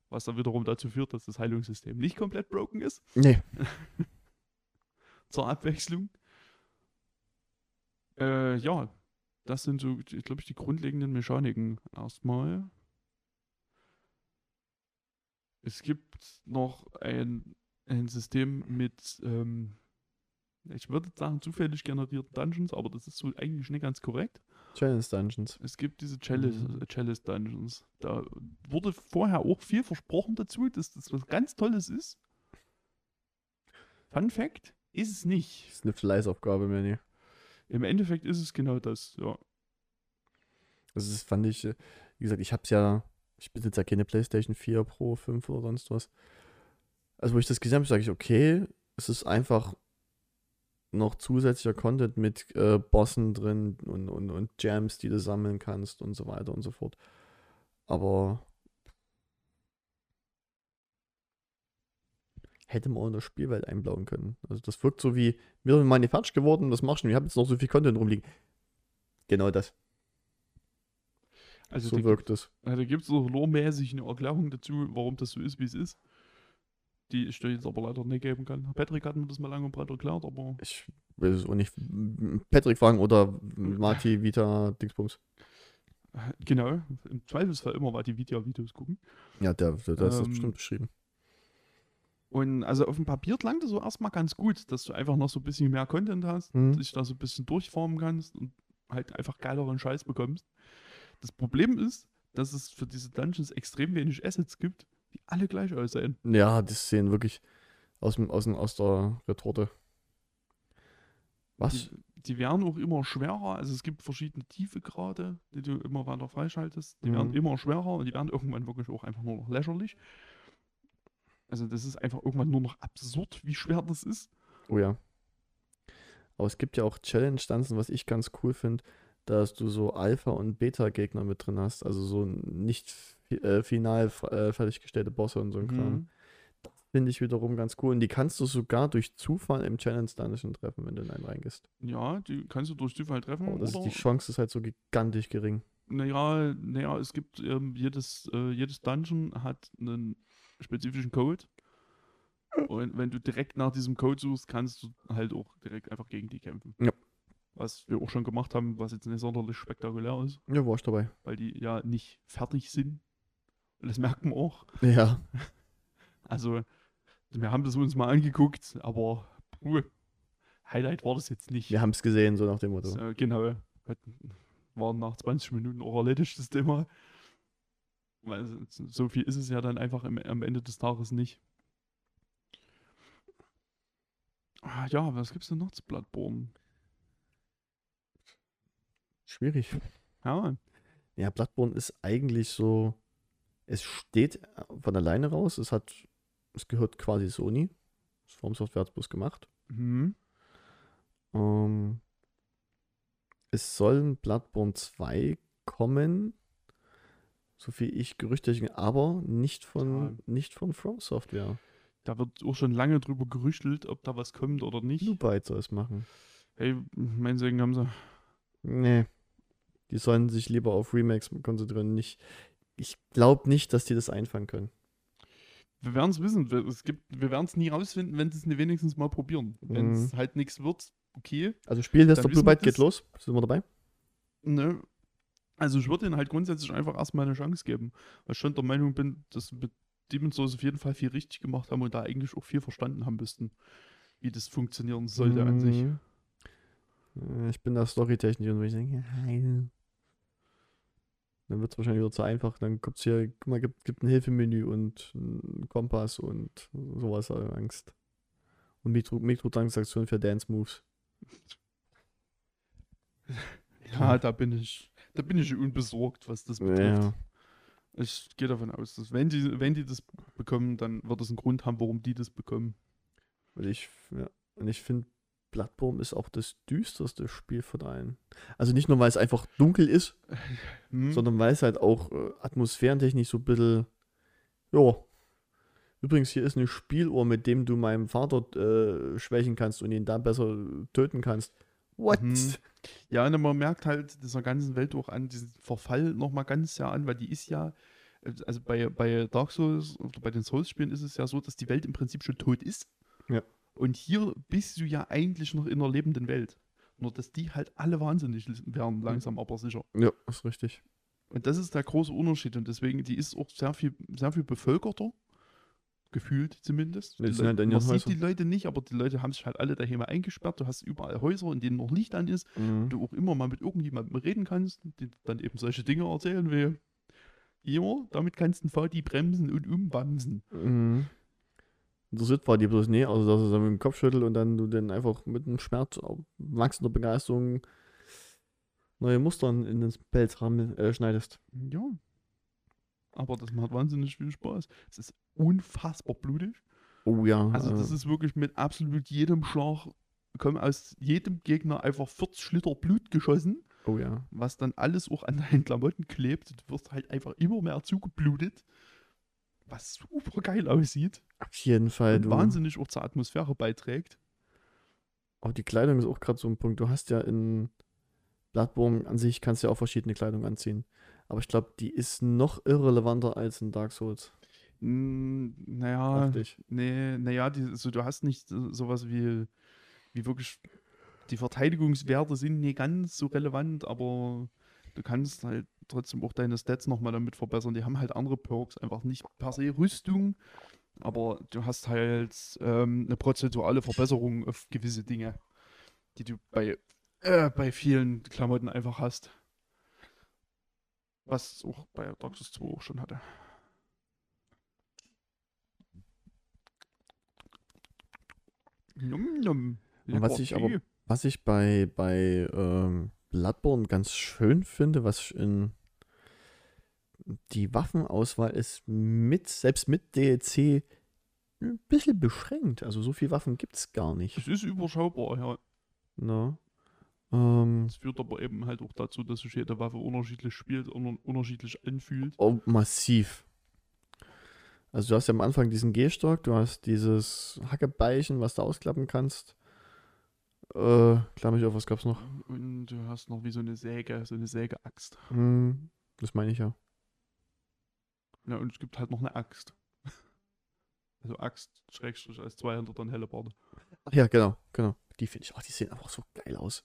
Speaker 1: Was dann wiederum dazu führt, dass das Heilungssystem nicht komplett broken ist,
Speaker 2: Nee.
Speaker 1: zur Abwechslung. Äh, ja, das sind so, glaube ich, die grundlegenden Mechaniken erstmal. Es gibt noch ein, ein System mit, ähm, ich würde sagen, zufällig generierten Dungeons, aber das ist so eigentlich nicht ganz korrekt.
Speaker 2: Challenge Dungeons.
Speaker 1: Es gibt diese Chalice,
Speaker 2: Mhm.
Speaker 1: äh, Chalice Dungeons. Da wurde vorher auch viel versprochen dazu, dass das was ganz Tolles ist. Fun Fact ist es nicht.
Speaker 2: Das ist eine Fleißaufgabe, Manny.
Speaker 1: Im Endeffekt ist es genau das, ja.
Speaker 2: Also das fand ich, äh, wie gesagt, ich hab's ja, ich besitze ja keine Playstation 4 Pro, 5 oder sonst was. Also wo ich das gesehen habe, sage ich, okay, es ist einfach noch zusätzlicher Content mit äh, Bossen drin und, und, und Gems, die du sammeln kannst und so weiter und so fort. Aber hätte man auch in der Spielwelt einbauen können. Also das wirkt so wie, wir sind mal nicht fertig geworden, das machst du, nicht, wir haben jetzt noch so viel Content rumliegen. Genau das,
Speaker 1: Also
Speaker 2: so
Speaker 1: da
Speaker 2: wirkt es.
Speaker 1: Also gibt es auch lore-mäßig eine Erklärung dazu, warum das so ist, wie es ist. Die ich dir jetzt aber leider nicht geben kann. Patrick hat mir das mal lang und breit erklärt, aber
Speaker 2: Ich will es auch nicht Patrick fragen oder Marti, Vita, Dingsbums.
Speaker 1: genau, im Zweifelsfall immer mal die Video-Videos gucken.
Speaker 2: Ja, der, der, der ist das
Speaker 1: Ähm,
Speaker 2: bestimmt beschrieben.
Speaker 1: Und also auf dem Papier klang das so erstmal ganz gut, dass du einfach noch so ein bisschen mehr Content hast,
Speaker 2: Mhm.
Speaker 1: dich da so ein bisschen durchformen kannst und halt einfach geileren Scheiß bekommst. Das Problem ist, dass es für diese Dungeons extrem wenig Assets gibt, die alle gleich aussehen.
Speaker 2: Ja, die sehen wirklich aus, dem, aus, dem, aus der Retorte. Was?
Speaker 1: Die, die werden auch immer schwerer. Also es gibt verschiedene Tiefegrade, die du immer weiter freischaltest. Die werden
Speaker 2: Mhm.
Speaker 1: immer schwerer und die werden irgendwann wirklich auch einfach nur noch lächerlich. Also das ist einfach irgendwann nur noch absurd, wie schwer das ist.
Speaker 2: Oh ja. Aber es gibt ja auch Challenge-Stanzen, was ich ganz cool finde, dass du so Alpha- und Beta-Gegner mit drin hast. Also so nicht fi- äh, final äh, fertiggestellte Bosse und so ein
Speaker 1: Mhm.
Speaker 2: Kram. Finde ich wiederum ganz cool. Und die kannst du sogar durch Zufall im Challenge-Dungeon treffen, wenn du in einen reingehst.
Speaker 1: Ja, die kannst du durch Zufall treffen.
Speaker 2: Aber das ist
Speaker 1: oder,
Speaker 2: die Chance ist halt so gigantisch gering.
Speaker 1: naja, naja, es gibt ähm, jedes, äh, jedes Dungeon hat einen spezifischen Code. Und wenn du direkt nach diesem Code suchst, kannst du halt auch direkt einfach gegen die kämpfen.
Speaker 2: Ja.
Speaker 1: Was wir auch schon gemacht haben, was jetzt nicht sonderlich spektakulär ist,
Speaker 2: Ja, war ich dabei.
Speaker 1: weil die ja nicht fertig sind. Und Das merkt man auch.
Speaker 2: Ja.
Speaker 1: Also, wir haben das uns mal angeguckt, aber puh, Highlight war das jetzt nicht.
Speaker 2: Wir haben es gesehen, so nach dem Motto.
Speaker 1: So, genau. Hat, war nach 20 Minuten auch erledigt, das Thema. Weil es- so viel ist es ja dann einfach im, am Ende des Tages nicht. Ah, ja, was gibt's denn noch zu Bloodborne?
Speaker 2: Schwierig.
Speaker 1: Ja,
Speaker 2: Ja, Bloodborne ist eigentlich so, es steht von alleine raus, es hat, es gehört quasi Sony. Das Form Software hat es bloß gemacht.
Speaker 1: mhm.
Speaker 2: Ähm, es soll ein Bloodborne 2 kommen. so viel ich gerüchtet, aber nicht von,
Speaker 1: Total.
Speaker 2: nicht von From Software.
Speaker 1: Da wird auch schon lange drüber gerüchtelt, ob da was kommt oder nicht.
Speaker 2: Blue Byte soll es machen.
Speaker 1: Hey, mein Segen haben sie.
Speaker 2: Nee. Die sollen sich lieber auf Remakes konzentrieren. Nicht, ich glaube nicht, dass die das einfangen können.
Speaker 1: Wir werden es wissen. Wir- Es gibt, wir werden es nie rausfinden, wenn sie es ne- wenigstens mal probieren. Wenn es halt nichts wird, okay.
Speaker 2: Also Spiel
Speaker 1: Dann
Speaker 2: Lester Blue
Speaker 1: wissen wir
Speaker 2: Byte geht
Speaker 1: das.
Speaker 2: los. Sind wir dabei?
Speaker 1: Ne? Also ich würde ihnen halt grundsätzlich einfach erstmal eine Chance geben. Weil ich schon der Meinung bin, dass mit Demon's Souls auf jeden Fall viel richtig gemacht haben und da eigentlich auch viel verstanden haben müssten, wie das funktionieren sollte an sich.
Speaker 2: Mhm. Äh, Ich bin da Storytechnik und wenn ich denke, nein. Dann wird es wahrscheinlich wieder zu einfach. Dann kommt es hier, guck mal, gibt, gibt ein Hilfemenü und einen Kompass und sowas, also Angst. Und Mikro Mikrotransaktionen für Dance Moves.
Speaker 1: Ja, da bin ich, da bin ich unbesorgt, was das betrifft.
Speaker 2: Ja.
Speaker 1: Ich gehe davon aus, dass wenn die, wenn die das bekommen, dann wird es einen Grund haben, warum die das bekommen.
Speaker 2: Und ich, ja. Und ich finde, Bloodborne ist auch das düsterste Spiel von allen. Also nicht nur, weil es einfach dunkel ist,
Speaker 1: Hm?
Speaker 2: sondern weil es halt auch äh, atmosphärentechnisch so ein bisschen. Ja. Übrigens, hier ist eine Spieluhr, mit dem du meinem Vater äh, schwächen kannst und ihn dann besser äh, töten kannst. What?
Speaker 1: Mhm. Ja, und man merkt halt dieser ganzen Welt auch an, diesen Verfall nochmal ganz sehr an, weil die ist ja, äh, also bei, bei Dark Souls oder bei den Souls-Spielen ist es ja so, dass die Welt im Prinzip schon tot ist.
Speaker 2: Ja.
Speaker 1: Und hier bist du ja eigentlich noch in einer lebenden Welt. Nur, dass die halt alle wahnsinnig werden,
Speaker 2: Mhm.
Speaker 1: langsam aber sicher.
Speaker 2: Ja, ist richtig.
Speaker 1: Und das ist der große Unterschied. Und deswegen, die ist auch sehr viel, sehr viel bevölkerter. Gefühlt zumindest.
Speaker 2: Ja,
Speaker 1: Die
Speaker 2: die sind
Speaker 1: Leute-
Speaker 2: halt in
Speaker 1: man
Speaker 2: ihren
Speaker 1: sieht
Speaker 2: Häusern.
Speaker 1: die Leute nicht, aber die Leute haben sich halt alle daheim eingesperrt. Du hast überall Häuser, in denen noch Licht an ist.
Speaker 2: Mhm.
Speaker 1: Du auch immer mal mit irgendjemandem reden kannst, die dann eben solche Dinge erzählen will. Ja, damit kannst du V die bremsen und umbamsen.
Speaker 2: Mhm. Interessiert war die bloß nie, also dass er dann mit dem Kopf schüttelt und dann du den einfach mit einem Schmerz auf wachsender Begeisterung neue Mustern in den Pelz rammel- äh, schneidest.
Speaker 1: Ja. Aber das macht wahnsinnig viel Spaß. Es ist unfassbar blutig.
Speaker 2: Oh ja.
Speaker 1: Also das
Speaker 2: äh,
Speaker 1: ist wirklich mit absolut jedem Schlag, kommen aus jedem Gegner einfach 40 Liter Blut geschossen,
Speaker 2: oh ja.
Speaker 1: was dann alles auch an deinen Klamotten klebt. Du wirst halt einfach immer mehr zugeblutet, was super geil aussieht
Speaker 2: Auf jeden Fall.
Speaker 1: und wahnsinnig auch zur Atmosphäre beiträgt.
Speaker 2: Auch die Kleidung ist auch gerade so ein Punkt. Du hast ja in Bloodborne an sich, kannst ja auch verschiedene Kleidung anziehen. Aber ich glaube, die ist noch irrelevanter als in Dark Souls.
Speaker 1: Mm, naja,
Speaker 2: Dachte ich.
Speaker 1: nee, naja, die, also du hast nicht äh, sowas wie, wie wirklich, die Verteidigungswerte sind nie ganz so relevant, aber du kannst halt trotzdem auch deine Stats nochmal damit verbessern. Die haben halt andere Perks, einfach nicht per se Rüstung, aber du hast halt ähm, eine prozentuale Verbesserung auf gewisse Dinge, die du bei, äh, bei vielen Klamotten einfach hast. Was auch bei Dark Souls 2 auch schon hatte. Num, num.
Speaker 2: Und was
Speaker 1: Lecker
Speaker 2: ich aber-
Speaker 1: Tee.
Speaker 2: Was ich bei, bei ähm, Bloodborne ganz schön finde, was ich in die Waffenauswahl ist mit, selbst mit DLC ein bisschen beschränkt. Also so viele Waffen gibt es gar nicht.
Speaker 1: Es ist überschaubar, ja.
Speaker 2: Ne? Ähm,
Speaker 1: Das führt aber eben halt auch dazu, dass sich jede Waffe unterschiedlich spielt und un- unterschiedlich anfühlt.
Speaker 2: Oh, massiv. Also du hast ja am Anfang diesen Gehstock, du hast dieses Hackebeichen, was du ausklappen kannst. Äh, klar mich auf, was gab's noch?
Speaker 1: Und du hast noch wie so eine Säge, so eine Sägeaxt.
Speaker 2: Hm, das meine ich ja.
Speaker 1: Ja, und es gibt halt noch eine Axt. [laughs] Also Axt, Schrägstrich, als 200 dann Hellebarde.
Speaker 2: Ach ja, genau, genau. Die finde ich, ach, die sehen einfach so geil aus.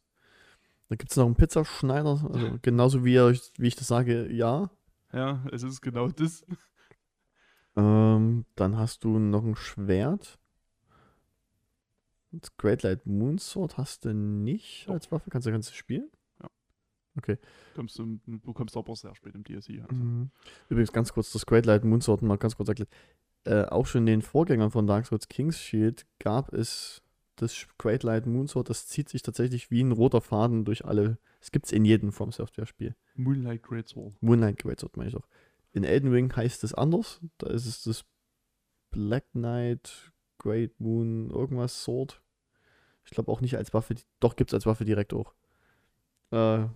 Speaker 2: Dann gibt's noch einen Pizzaschneider, also genauso wie, er- wie ich das sage, ja.
Speaker 1: Ja, es ist genau das.
Speaker 2: Ähm, dann hast du noch ein Schwert. Das Great Light Moonsword hast du nicht
Speaker 1: Doch.
Speaker 2: als Waffe, kannst du das ganze spielen?
Speaker 1: Kommst du, du kommst aber sehr spät im DLC. Also.
Speaker 2: Mhm. Übrigens ganz kurz das Great Light Moonsorten mal ganz kurz erklärt. Äh, auch schon den Vorgängern von Dark Souls King's Shield gab es das Great Light Moonsword, das zieht sich tatsächlich wie ein roter Faden durch alle. Es gibt's in jedem From Software Spiel.
Speaker 1: Moonlight Great Sword.
Speaker 2: Moonlight Greatsword meine ich doch. In Elden Ring heißt es anders. Da ist es das Black Knight, Great Moon, irgendwas Sword. Ich glaube auch nicht als Waffe, doch gibt's als Waffe direkt auch. Äh,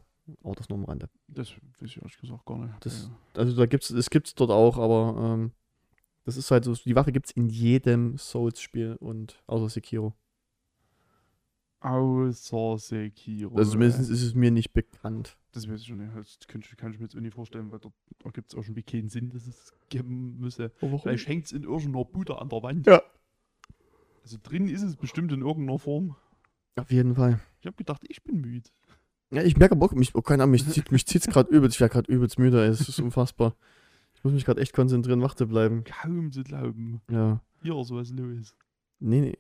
Speaker 2: Auch das nur am Rande.
Speaker 1: Das weiß ich ehrlich gesagt gar nicht.
Speaker 2: Das- Also da gibt's, es gibt's dort auch, aber ähm, das ist halt so, die Waffe gibt's in jedem Souls-Spiel und außer Sekiro.
Speaker 1: Außer Sekiro.
Speaker 2: Also zumindest
Speaker 1: ey.
Speaker 2: ist es mir nicht bekannt.
Speaker 1: das weiß ich schon nicht. Das kann ich, kann ich mir jetzt irgendwie vorstellen, weil da gibt es auch schon wie keinen Sinn, dass es geben müsse. Vielleicht hängt es in irgendeiner Bude an der Wand.
Speaker 2: Ja.
Speaker 1: Also drin ist es bestimmt in irgendeiner Form.
Speaker 2: Auf jeden Fall.
Speaker 1: Ich habe gedacht, ich bin müde.
Speaker 2: Ja, ich merke Bock, mich, oh, keine
Speaker 1: [laughs]
Speaker 2: Ahnung, mich zieht mich zieht's gerade übelst, ich werde gerade übelst müde, ey, es ist unfassbar. Ich muss mich gerade echt konzentrieren, wach zu bleiben.
Speaker 1: Kaum zu glauben.
Speaker 2: Ja.
Speaker 1: Hier ist was los.
Speaker 2: Nee, nee.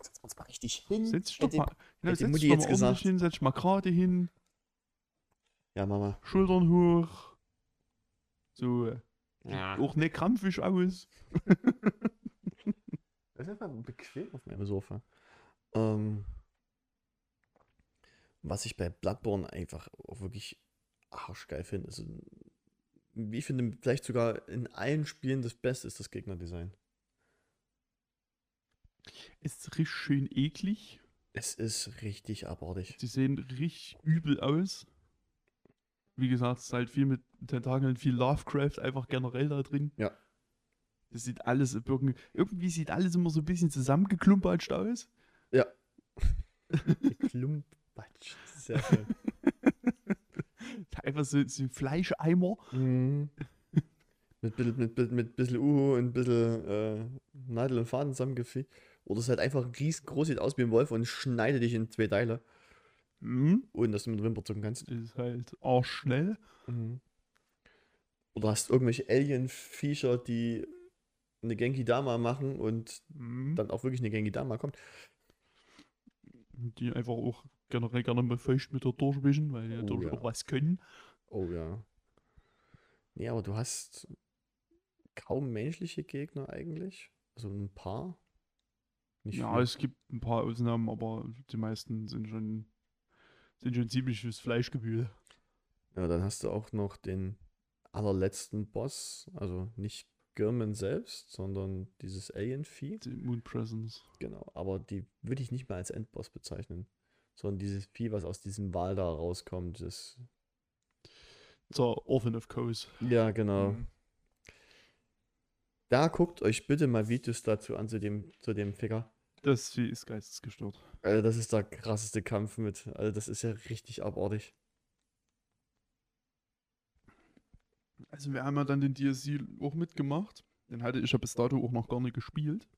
Speaker 2: Setz uns mal richtig hin.
Speaker 1: Setz dich doch mal. Genau,
Speaker 2: hätte
Speaker 1: setz
Speaker 2: Mutti
Speaker 1: dich doch mal
Speaker 2: jetzt
Speaker 1: ordentlich
Speaker 2: gesagt.
Speaker 1: hin, setz dich mal gerade hin.
Speaker 2: Ja, Mama.
Speaker 1: Schultern hoch. So,
Speaker 2: Ja.
Speaker 1: auch nicht krampfig aus.
Speaker 2: Das ist einfach bequem auf meinem Sofa. Ähm, was ich bei Bloodborne einfach auch wirklich arschgeil finde, ist, wie ich finde, vielleicht sogar in allen Spielen das Beste ist das Gegnerdesign.
Speaker 1: Ist richtig schön eklig.
Speaker 2: Es ist richtig abartig.
Speaker 1: Sie sehen richtig übel aus. Wie gesagt, es ist halt viel mit Tentakeln, viel Lovecraft einfach generell da drin.
Speaker 2: Ja.
Speaker 1: Das sieht alles irgendwie, irgendwie sieht alles immer so ein bisschen zusammengeklumpert aus.
Speaker 2: Klumpatsch. Sehr schön.
Speaker 1: Einfach so, so Fleischeimer.
Speaker 2: Mhm. Mit bisschen, mit, mit, mit bisschen Uhu und bisschen äh, Nadel und Faden zusammengefügt. Oder es ist halt einfach riesengroß, sieht aus wie ein Wolf und schneide dich in zwei Teile,
Speaker 1: Mhm.
Speaker 2: ohne dass du mit der Wimper zucken kannst.
Speaker 1: Ist halt auch schnell.
Speaker 2: Oder hast irgendwelche Alien-Viecher, die eine Genki Dama machen und
Speaker 1: Mhm.
Speaker 2: dann auch wirklich eine Genki Dama kommt.
Speaker 1: Die einfach auch generell gerne mal feucht mit der durchwischen, weil die
Speaker 2: Oh
Speaker 1: natürlich
Speaker 2: ja.
Speaker 1: auch was können.
Speaker 2: Oh ja. Nee, aber du hast kaum menschliche Gegner eigentlich. Also ein paar. Nicht
Speaker 1: Ja,
Speaker 2: viel.
Speaker 1: es gibt ein paar Ausnahmen, aber die meisten sind schon, sind schon ziemlich fürs Fleischgebühl.
Speaker 2: Ja, dann hast du auch noch den allerletzten Boss, also nicht Girman selbst, sondern dieses Alien-Vieh.
Speaker 1: Die Moon Presence.
Speaker 2: Genau, aber die würde ich nicht mal als Endboss bezeichnen, sondern dieses Vieh, was aus diesem Wal da rauskommt. Das,
Speaker 1: Zur Orphan of Coast.
Speaker 2: ja, genau.
Speaker 1: Mhm.
Speaker 2: Da guckt euch bitte mal Videos dazu an, zu dem, zu dem Ficker.
Speaker 1: Das Vieh ist geistesgestört.
Speaker 2: Also, das ist der krasseste Kampf mit. Also, das ist ja richtig abartig.
Speaker 1: Also wir haben ja dann den DLC auch mitgemacht. Den hatte ich ja bis dato auch noch gar nicht gespielt.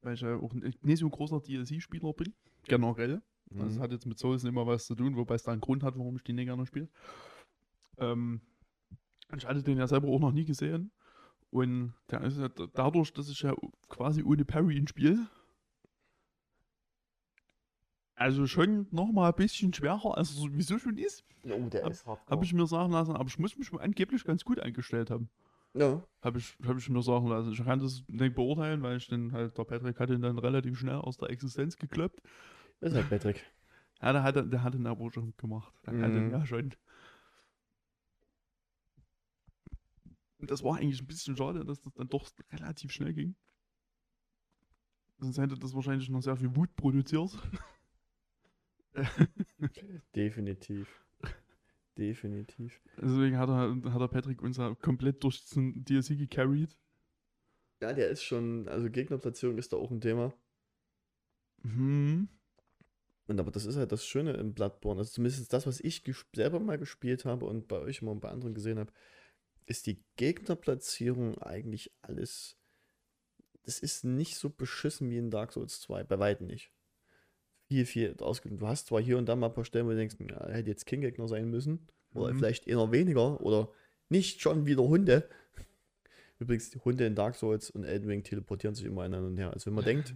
Speaker 1: Weil ich ja auch nicht nicht so ein großer DLC-Spieler bin. Generell. Also es
Speaker 2: Mhm.
Speaker 1: hat jetzt mit Souls nicht immer was zu tun, wobei es da einen Grund hat, warum ich den nicht gerne spiele. Ähm, ich hatte den ja selber auch noch nie gesehen. Und der ist ja d- dadurch, dass ich ja quasi ohne Parry ihn spiele, also schon nochmal ein bisschen schwerer, als er sowieso schon ist,
Speaker 2: Oh, der
Speaker 1: Hab-
Speaker 2: ist hart.
Speaker 1: habe ich mir sagen lassen. Aber ich muss mich wohl angeblich ganz gut eingestellt haben.
Speaker 2: Ja,
Speaker 1: Habe ich, hab ich mir sagen lassen. Ich kann das nicht beurteilen, weil ich den halt, der Patrick hat ihn dann relativ schnell aus der Existenz gekloppt.
Speaker 2: das ist halt Patrick.
Speaker 1: Ja, der hat, der hat den aber schon gemacht. Der hat den
Speaker 2: Mhm.
Speaker 1: ja schon. Und Das war eigentlich ein bisschen schade, dass das dann doch relativ schnell ging. Sonst hätte das wahrscheinlich noch sehr viel Wut produziert. [laughs]
Speaker 2: Definitiv. Definitiv.
Speaker 1: Deswegen hat, er, hat der Patrick uns ja komplett durch diesen DLC gecarried.
Speaker 2: Ja, der ist schon, also Gegnerplatzierung ist da auch ein Thema.
Speaker 1: Mhm.
Speaker 2: Und aber das ist halt das Schöne im Bloodborne. Also zumindest das, was ich ges- selber mal gespielt habe und bei euch immer und bei anderen gesehen habe, ist die Gegnerplatzierung eigentlich alles. Das ist nicht so beschissen wie in Dark Souls 2, bei weitem nicht. Viel, viel ausgegeben. Du hast zwar hier und da mal ein paar Stellen, wo du denkst, ja, hätte jetzt King-Gegner sein müssen. Oder
Speaker 1: Mhm.
Speaker 2: vielleicht eher weniger. Oder nicht schon wieder Hunde. [laughs] Übrigens, die Hunde in Dark Souls und Elden Ring teleportieren sich immer einander und her. Also wenn man denkt,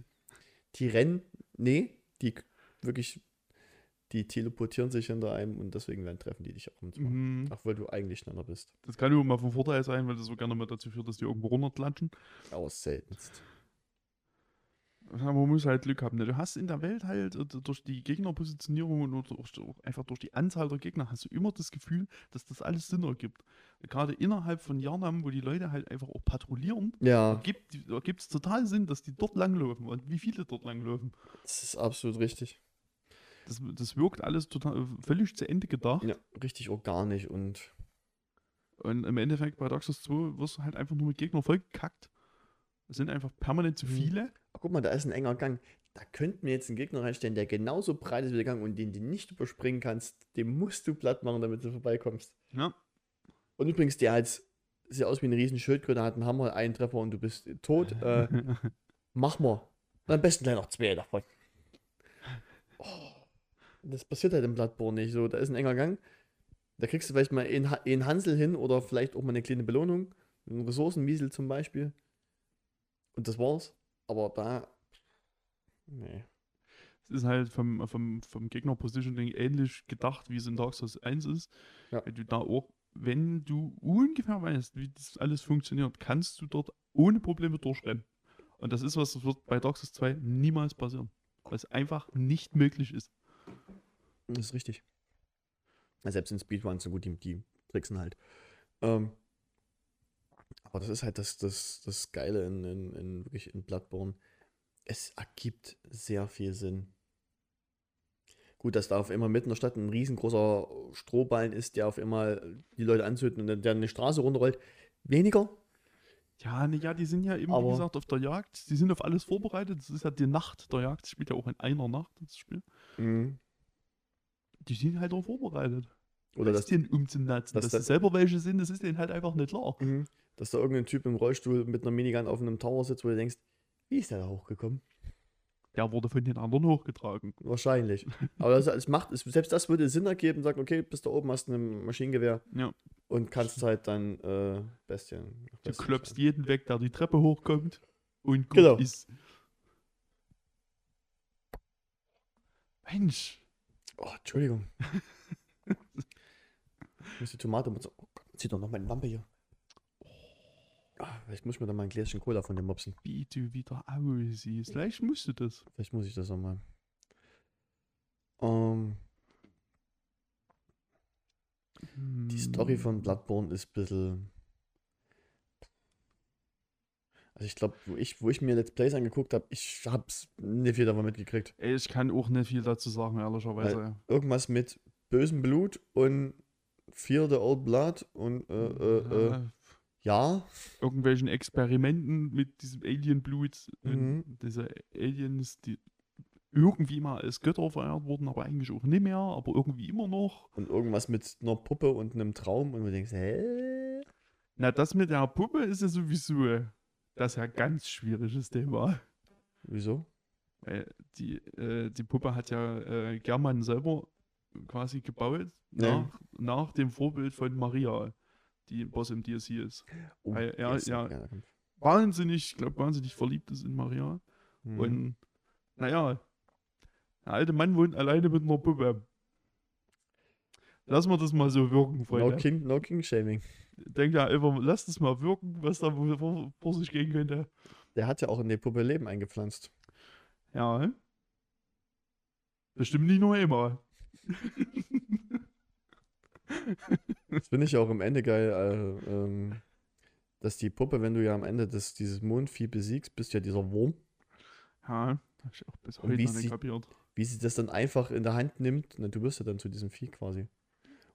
Speaker 2: die rennen, nee, die k- wirklich, die teleportieren sich hinter einem und deswegen werden treffen die dich auch und zwar.
Speaker 1: Mhm.
Speaker 2: Auch weil du eigentlich schneller bist.
Speaker 1: Das kann nur mal von Vorteil sein, weil das so gerne mal dazu führt, dass die irgendwo runterklatschen.
Speaker 2: Aber seltenst.
Speaker 1: Ja, man muss halt Glück haben. Ne? Du hast in der Welt halt äh, durch die Gegnerpositionierung und auch durch, auch einfach durch die Anzahl der Gegner hast du immer das Gefühl, dass das alles Sinn ergibt. Gerade innerhalb von Yarnam, wo die Leute halt einfach auch patrouillieren,
Speaker 2: Ja,
Speaker 1: ergibt es total Sinn, dass die dort langlaufen und wie viele dort langlaufen.
Speaker 2: das ist absolut richtig.
Speaker 1: Das, das wirkt alles total völlig zu Ende gedacht.
Speaker 2: Ja, richtig organisch und
Speaker 1: Und im Endeffekt bei Dark Souls 2 wirst du halt einfach nur mit Gegnern vollgekackt. Es sind einfach permanent zu
Speaker 2: Mhm.
Speaker 1: viele.
Speaker 2: Ach, guck mal, da ist ein enger Gang. Da könnten wir jetzt einen Gegner reinstellen, der genauso breit ist wie der Gang und den du nicht überspringen kannst. Den musst du platt machen, damit du vorbeikommst.
Speaker 1: Ja.
Speaker 2: Und übrigens, der als sieht aus wie eine riesen Schildkröte, hat einen Hammer, einen Treffer und du bist tot.
Speaker 1: [laughs]
Speaker 2: Äh, mach mal. Und am besten gleich noch zwei davon. Oh, das passiert halt im Bloodborne nicht so. Da ist ein enger Gang. Da kriegst du vielleicht mal einen Ha- einen Hansel hin oder vielleicht auch mal eine kleine Belohnung. Einen Ressourcenwiesel zum Beispiel. Und das war's. Aber da. Nee.
Speaker 1: Es ist halt vom, vom, vom Gegner-Positioning ähnlich gedacht, wie es in Dark Souls 1 ist.
Speaker 2: Ja.
Speaker 1: Weil du da auch, wenn du ungefähr weißt, wie das alles funktioniert, kannst du dort ohne Probleme durchrennen. Und das ist was, das wird bei Dark Souls 2 niemals passieren. Weil es einfach nicht möglich ist.
Speaker 2: Das ist richtig. Ja, Selbst in Speedruns, so gut, die, die tricksen halt. Ähm, aber das ist halt das, das, das Geile in, in, in, wirklich in Bloodborne. Es ergibt sehr viel Sinn. Gut, dass da auf einmal mitten in der Stadt ein riesengroßer Strohballen ist, der auf einmal die Leute anzündet und dann- der eine Straße runterrollt. Weniger,
Speaker 1: Ja, ne, ja, die sind ja eben, wie
Speaker 2: Aber-
Speaker 1: gesagt, auf der Jagd. Die sind auf alles vorbereitet. Das ist ja die Nacht der Jagd. Das spielt ja auch in einer Nacht, das Spiel. Die sind halt auch vorbereitet.
Speaker 2: Oder
Speaker 1: das ist
Speaker 2: dass,
Speaker 1: denen umzunatzen.
Speaker 2: dass
Speaker 1: Dass,
Speaker 2: da-
Speaker 1: das selber welche sind, das ist denen halt einfach nicht klar.
Speaker 2: Mhm. dass da irgendein Typ im Rollstuhl mit einer Minigun auf einem Tower sitzt, wo du denkst, wie ist der da hochgekommen?
Speaker 1: Der wurde von den anderen hochgetragen. [laughs]
Speaker 2: Wahrscheinlich. Aber das, es macht, es, selbst das würde Sinn ergeben, sagen, okay, bis da oben hast du ein Maschinengewehr
Speaker 1: Ja.
Speaker 2: und kannst halt dann äh, Bestien. nach
Speaker 1: Du
Speaker 2: Bestien
Speaker 1: klopfst
Speaker 2: schlagen.
Speaker 1: jeden weg, der die Treppe hochkommt und gut
Speaker 2: Genau.
Speaker 1: ist. Mensch,
Speaker 2: Oh,
Speaker 1: [laughs]
Speaker 2: Entschuldigung. ich muss die Tomate mit so. Oh Gott, zieh doch noch meine Lampe hier. Ah, vielleicht muss ich mir dann mal ein Gläschen Cola von dem mopsen.
Speaker 1: wie du wieder aussiehst. Vielleicht musst du das.
Speaker 2: Vielleicht muss ich das auch mal. Ähm,
Speaker 1: Hm.
Speaker 2: Die Story von Bloodborne ist ein bisschen. Also ich glaube, wo ich, wo ich mir Let's Plays angeguckt habe, ich hab's nicht viel davon mitgekriegt.
Speaker 1: Ey, Ich kann auch nicht viel dazu sagen, ehrlicherweise.
Speaker 2: Irgendwas mit bösem Blut und Fear the Old Blood und äh, äh, äh,
Speaker 1: Ja,
Speaker 2: ja.
Speaker 1: irgendwelchen Experimenten mit diesem Alien-Blut.
Speaker 2: Mhm.
Speaker 1: und Diese Aliens, die irgendwie mal als Götter verehrt wurden, aber eigentlich auch nicht mehr, aber irgendwie immer noch.
Speaker 2: Und irgendwas mit einer Puppe und einem Traum und du denkst, hä?
Speaker 1: Na, das mit der Puppe ist ja sowieso äh, das ist ja ein ganz schwieriges Thema.
Speaker 2: Wieso?
Speaker 1: Weil die, äh, die Puppe hat ja äh, German selber quasi gebaut,
Speaker 2: Ja.
Speaker 1: nach, nach dem Vorbild von Maria, die im Boss im DSC ist.
Speaker 2: Oh,
Speaker 1: Weil er-
Speaker 2: der ist
Speaker 1: ja.
Speaker 2: geiler Kampf.
Speaker 1: Wahnsinnig, ich glaube, wahnsinnig verliebt ist in Maria.
Speaker 2: Mhm.
Speaker 1: Und naja, der alte Mann wohnt alleine mit einer Puppe. Lassen wir das mal so wirken,
Speaker 2: no
Speaker 1: Freunde. Okay.
Speaker 2: King, no King Shaming.
Speaker 1: Denkt ja einfach, lasst es mal wirken, was da wohl vor, vor sich gehen könnte.
Speaker 2: Der hat ja auch in die Puppe Leben eingepflanzt.
Speaker 1: Ja. Bestimmt nicht nur einmal.
Speaker 2: Das finde ich auch am Ende geil, äh, ähm, dass die Puppe, wenn du ja am Ende des, dieses Mondvieh besiegst, bist ja dieser Wurm,
Speaker 1: Ja, hab ich auch bis
Speaker 2: Und
Speaker 1: heute
Speaker 2: wie
Speaker 1: noch
Speaker 2: sie-
Speaker 1: nicht kapiert.
Speaker 2: wie sie das dann einfach in der Hand nimmt. Na, du wirst ja dann zu diesem Vieh quasi.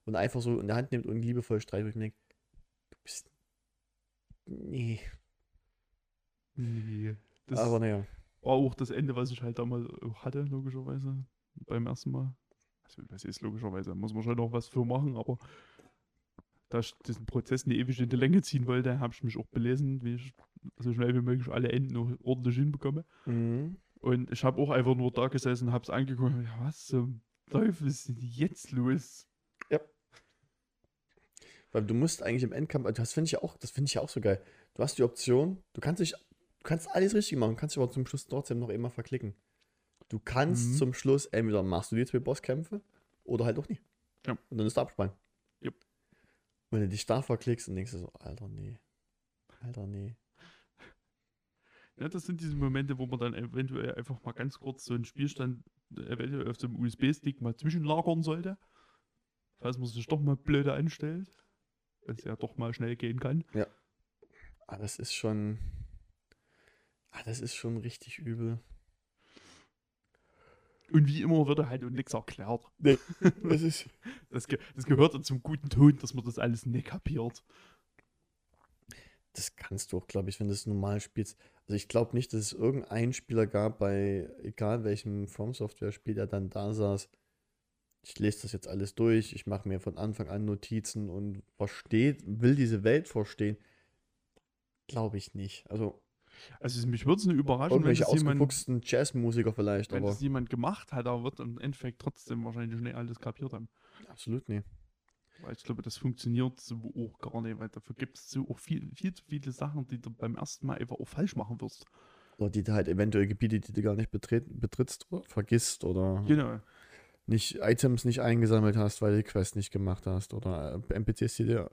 Speaker 2: Und einfach so in der Hand nimmt und liebevoll streichelt. Und ich mir denk, du bist. Nee.
Speaker 1: Nee. Das
Speaker 2: Aber naja.
Speaker 1: war auch das Ende, was ich halt damals auch hatte, logischerweise. Beim ersten Mal. Also, das ist logischerweise, da muss man schon noch was für machen, aber da ich diesen Prozess nicht ewig in die Länge ziehen wollte, habe ich mich auch belesen, wie ich so schnell wie möglich alle Enden noch ordentlich hinbekomme.
Speaker 2: Mhm.
Speaker 1: Und ich habe auch einfach nur da gesessen, habe es angeguckt, und ja, was zum Teufel ist denn jetzt los?
Speaker 2: Weil du musst eigentlich im Endkampf, also das finde ich ja auch, das finde ich ja auch so geil. Du hast die Option, du kannst dich, du kannst alles richtig machen, kannst dich aber zum Schluss trotzdem noch immer verklicken. Du kannst
Speaker 1: Mhm.
Speaker 2: zum Schluss entweder machst du die zwei Bosskämpfe oder halt auch nie.
Speaker 1: Ja.
Speaker 2: Und dann ist der Abspann.
Speaker 1: Jupp.
Speaker 2: Wenn du dich da verklickst und denkst dir so, Alter, nee. Alter, nee.
Speaker 1: Ja, das sind diese Momente, wo man dann eventuell einfach mal ganz kurz so einen Spielstand äh, eventuell auf so einem USB-Stick mal zwischenlagern sollte. Falls man sich doch mal blöde anstellt. Dass ja doch mal schnell gehen kann.
Speaker 2: Ah, das ist schon.
Speaker 1: [laughs]
Speaker 2: Ah, das ist schon richtig übel.
Speaker 1: Und wie immer wird er halt und nichts erklärt.
Speaker 2: Das ist.
Speaker 1: Das, ge das gehört dann zum guten Ton, dass man das alles nicht kapiert.
Speaker 2: Das kannst du auch, glaube ich, wenn du es normal spielst. Also ich glaube nicht, dass es irgendeinen Spieler gab, bei egal welchem From Software-Spiel, der dann da saß. Ich lese das jetzt alles durch, ich mache mir von Anfang an Notizen und versteht, will diese Welt verstehen. Glaube ich nicht. Also
Speaker 1: Also mich würde es nicht überraschen, wenn
Speaker 2: irgendwelche
Speaker 1: das, jemand,
Speaker 2: ausgefuchsten Jazzmusiker vielleicht,
Speaker 1: wenn
Speaker 2: aber
Speaker 1: das jemand gemacht hat, aber wird im Endeffekt trotzdem wahrscheinlich nicht alles kapiert haben.
Speaker 2: absolut nicht.
Speaker 1: Weil ich glaube, das funktioniert so auch gar nicht, weil dafür gibt es so auch viel, viel zu viele Sachen, die du beim ersten Mal einfach auch falsch machen wirst.
Speaker 2: Oder die da halt eventuell Gebiete, die du gar nicht betret, betrittst oder vergisst oder
Speaker 1: Genau.
Speaker 2: nicht Items nicht eingesammelt hast, weil du die Quest nicht gemacht hast oder äh, NPCs, die dir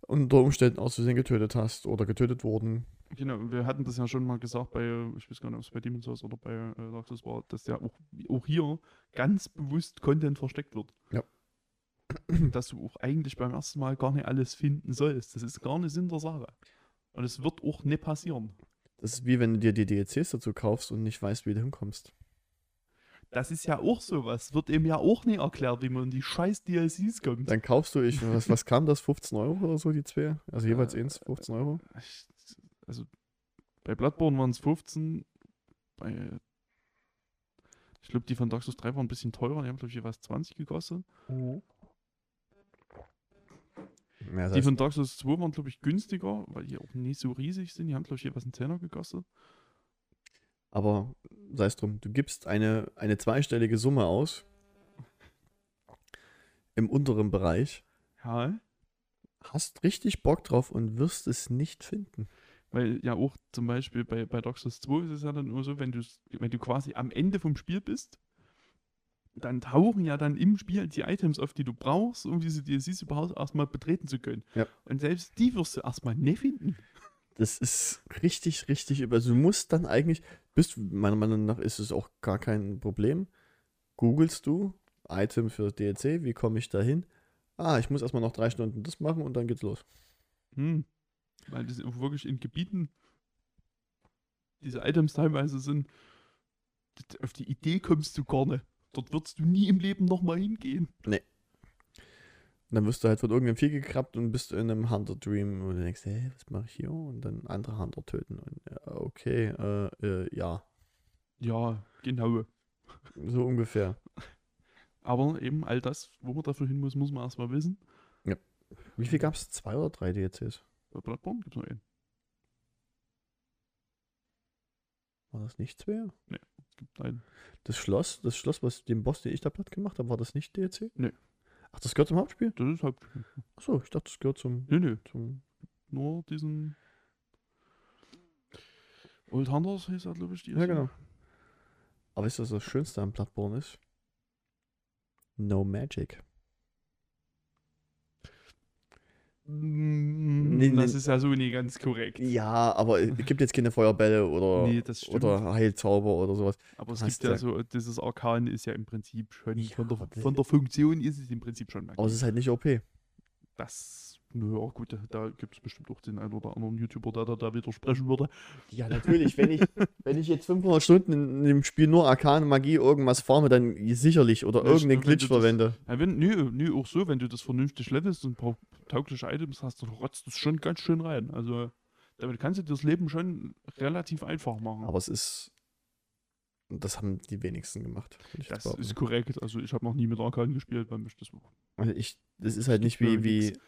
Speaker 2: unter Umständen aus Versehen getötet hast oder getötet wurden.
Speaker 1: Genau, wir hatten das ja schon mal gesagt bei, äh, ich weiß gar nicht, ob es bei Demon's Souls oder bei äh, Dark Souls war, dass ja auch, auch hier ganz bewusst Content versteckt wird.
Speaker 2: Ja.
Speaker 1: [clears throat] Dass du auch eigentlich beim ersten Mal gar nicht alles finden sollst. Das ist gar nicht Sinn der Sache. Und es wird auch nicht passieren.
Speaker 2: Das ist wie wenn du dir die DLCs dazu kaufst und nicht weißt, wie du hinkommst.
Speaker 1: Das ist ja auch sowas. Wird eben ja auch nicht erklärt, wie man in die scheiß DLCs kommt.
Speaker 2: Dann kaufst du, ich, was, was kam das, 15 Euro oder so, die zwei? Also jeweils
Speaker 1: Äh,
Speaker 2: eins, 15 Euro?
Speaker 1: Ich- Also bei Bloodborne waren es 15, bei ich glaube, die von Dark Souls 3 waren ein bisschen teurer, die haben, glaube ich, jeweils 20 gekostet.
Speaker 2: Ja, das
Speaker 1: die
Speaker 2: heißt,
Speaker 1: von Dark Souls 2 waren, glaube ich, günstiger, weil die auch nicht so riesig sind. Die haben, glaube ich, jeweils einen Zehner gekostet.
Speaker 2: aber sei es drum, du gibst eine, eine zweistellige Summe aus im unteren Bereich,
Speaker 1: Ja.
Speaker 2: hast richtig Bock drauf und wirst es nicht finden.
Speaker 1: Weil ja auch zum Beispiel bei, bei Dark Souls 2 ist es ja dann nur so, wenn du wenn du quasi am Ende vom Spiel bist, dann tauchen ja dann im Spiel die Items auf, die du brauchst, um diese DLCs überhaupt erstmal betreten zu können.
Speaker 2: Ja.
Speaker 1: Und selbst die wirst du erstmal nicht finden.
Speaker 2: Das ist richtig, richtig über. Also du musst dann eigentlich, bist meiner Meinung nach ist es auch gar kein Problem. Googlest du Item für DLC, wie komme ich da hin? Ah, ich muss erstmal noch drei Stunden das machen und dann geht's los.
Speaker 1: Hm. Weil das auch wirklich in Gebieten diese Items teilweise sind, d- auf die Idee kommst du gar nicht. Dort würdest du nie im Leben nochmal hingehen.
Speaker 2: Und dann wirst du halt von irgendeinem Vieh gekrabbt und bist in einem Hunter Dream und du denkst, hey, was mache ich hier? Und dann andere Hunter töten. Und ja, okay, äh, äh, ja,
Speaker 1: Ja, genau.
Speaker 2: so ungefähr.
Speaker 1: Aber eben all das, wo man dafür hin muss, muss man erstmal wissen.
Speaker 2: Wie viel gab's? Zwei oder drei DLCs?
Speaker 1: Bei Bloodborne gibt es noch einen.
Speaker 2: War das nicht zwei?
Speaker 1: Es gibt einen.
Speaker 2: Das Schloss, das Schloss, was den Boss, den ich da platt gemacht habe, war das nicht DLC?
Speaker 1: Nee.
Speaker 2: Ach, das gehört zum Hauptspiel?
Speaker 1: Das ist halt.
Speaker 2: Achso, ich dachte, das gehört zum.
Speaker 1: Nö, nö.
Speaker 2: zum
Speaker 1: Nur diesen. Old Hunters heißt er, glaube ich, die
Speaker 2: ja, genau. Aber weißt du, was das Schönste an Bloodborne ist? No Magic.
Speaker 1: Mm,
Speaker 2: Nee,
Speaker 1: das
Speaker 2: nee.
Speaker 1: ist ja so nie ganz korrekt.
Speaker 2: Ja, [laughs] aber es gibt jetzt keine Feuerbälle oder,
Speaker 1: Nee, das stimmt.
Speaker 2: oder Heilzauber oder sowas.
Speaker 1: Aber es
Speaker 2: Hast
Speaker 1: gibt ja
Speaker 2: ja-
Speaker 1: so, dieses Arkan ist ja im Prinzip schon,
Speaker 2: Ja,
Speaker 1: von, der,
Speaker 2: aber das-
Speaker 1: von der Funktion ist es im Prinzip schon
Speaker 2: Aber es
Speaker 1: merkwürdig.
Speaker 2: ist halt nicht OP.
Speaker 1: Das, naja, gut, da- da gibt es bestimmt auch den einen oder anderen YouTuber, der da, da
Speaker 2: Mhm.
Speaker 1: widersprechen würde.
Speaker 2: Ja, natürlich. [laughs] Wenn ich, wenn ich jetzt 500 Stunden in, in dem Spiel nur Arkane Magie irgendwas farme, dann sicherlich. Oder
Speaker 1: Ja,
Speaker 2: irgendeinen
Speaker 1: stimmt, wenn du
Speaker 2: Glitch
Speaker 1: das-
Speaker 2: verwende.
Speaker 1: Ja, wenn, nö, nö, auch so, wenn du das vernünftig levelst und ein paar taugliche Items hast, dann rotzt es schon ganz schön rein. Also, damit kannst du dir das Leben schon relativ einfach machen.
Speaker 2: Aber es ist. Das haben die wenigsten gemacht. würd ich jetzt
Speaker 1: das
Speaker 2: behaupten.
Speaker 1: ist korrekt. Also, ich habe noch nie mit Arkan gespielt, weil mich das.
Speaker 2: Also ich, das ist halt nicht
Speaker 1: gebe
Speaker 2: wie,
Speaker 1: mir
Speaker 2: wie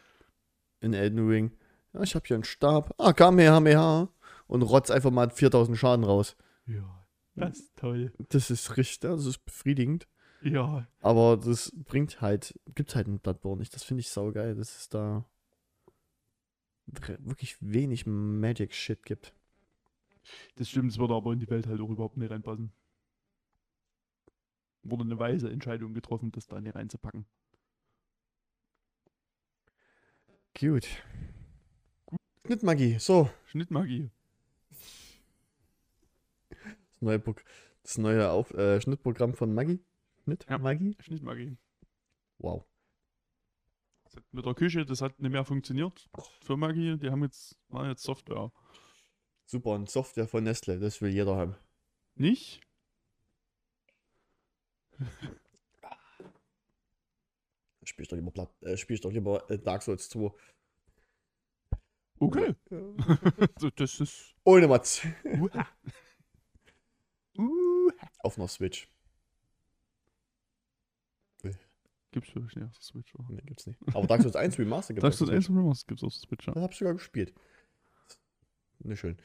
Speaker 2: in Elden Ring. Ja, ich habe hier einen Stab. Ah, Kamehameha. Und rotz einfach mal 4000 Schaden raus.
Speaker 1: Ja, das ist toll.
Speaker 2: Das ist richtig, das ist befriedigend.
Speaker 1: Ja,
Speaker 2: Aber das bringt halt, gibt halt in Bloodborne nicht. Das finde ich saugeil, dass es da re- wirklich wenig Magic-Shit gibt.
Speaker 1: Das stimmt, es würde aber in die Welt halt auch überhaupt nicht reinpassen. Wurde eine weise Entscheidung getroffen, das da nicht reinzupacken.
Speaker 2: Gut. Schnittmagie, so.
Speaker 1: Schnittmagie.
Speaker 2: Das neue, Pro das neue Auf äh, Schnittprogramm von Maggie. Schnittmagie?
Speaker 1: Schnittmagie.
Speaker 2: Wow.
Speaker 1: Das hat mit der Küche, das hat nicht mehr funktioniert. Für Magie, die haben jetzt, machen jetzt Software.
Speaker 2: Super, und Software von Nestle, das will jeder haben.
Speaker 1: Nicht?
Speaker 2: Spielst doch lieber, Blood, äh, spielst doch lieber äh, Dark Souls 2.
Speaker 1: Okay. So, das ist.
Speaker 2: Ohne Mats.
Speaker 1: Uha. Uha.
Speaker 2: Auf einer Switch.
Speaker 1: Gibt's wirklich nicht auf der Switch. Oder?
Speaker 2: Ne, gibt's nicht. Aber Dark Souls 1 Remaster gibt's
Speaker 1: Dark
Speaker 2: auf der
Speaker 1: Souls 1 Remastered gibt's auf der Switch. Ja.
Speaker 2: Das hab ich sogar gespielt. Ne, schön.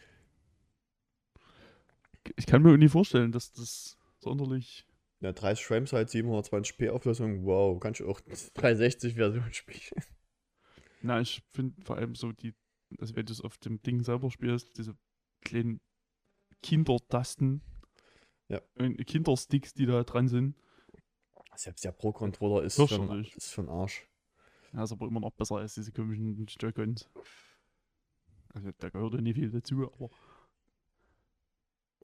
Speaker 1: Ich kann mir irgendwie vorstellen, dass das sonderlich.
Speaker 2: Ja, 30 Frames halt, 720p Auflösung. Wow, kannst du auch [laughs] 360-Version spielen. [laughs]
Speaker 1: Na, ich finde vor allem so die, also wenn du es auf dem Ding selber spielst, diese kleinen Kindertasten,
Speaker 2: Ja.
Speaker 1: äh, Kindersticks, die da dran sind,
Speaker 2: Selbst der Pro-Controller ist,
Speaker 1: Das
Speaker 2: schon,
Speaker 1: schon nicht.
Speaker 2: ist schon Arsch.
Speaker 1: ja, ist aber immer noch besser als diese komischen Joy-Cons. Also da gehört ja nicht viel dazu, aber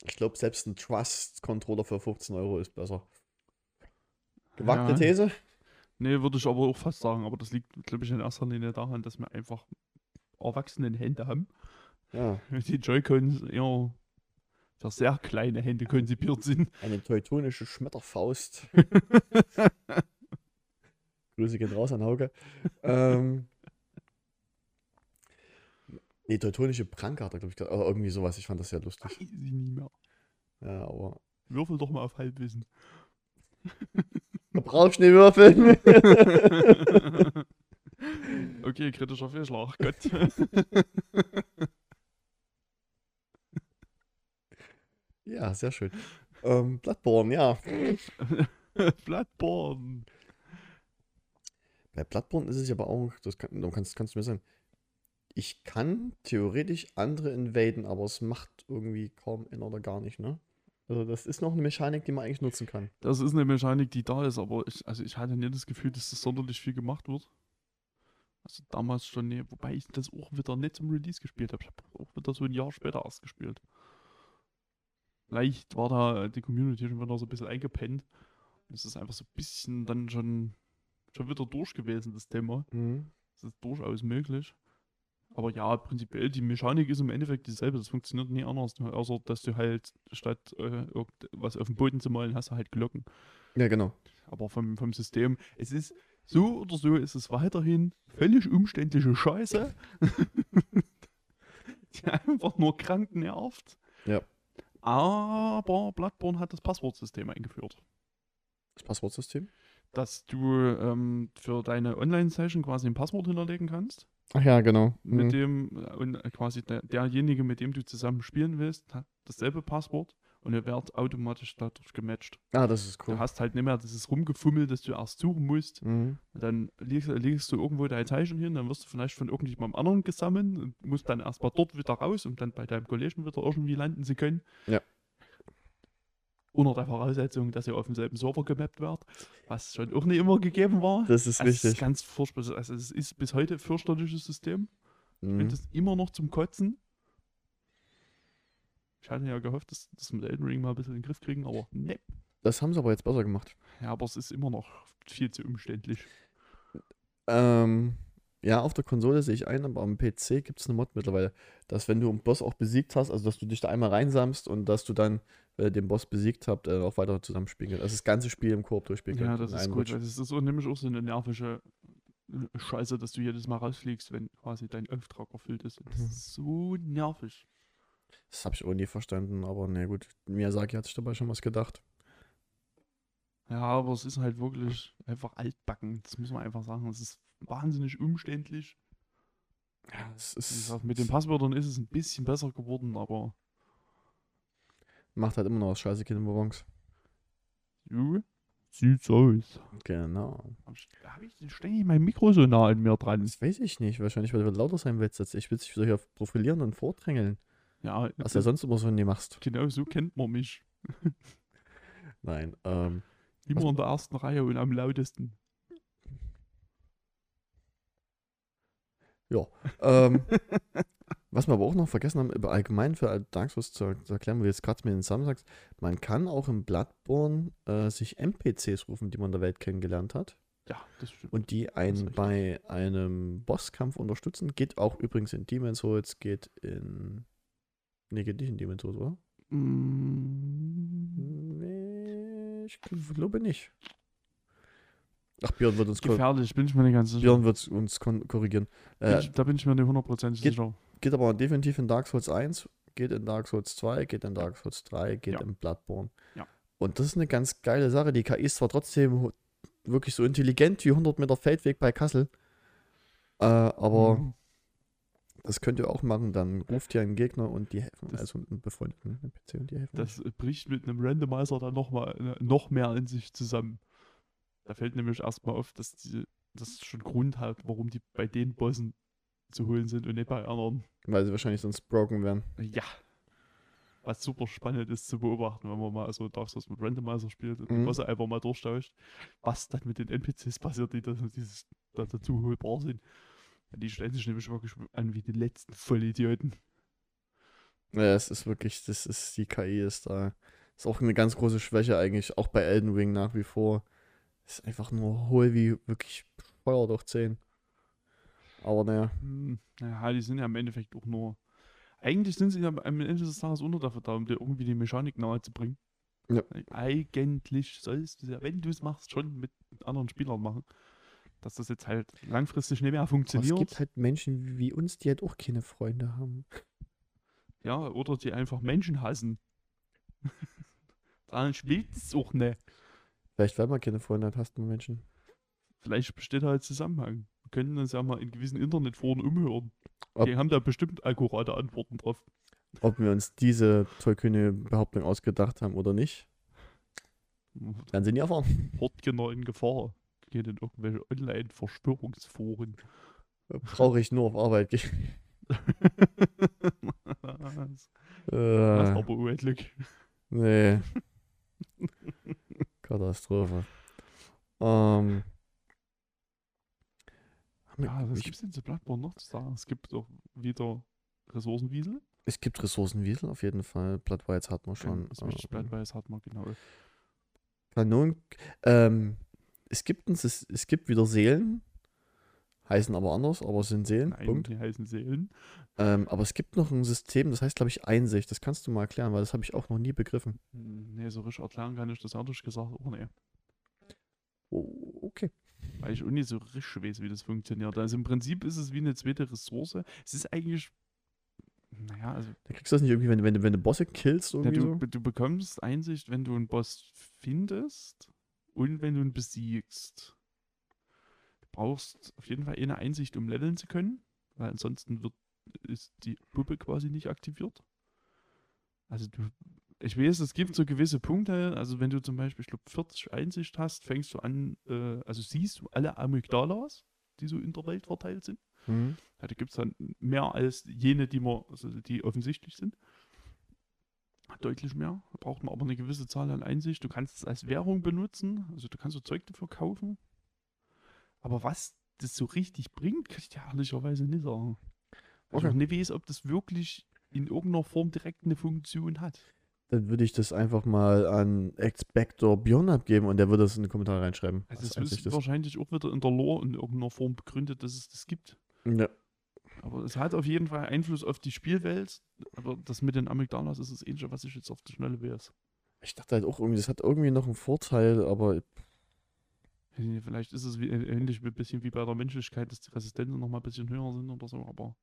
Speaker 2: Ich glaube, selbst ein Trust-Controller für 15 Euro ist besser. Gewagte
Speaker 1: Ja.
Speaker 2: These?
Speaker 1: nee, würde ich aber auch fast sagen, aber das liegt, glaube ich, in erster Linie daran, dass wir einfach erwachsenen Hände haben. [laughs]
Speaker 2: Ja.
Speaker 1: Die Joy-Cons eher für sehr kleine Hände konzipiert sind. [laughs]
Speaker 2: Eine teutonische Schmetterfaust. Grüße gehen raus an Hauke. ähm, nee, teutonische Pranke hat er, glaube ich, gesagt. Oder irgendwie sowas. Ich fand das sehr lustig.
Speaker 1: Weiß ich nicht mehr.
Speaker 2: Ja, aber
Speaker 1: Würfel doch mal auf Halbwissen.
Speaker 2: Du brauchst nicht würfeln.
Speaker 1: [laughs] Okay, kritischer Fehlschlag. Gott.
Speaker 2: [laughs] ja, sehr schön. Ähm, Bloodborne, ja.
Speaker 1: Bloodborne.
Speaker 2: Bei Bloodborne ist es aber auch, das kann, du kannst, kannst du mir sagen, ich kann theoretisch andere invaden, aber es macht irgendwie kaum in oder gar nicht, ne? Also das ist noch eine Mechanik, die man eigentlich nutzen kann.
Speaker 1: Das ist eine Mechanik, die da ist, aber ich, also ich hatte nicht das Gefühl, dass das sonderlich viel gemacht wird. Also damals schon, nee, wobei ich das auch wieder nicht zum Release gespielt habe. Ich habe auch wieder so ein Jahr später erst gespielt. Vielleicht war da die Community schon wieder so ein bisschen eingepennt. Das ist einfach so ein bisschen dann schon, schon wieder durch gewesen, das Thema. Das ist durchaus möglich. Aber ja, prinzipiell, die Mechanik ist im Endeffekt dieselbe. Das funktioniert nie anders. Außer, dass du halt statt äh, irgendwas auf dem Boden zu malen, hast du halt Glocken.
Speaker 2: Ja, genau.
Speaker 1: Aber vom, vom System, es ist so oder so, ist es weiterhin völlig umständliche Scheiße, [laughs] die einfach nur krank nervt.
Speaker 2: Ja.
Speaker 1: Aber Bloodborne hat das Passwortsystem eingeführt
Speaker 2: Das Passwortsystem.
Speaker 1: dass du ähm, für deine Online-Session quasi ein Passwort hinterlegen kannst,
Speaker 2: Ach ja, genau.
Speaker 1: mit dem äh, und äh, quasi der, derjenige, mit dem du zusammen spielen willst, hat dasselbe Passwort und er wird automatisch dadurch gematcht.
Speaker 2: Ah, das ist cool.
Speaker 1: Du hast halt nicht mehr dieses Rumgefummel, dass du erst suchen musst.
Speaker 2: Mhm.
Speaker 1: Dann legst, legst du irgendwo dein Teilchen hin, dann wirst du vielleicht von irgendjemandem anderen gesammelt und musst dann erstmal dort wieder raus und dann bei deinem Kollegen wieder irgendwie landen zu können.
Speaker 2: Ja.
Speaker 1: Unter der Voraussetzung, dass ihr auf demselben Server gemappt werdet, was schon auch nicht immer gegeben war.
Speaker 2: Das ist
Speaker 1: Also, Es ist
Speaker 2: richtig.
Speaker 1: ganz furchtbar. Also es ist bis heute ein fürchterliches System. Ich
Speaker 2: Mhm.
Speaker 1: finde es immer noch zum Kotzen. Ich hatte ja gehofft, dass dass wir mit Elden Ring mal ein bisschen in den Griff kriegen, aber ne.
Speaker 2: Das haben sie aber jetzt besser gemacht.
Speaker 1: Ja, aber es ist immer noch viel zu umständlich.
Speaker 2: Ähm, ja, auf der Konsole sehe ich ein, aber am PC gibt es eine Mod mittlerweile, dass wenn du einen Boss auch besiegt hast, also dass du dich da einmal reinsamst und dass du dann, wenn ihr den Boss besiegt habt, äh, auch weiter zusammenspielen kannst. Also das ganze Spiel im Koop durchspielen
Speaker 1: Ja,
Speaker 2: könnt
Speaker 1: das
Speaker 2: in
Speaker 1: ist
Speaker 2: einem
Speaker 1: gut.
Speaker 2: Rutsch.
Speaker 1: weil Es ist so, nämlich auch so eine nervische Scheiße, dass du jedes Mal rausfliegst, wenn quasi dein Auftrag erfüllt ist. Und Das
Speaker 2: Mhm.
Speaker 1: ist so nervig.
Speaker 2: Das habe ich auch nie verstanden, aber na gut, Miyazaki hat sich dabei schon was gedacht.
Speaker 1: Ja, aber es ist halt wirklich einfach altbacken. Das muss man einfach sagen. Es ist wahnsinnig umständlich.
Speaker 2: Ja, es
Speaker 1: Wie
Speaker 2: ist,
Speaker 1: gesagt, mit den Passwörtern ist es ein bisschen besser geworden, aber
Speaker 2: macht halt immer noch was scheiße Kinderbonbons.
Speaker 1: Ju, sieht so aus.
Speaker 2: Genau.
Speaker 1: Hab ich, hab ich ständig mein Mikro so nah an mir dran.
Speaker 2: Das weiß ich nicht, wahrscheinlich, weil du lauter sein willst. als Ich will dich wieder hier profilieren und vordrängeln,
Speaker 1: Ja,
Speaker 2: was
Speaker 1: [laughs]
Speaker 2: du ja sonst immer so nie machst.
Speaker 1: genau so kennt man mich.
Speaker 2: Nein,
Speaker 1: [laughs]
Speaker 2: ähm,
Speaker 1: Immer
Speaker 2: Was-
Speaker 1: in der ersten Reihe und am lautesten.
Speaker 2: Ähm, was wir aber auch noch vergessen haben, über allgemein für Dark Souls zu, zu erklären, weil du jetzt gerade mit den Sam sagst, man kann auch im Bloodborne äh, sich NPCs rufen, die man in der Welt kennengelernt hat
Speaker 1: Ja, das stimmt.
Speaker 2: und die
Speaker 1: Das ist
Speaker 2: einen
Speaker 1: richtig.
Speaker 2: bei einem Bosskampf unterstützen. Geht auch übrigens in Demon's Souls, geht in. Nee, geht nicht in Demon's Souls, oder?
Speaker 1: Mm,
Speaker 2: Nee, ich glaube nicht. Ach, Björn wird uns, kor
Speaker 1: Gefährlich, bin ich mir nicht ganz sicher.
Speaker 2: Björn wird uns kon- korrigieren.
Speaker 1: Bin
Speaker 2: Äh,
Speaker 1: ich, da bin ich mir nicht hundertprozentig
Speaker 2: geht-
Speaker 1: sicher.
Speaker 2: geht aber definitiv in Dark Souls 1, geht in Dark Souls 2, geht in Dark Souls 3, geht
Speaker 1: Ja.
Speaker 2: in Bloodborne.
Speaker 1: Ja.
Speaker 2: Und das ist eine ganz geile Sache. Die KI ist zwar trotzdem ho- wirklich so intelligent wie 100 Meter Feldweg bei Kassel, äh, aber
Speaker 1: Mhm.
Speaker 2: das könnt ihr auch machen. Dann ruft ihr einen Gegner und die helfen,
Speaker 1: Das-
Speaker 2: also einen befreundeten NPC und die helfen. euch.
Speaker 1: Das bricht mit einem Randomizer dann noch, mal, äh, noch mehr in sich zusammen. Da fällt nämlich erstmal auf, dass die, das schon Grund hat, warum die bei den Bossen zu holen sind und nicht bei anderen.
Speaker 2: Weil sie wahrscheinlich sonst broken werden.
Speaker 1: Ja. Was super spannend ist zu beobachten, wenn man mal so Dark Souls mit Randomizer spielt und die
Speaker 2: Mhm.
Speaker 1: Bosse einfach mal durchtauscht, was dann mit den NPCs passiert, die das, dieses, da dazu holbar sind. Die stellen sich nämlich wirklich an wie die letzten Vollidioten.
Speaker 2: Ja, es ist wirklich, das ist, die KI ist da. Ist auch eine ganz große Schwäche eigentlich, auch bei Elden Ring nach wie vor. Ist einfach nur hohl wie wirklich Feuer durch 10. Aber naja,
Speaker 1: Hm, Ja, die sind ja im Endeffekt auch nur. Eigentlich sind sie ja am Ende des Tages unter dafür da, um dir irgendwie die Mechanik nahe zu bringen.
Speaker 2: Ja.
Speaker 1: Eigentlich sollst du es ja, wenn du es machst, schon mit anderen Spielern machen. Dass das jetzt halt langfristig nicht mehr
Speaker 2: aber es
Speaker 1: funktioniert.
Speaker 2: gibt halt Menschen wie uns, die halt auch keine Freunde haben.
Speaker 1: Ja, oder die einfach Menschen hassen. [laughs] Dann spielt es auch nicht.
Speaker 2: Vielleicht, weil man keine Freunde hat, hasst man Menschen.
Speaker 1: Vielleicht besteht halt Zusammenhang. Wir können uns ja mal in gewissen Internetforen umhören.
Speaker 2: Ob-
Speaker 1: Die haben da bestimmt akkurate Antworten drauf. [laughs]
Speaker 2: Ob wir uns diese tollkühne Behauptung ausgedacht haben oder nicht, werden sie nie erfahren.
Speaker 1: Portgenau in Gefahr. Geht in irgendwelche
Speaker 2: [laughs]
Speaker 1: Online-Verschwörungsforen.
Speaker 2: Traurig nur auf Arbeit gehen.
Speaker 1: das ist
Speaker 2: Äh,
Speaker 1: aber unendlich.
Speaker 2: nee. [laughs] Katastrophe. Ähm. Haben wir-
Speaker 1: Ja, also was
Speaker 2: ich-
Speaker 1: gibt's denn zu Bloodborne noch zu sagen? Es gibt doch wieder Ressourcenwiesel.
Speaker 2: Es gibt Ressourcenwiesel auf jeden Fall. Blood Whites hat man schon.
Speaker 1: Das möchte
Speaker 2: äh,
Speaker 1: ich Bloodwise Also hat man genau.
Speaker 2: Kanonen. Ähm, es, gibt ein, Sys- es gibt wieder Seelen. Heißen aber anders, aber es sind Seelen.
Speaker 1: Nein,
Speaker 2: Punkt.
Speaker 1: die heißen Seelen.
Speaker 2: Ähm, aber es gibt noch ein System, das heißt, glaube ich, Einsicht. Das kannst du mal erklären, weil das habe ich auch noch nie begriffen.
Speaker 1: Hm, Nee, so richtig erklären kann ich das ehrlich gesagt auch nicht.
Speaker 2: Oh, okay.
Speaker 1: Weil ich auch nicht so richtig weiß, wie das funktioniert. Also im Prinzip ist es wie eine zweite Ressource. Es ist eigentlich. Naja, also
Speaker 2: Da kriegst du das nicht irgendwie, wenn, du- wenn, du- wenn du Bosse killst
Speaker 1: Ja,
Speaker 2: irgendwie
Speaker 1: du,
Speaker 2: so.
Speaker 1: be- du bekommst Einsicht, wenn du einen Boss findest und wenn du ihn besiegst. Du brauchst auf jeden Fall eine Einsicht, um leveln zu können, weil ansonsten wird, ist die Puppe quasi nicht aktiviert. Also du, ich weiß, es gibt so gewisse Punkte, also wenn du zum Beispiel, ich glaube, 40 Einsicht hast, fängst du an, äh, also siehst du alle Amygdalas, die so in der Welt verteilt sind.
Speaker 2: Hm.
Speaker 1: Ja, da gibt es dann mehr als jene, die, man, also die offensichtlich sind. Deutlich mehr. Da braucht man aber eine gewisse Zahl an Einsicht. Du kannst es als Währung benutzen. Also du kannst so Zeug dafür kaufen. Aber was das so richtig bringt, kann ich dir ehrlicherweise nicht sagen. Weil Ich
Speaker 2: Okay.
Speaker 1: auch nicht weiß, ob das wirklich in irgendeiner Form direkt eine Funktion hat.
Speaker 2: Dann würde ich das einfach mal an Expector Björn abgeben und der würde es in die Kommentare reinschreiben.
Speaker 1: Also
Speaker 2: was
Speaker 1: das
Speaker 2: Einsicht
Speaker 1: ist wahrscheinlich auch wieder in der Lore in irgendeiner Form begründet, dass es das gibt.
Speaker 2: Ja.
Speaker 1: Aber es hat auf jeden Fall Einfluss auf die Spielwelt. Aber das mit den Amygdalas ist das Ähnliche, was ich jetzt auf die Schnelle weiß.
Speaker 2: Ich dachte halt auch irgendwie, das hat irgendwie noch einen Vorteil, aber
Speaker 1: Nee, Vielleicht ist es wie, äh, ähnlich wie ein bisschen wie bei der Menschlichkeit, dass die Resistenzen noch mal ein bisschen höher sind oder so, aber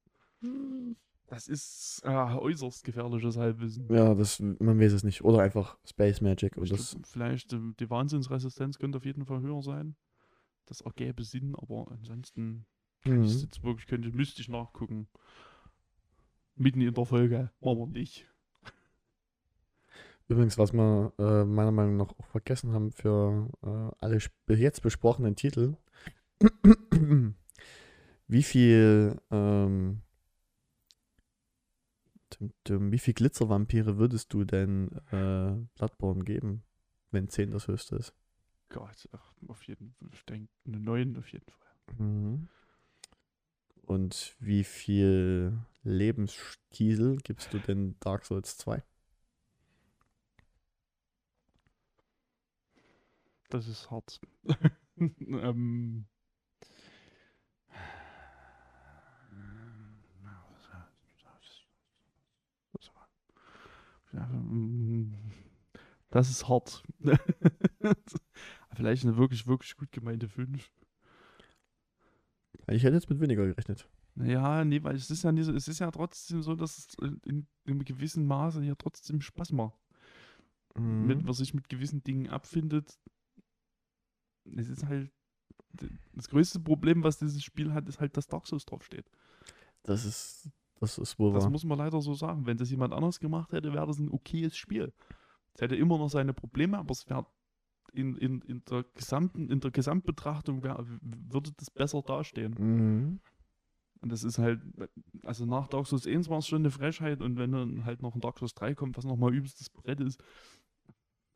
Speaker 1: das ist äh, äußerst gefährliches Halbwissen.
Speaker 2: ja, das, man weiß es nicht. Oder einfach Space Magic und
Speaker 1: Ich
Speaker 2: das.
Speaker 1: glaub, vielleicht ähm, die Wahnsinnsresistenz könnte auf jeden Fall höher sein. Das ergäbe Sinn, aber ansonsten kann ich es
Speaker 2: Mhm.
Speaker 1: jetzt wirklich, könnte, müsste ich nachgucken. Mitten in der Folge, machen wir nicht.
Speaker 2: Übrigens, was wir äh, meiner Meinung nach auch vergessen haben für äh, alle sp- jetzt besprochenen Titel, [clears throat] wie viel, ähm, dum, dum, wie viel Glitzervampire würdest du denn äh, Bloodborne geben, wenn 10 das höchste ist?
Speaker 1: Gott, ach, auf jeden Fall, ich denke, eine 9 auf jeden Fall.
Speaker 2: Mhm. Und wie viel Lebensstiesel gibst du denn Dark Souls 2?
Speaker 1: Das ist hart. [laughs] ähm. Das ist hart. [laughs] Vielleicht eine wirklich, wirklich gut gemeinte 5.
Speaker 2: Ich hätte jetzt mit weniger gerechnet.
Speaker 1: Ja, nee, weil es ist ja, nicht so, es ist ja trotzdem so, dass es in, in einem gewissen Maße ja trotzdem Spaß macht. Mit,
Speaker 2: Mhm.
Speaker 1: man sich mit gewissen Dingen abfindet. Es ist halt. d- Das größte Problem, was dieses Spiel hat, ist halt, dass Dark Souls draufsteht.
Speaker 2: Das ist, das ist wohl
Speaker 1: Das
Speaker 2: wahr.
Speaker 1: muss man leider so sagen. Wenn das jemand anders gemacht hätte, wäre das ein okayes Spiel. Es hätte immer noch seine Probleme, aber es wäre in, in, in der gesamten, in der Gesamtbetrachtung wär, würde das besser dastehen.
Speaker 2: Mhm.
Speaker 1: Und das ist halt, also nach Dark Souls 1 war es schon eine Frechheit und wenn dann halt noch ein Dark Souls 3 kommt, was nochmal übelstes Brett ist,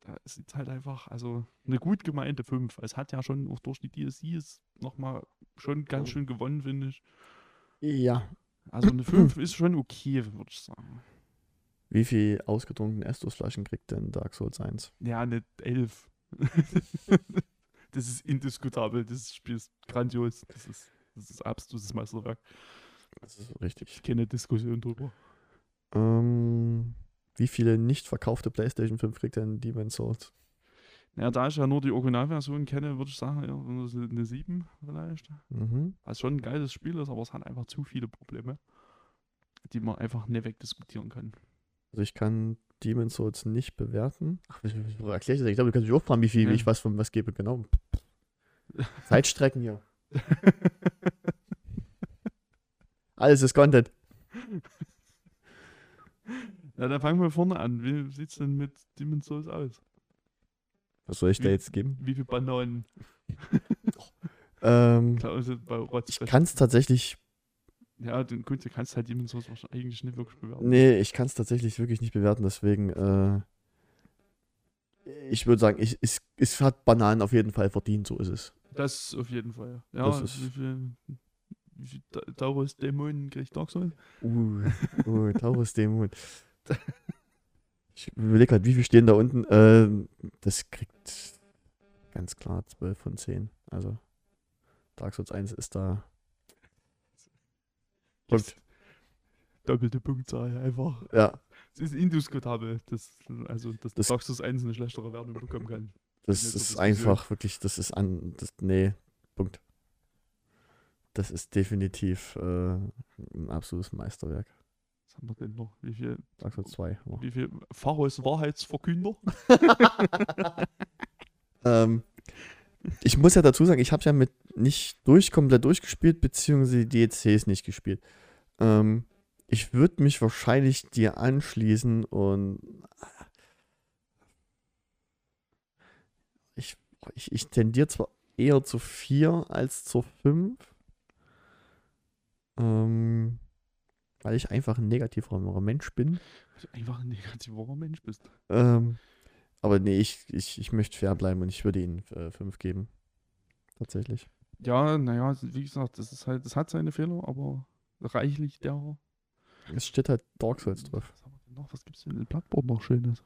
Speaker 1: da ist jetzt halt einfach, also eine gut gemeinte 5. Es hat ja schon auch durch die DLCs nochmal schon ganz schön gewonnen, finde ich.
Speaker 2: Ja.
Speaker 1: Also eine 5 ist schon okay, würde ich sagen.
Speaker 2: Wie viel ausgetrunkene Estus-Flaschen kriegt denn Dark Souls 1?
Speaker 1: Ja, eine 11. [laughs] das ist indiskutabel, dieses Spiel ist grandios. Das ist, das ist absolutes Meisterwerk.
Speaker 2: Das ist richtig.
Speaker 1: Ich kenne Diskussion drüber.
Speaker 2: Ähm, wie viele nicht verkaufte PlayStation 5 kriegt denn Demon's Souls?
Speaker 1: Ja, da ich ja nur die Originalversion kenne, würde ich sagen, ja, so eine eine 7 vielleicht.
Speaker 2: Mhm.
Speaker 1: Was schon ein geiles Spiel ist, aber es hat einfach zu viele Probleme, die man einfach nicht wegdiskutieren
Speaker 2: [laughs]
Speaker 1: kann.
Speaker 2: Also ich kann Demon's Souls nicht bewerten. Ach, wie, wie, wie erkläre ich das? Ich glaube, du kannst mich auch fragen, wie viel wie
Speaker 1: Ja.
Speaker 2: ich was von was
Speaker 1: [laughs]
Speaker 2: gebe. Genau. Zeitstrecken hier. Alles ist Content.
Speaker 1: Na, dann fangen wir vorne an. Wie sieht's denn mit Demon's Souls aus?
Speaker 2: Was soll ich da
Speaker 1: Wie-
Speaker 2: jetzt geben?
Speaker 1: Wie viele Bananen
Speaker 2: Ähm,
Speaker 1: Klar, sind bei
Speaker 2: ich
Speaker 1: Rotzfest?
Speaker 2: kann es tatsächlich.
Speaker 1: Ja, den, gut, du kannst halt Demon's Souls wahrscheinlich eigentlich nicht wirklich bewerten.
Speaker 2: Nee, ich kann es tatsächlich wirklich nicht bewerten, deswegen. Äh, ich würde sagen, ich, es, es hat Bananen auf jeden Fall verdient, so ist es.
Speaker 1: Das auf jeden Fall. Ja,
Speaker 2: Das ist-
Speaker 1: wie viel, wie viel Ta- Taurus Dämonen kriegt Dark Souls?
Speaker 2: Uh, [laughs] uh Taurus Dämon. Ich überlege gerade, wie viel stehen da unten? Ähm, das kriegt ganz klar 12 von 10. Also Dark Souls 1 ist da. Punkt.
Speaker 1: Doppelte Punktzahl einfach.
Speaker 2: Ja,
Speaker 1: Es ist indiskutabel, dass, also, dass
Speaker 2: Das-
Speaker 1: Dark Souls 1 eine schlechtere Werbung bekommen kann.
Speaker 2: das
Speaker 1: Nicht
Speaker 2: ist
Speaker 1: zur Diskussion.
Speaker 2: einfach wirklich, das ist an. Das, nee, Punkt. Das ist definitiv äh, ein absolutes Meisterwerk.
Speaker 1: Was haben wir denn noch? Wie viel
Speaker 2: Dark Souls 2. wow.
Speaker 1: Wie viel Pharus Wahrheitsverkünder?
Speaker 2: Ähm, ich muss ja dazu sagen, ich habe es ja mit nicht durch, komplett durchgespielt, beziehungsweise die DLCs nicht gespielt. Ähm, ich würde mich wahrscheinlich dir anschließen und äh, ich, ich, ich tendiere zwar eher zu 4 als zu 5, ähm, weil ich einfach ein negativer Mensch
Speaker 1: Weil
Speaker 2: bin.
Speaker 1: [laughs] du einfach ein negativer Mensch bist.
Speaker 2: Ähm, aber nee, ich, ich, ich möchte fair bleiben und ich würde ihnen 5 geben. Tatsächlich.
Speaker 1: Ja, naja, wie gesagt, das ist halt, das hat seine Fehler, aber reichlich der. Hm,
Speaker 2: Es steht halt Dark Souls drauf.
Speaker 1: Was haben wir denn noch? Was gibt's denn in Bloodborne noch Schönes?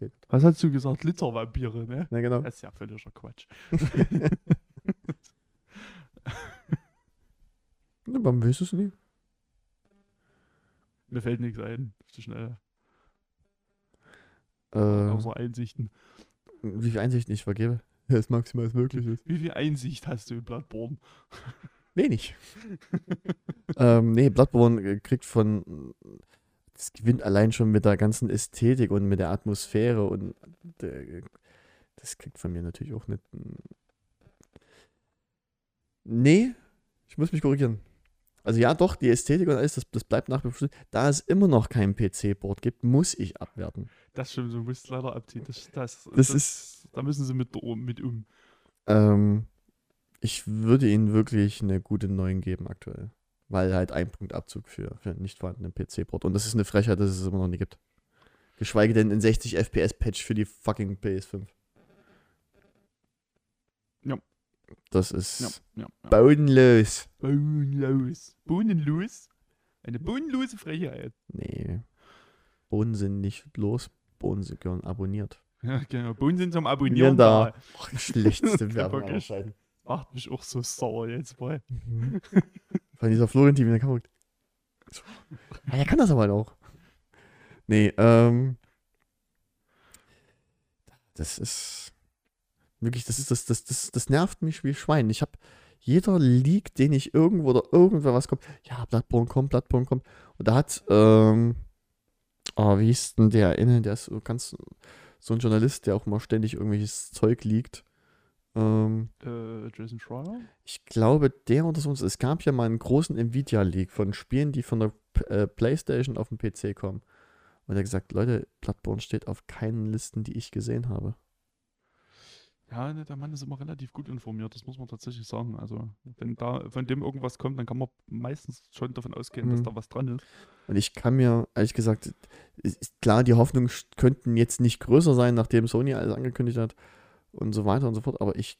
Speaker 2: Den-
Speaker 1: Was hast du gesagt? Glitzervampire, ne?
Speaker 2: Na genau. [laughs]
Speaker 1: Das ist ja völliger Quatsch.
Speaker 2: Ne, man weiß es nie.
Speaker 1: Mir fällt nichts ein. Zu schnell.
Speaker 2: Äh,
Speaker 1: Außer Einsichten.
Speaker 2: Ähm, wie viel Einsichten ich vergebe. [laughs] Das maximal als möglich ist.
Speaker 1: Wie viel Einsicht hast du in Bloodborne?
Speaker 2: Wenig. [laughs] ähm, nee, Bloodborne äh, kriegt von. Das gewinnt allein schon mit der ganzen Ästhetik und mit der Atmosphäre und der, das kriegt von mir natürlich auch nicht. hm. Nee, ich muss mich korrigieren. Also ja, doch, die Ästhetik und alles, das, das bleibt nach wie vor. Da es immer noch kein PC-Board gibt, muss ich abwerten.
Speaker 1: Das stimmt, du musst leider abziehen. Das, das,
Speaker 2: Das ist.
Speaker 1: da müssen sie mit, mit um.
Speaker 2: Ähm, ich würde ihnen wirklich eine gute 9 geben aktuell. Weil halt ein Punkt Abzug für, für einen nicht vorhandenen PC-Port. Und das ist eine Frechheit, dass es immer noch nicht gibt. Geschweige denn ein 60 FPS-Patch für die fucking PS5.
Speaker 1: Ja.
Speaker 2: Das ist
Speaker 1: Ja, ja, ja.
Speaker 2: bodenlos.
Speaker 1: Bohnenlos. Bohnenlos? Eine bohnenlose Frechheit. [laughs]
Speaker 2: Nee. Bohnen sind nicht los. Bohnen sind gern
Speaker 1: [laughs]
Speaker 2: abonniert.
Speaker 1: Ja, genau. Bohnen sind zum
Speaker 2: Abonnieren
Speaker 1: Abonnieren
Speaker 2: da.
Speaker 1: da.
Speaker 2: Ach, schlechteste Werbung.
Speaker 1: Wirklich.
Speaker 2: aller Zeiten.
Speaker 1: Macht mich auch so sauer jetzt mal.
Speaker 2: [laughs] Mhm. Von dieser Florentin wieder kaputt. So. Ja, der kann das aber halt auch. Nee, ähm, Das ist wirklich, das ist das, das, das, das nervt mich wie Schwein. Ich habe jeder Leak, den ich irgendwo oder irgendwer was kommt, ja, Bloodborne kommt, Bloodborne kommt. Und da hat, ähm, oh, wie hieß denn der inne, der ist so ganz, so ein Journalist, der auch immer ständig irgendwelches Zeug liegt. Ähm,
Speaker 1: Äh, Jason Schreier?
Speaker 2: ich glaube, der oder so. Es gab ja mal einen großen Nvidia-Leak von Spielen, die von der P- äh, Playstation auf den PC kommen. Und er hat gesagt, Leute, Bloodborne steht auf keinen Listen, die ich gesehen habe.
Speaker 1: Ja, ne, der Mann ist immer relativ gut informiert, das muss man tatsächlich sagen. Also, wenn da von dem irgendwas kommt, dann kann man meistens schon davon ausgehen, dass
Speaker 2: Mhm.
Speaker 1: da was dran ist.
Speaker 2: Und ich kann mir, ehrlich gesagt, es ist klar, die Hoffnungen sch- könnten jetzt nicht größer sein, nachdem Sony alles angekündigt hat und so weiter und so fort, aber ich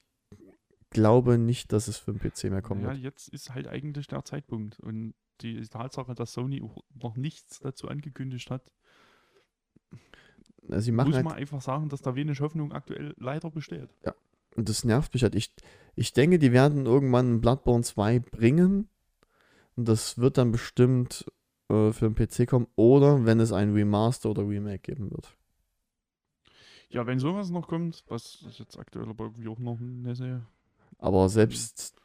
Speaker 2: glaube nicht, dass es für den PC mehr kommen
Speaker 1: Ja,
Speaker 2: wird.
Speaker 1: jetzt ist halt eigentlich der Zeitpunkt. Und die Tatsache, dass Sony auch noch nichts dazu angekündigt hat,
Speaker 2: Also sie machen
Speaker 1: muss
Speaker 2: halt
Speaker 1: man einfach sagen, dass da wenig Hoffnung aktuell leider besteht.
Speaker 2: Und das nervt mich halt. Ich, ich denke, die werden irgendwann Bloodborne 2 bringen. Und das wird dann bestimmt äh, für den PC kommen. Oder wenn es ein Remaster oder Remake geben wird.
Speaker 1: Ja, wenn sowas noch kommt, was ich jetzt aktuell aber irgendwie auch noch nicht sehe.
Speaker 2: Aber selbst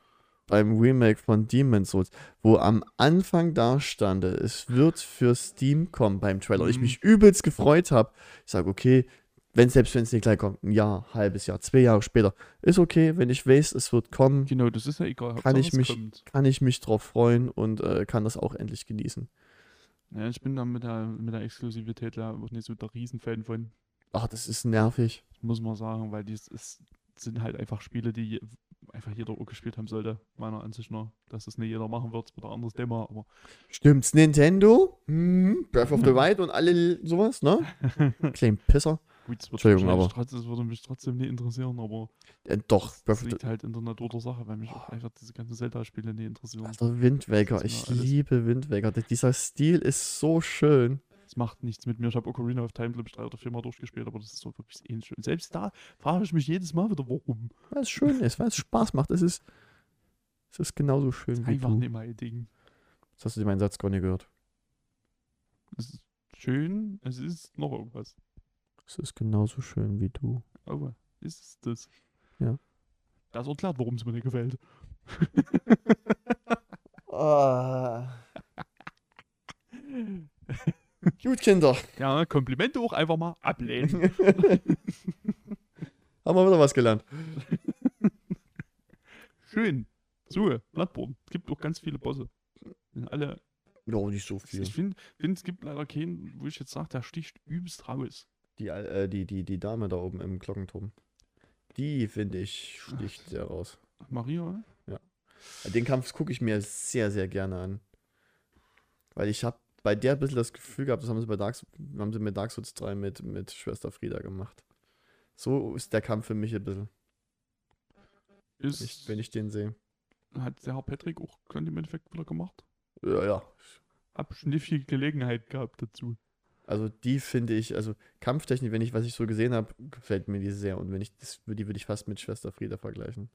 Speaker 2: beim Remake von Demon's Souls, wo am Anfang da stande, es wird für Steam kommen beim Trailer. und Ich
Speaker 1: Mhm.
Speaker 2: mich übelst gefreut habe. Ich sage, okay, wenn selbst wenn es nicht gleich kommt, ein Jahr, halbes Jahr, zwei Jahre später, ist okay, wenn ich weiß, es wird kommen,
Speaker 1: Genau, das ist ja egal.
Speaker 2: Kann ich
Speaker 1: es
Speaker 2: mich-
Speaker 1: Kommt.
Speaker 2: kann ich mich drauf freuen und äh, kann das auch endlich genießen.
Speaker 1: Ja, ich bin da mit der, mit der Exklusivität da auch nicht so der Riesenfan von.
Speaker 2: Ach, das ist nervig.
Speaker 1: muss man sagen, weil die ist, sind halt einfach Spiele, die je- einfach jeder auch gespielt haben sollte, meiner Ansicht nach. Dass das nicht jeder machen wird, ist wieder ein anderes Thema,
Speaker 2: [laughs]
Speaker 1: aber
Speaker 2: Stimmt's, Nintendo? Hm, Breath of
Speaker 1: Mhm.
Speaker 2: the Wild und alle l- sowas, ne? Kleinen Pisser.
Speaker 1: gut, es wird
Speaker 2: Entschuldigung,
Speaker 1: wahrscheinlich
Speaker 2: aber-
Speaker 1: trotz- es würde mich trotzdem nicht interessieren, aber
Speaker 2: Äh, doch,
Speaker 1: das
Speaker 2: Breath of the
Speaker 1: liegt halt in der Natur der Sache, weil mich auch einfach diese ganzen Zelda-Spiele nicht interessieren.
Speaker 2: Alter, Wind Waker.
Speaker 1: Das ist
Speaker 2: Ich
Speaker 1: mir alles-
Speaker 2: liebe Wind Waker. D- Dieser Stil ist so schön.
Speaker 1: Es macht nichts mit mir. Ich habe Ocarina of Time, glaube ich, drei oder viermal durchgespielt, aber das ist so wirklich ähnlich. Und selbst da frage ich mich jedes Mal wieder, warum.
Speaker 2: Weil es schön ist, weil es Spaß macht. Es ist, es ist genauso schön wie
Speaker 1: Einfach
Speaker 2: du.
Speaker 1: nicht mein Ding.
Speaker 2: Jetzt hast du meinen Satz gar nicht gehört.
Speaker 1: Es ist schön, es ist noch irgendwas.
Speaker 2: Es ist genauso schön wie du.
Speaker 1: Aber ist es das?
Speaker 2: Ja.
Speaker 1: Das erklärt, warum es mir nicht gefällt.
Speaker 2: Ah. Gut, Kinder.
Speaker 1: Ja, Komplimente auch einfach mal ablehnen.
Speaker 2: [laughs] Haben wir wieder was gelernt.
Speaker 1: Schön. So, Bloodborne. Es gibt auch ganz viele Bosse. Sind Alle.
Speaker 2: Ja, nicht so viel.
Speaker 1: Ich finde, find, es gibt leider keinen, wo ich jetzt sage, der sticht übelst raus.
Speaker 2: Die, äh, die, die, die Dame da oben im Glockenturm. Die, finde ich, sticht sehr raus.
Speaker 1: Maria?
Speaker 2: Den Kampf gucke ich mir sehr, sehr gerne an. Weil ich habe bei der ein bisschen das Gefühl gehabt, das haben sie bei Dark, haben sie mit Dark Souls 3 mit, mit Schwester Frieda gemacht. So ist der Kampf für mich ein bisschen,
Speaker 1: Ist,
Speaker 2: wenn ich, wenn ich den sehe.
Speaker 1: Hat der Herr Patrick auch dann im Endeffekt wieder gemacht?
Speaker 2: Ja, ja.
Speaker 1: Hab schniffige Gelegenheit gehabt dazu.
Speaker 2: Also die finde ich, also Kampftechnik, wenn ich, was ich so gesehen habe, gefällt mir die sehr. Und wenn ich, das, die würde ich fast mit Schwester Frieda vergleichen.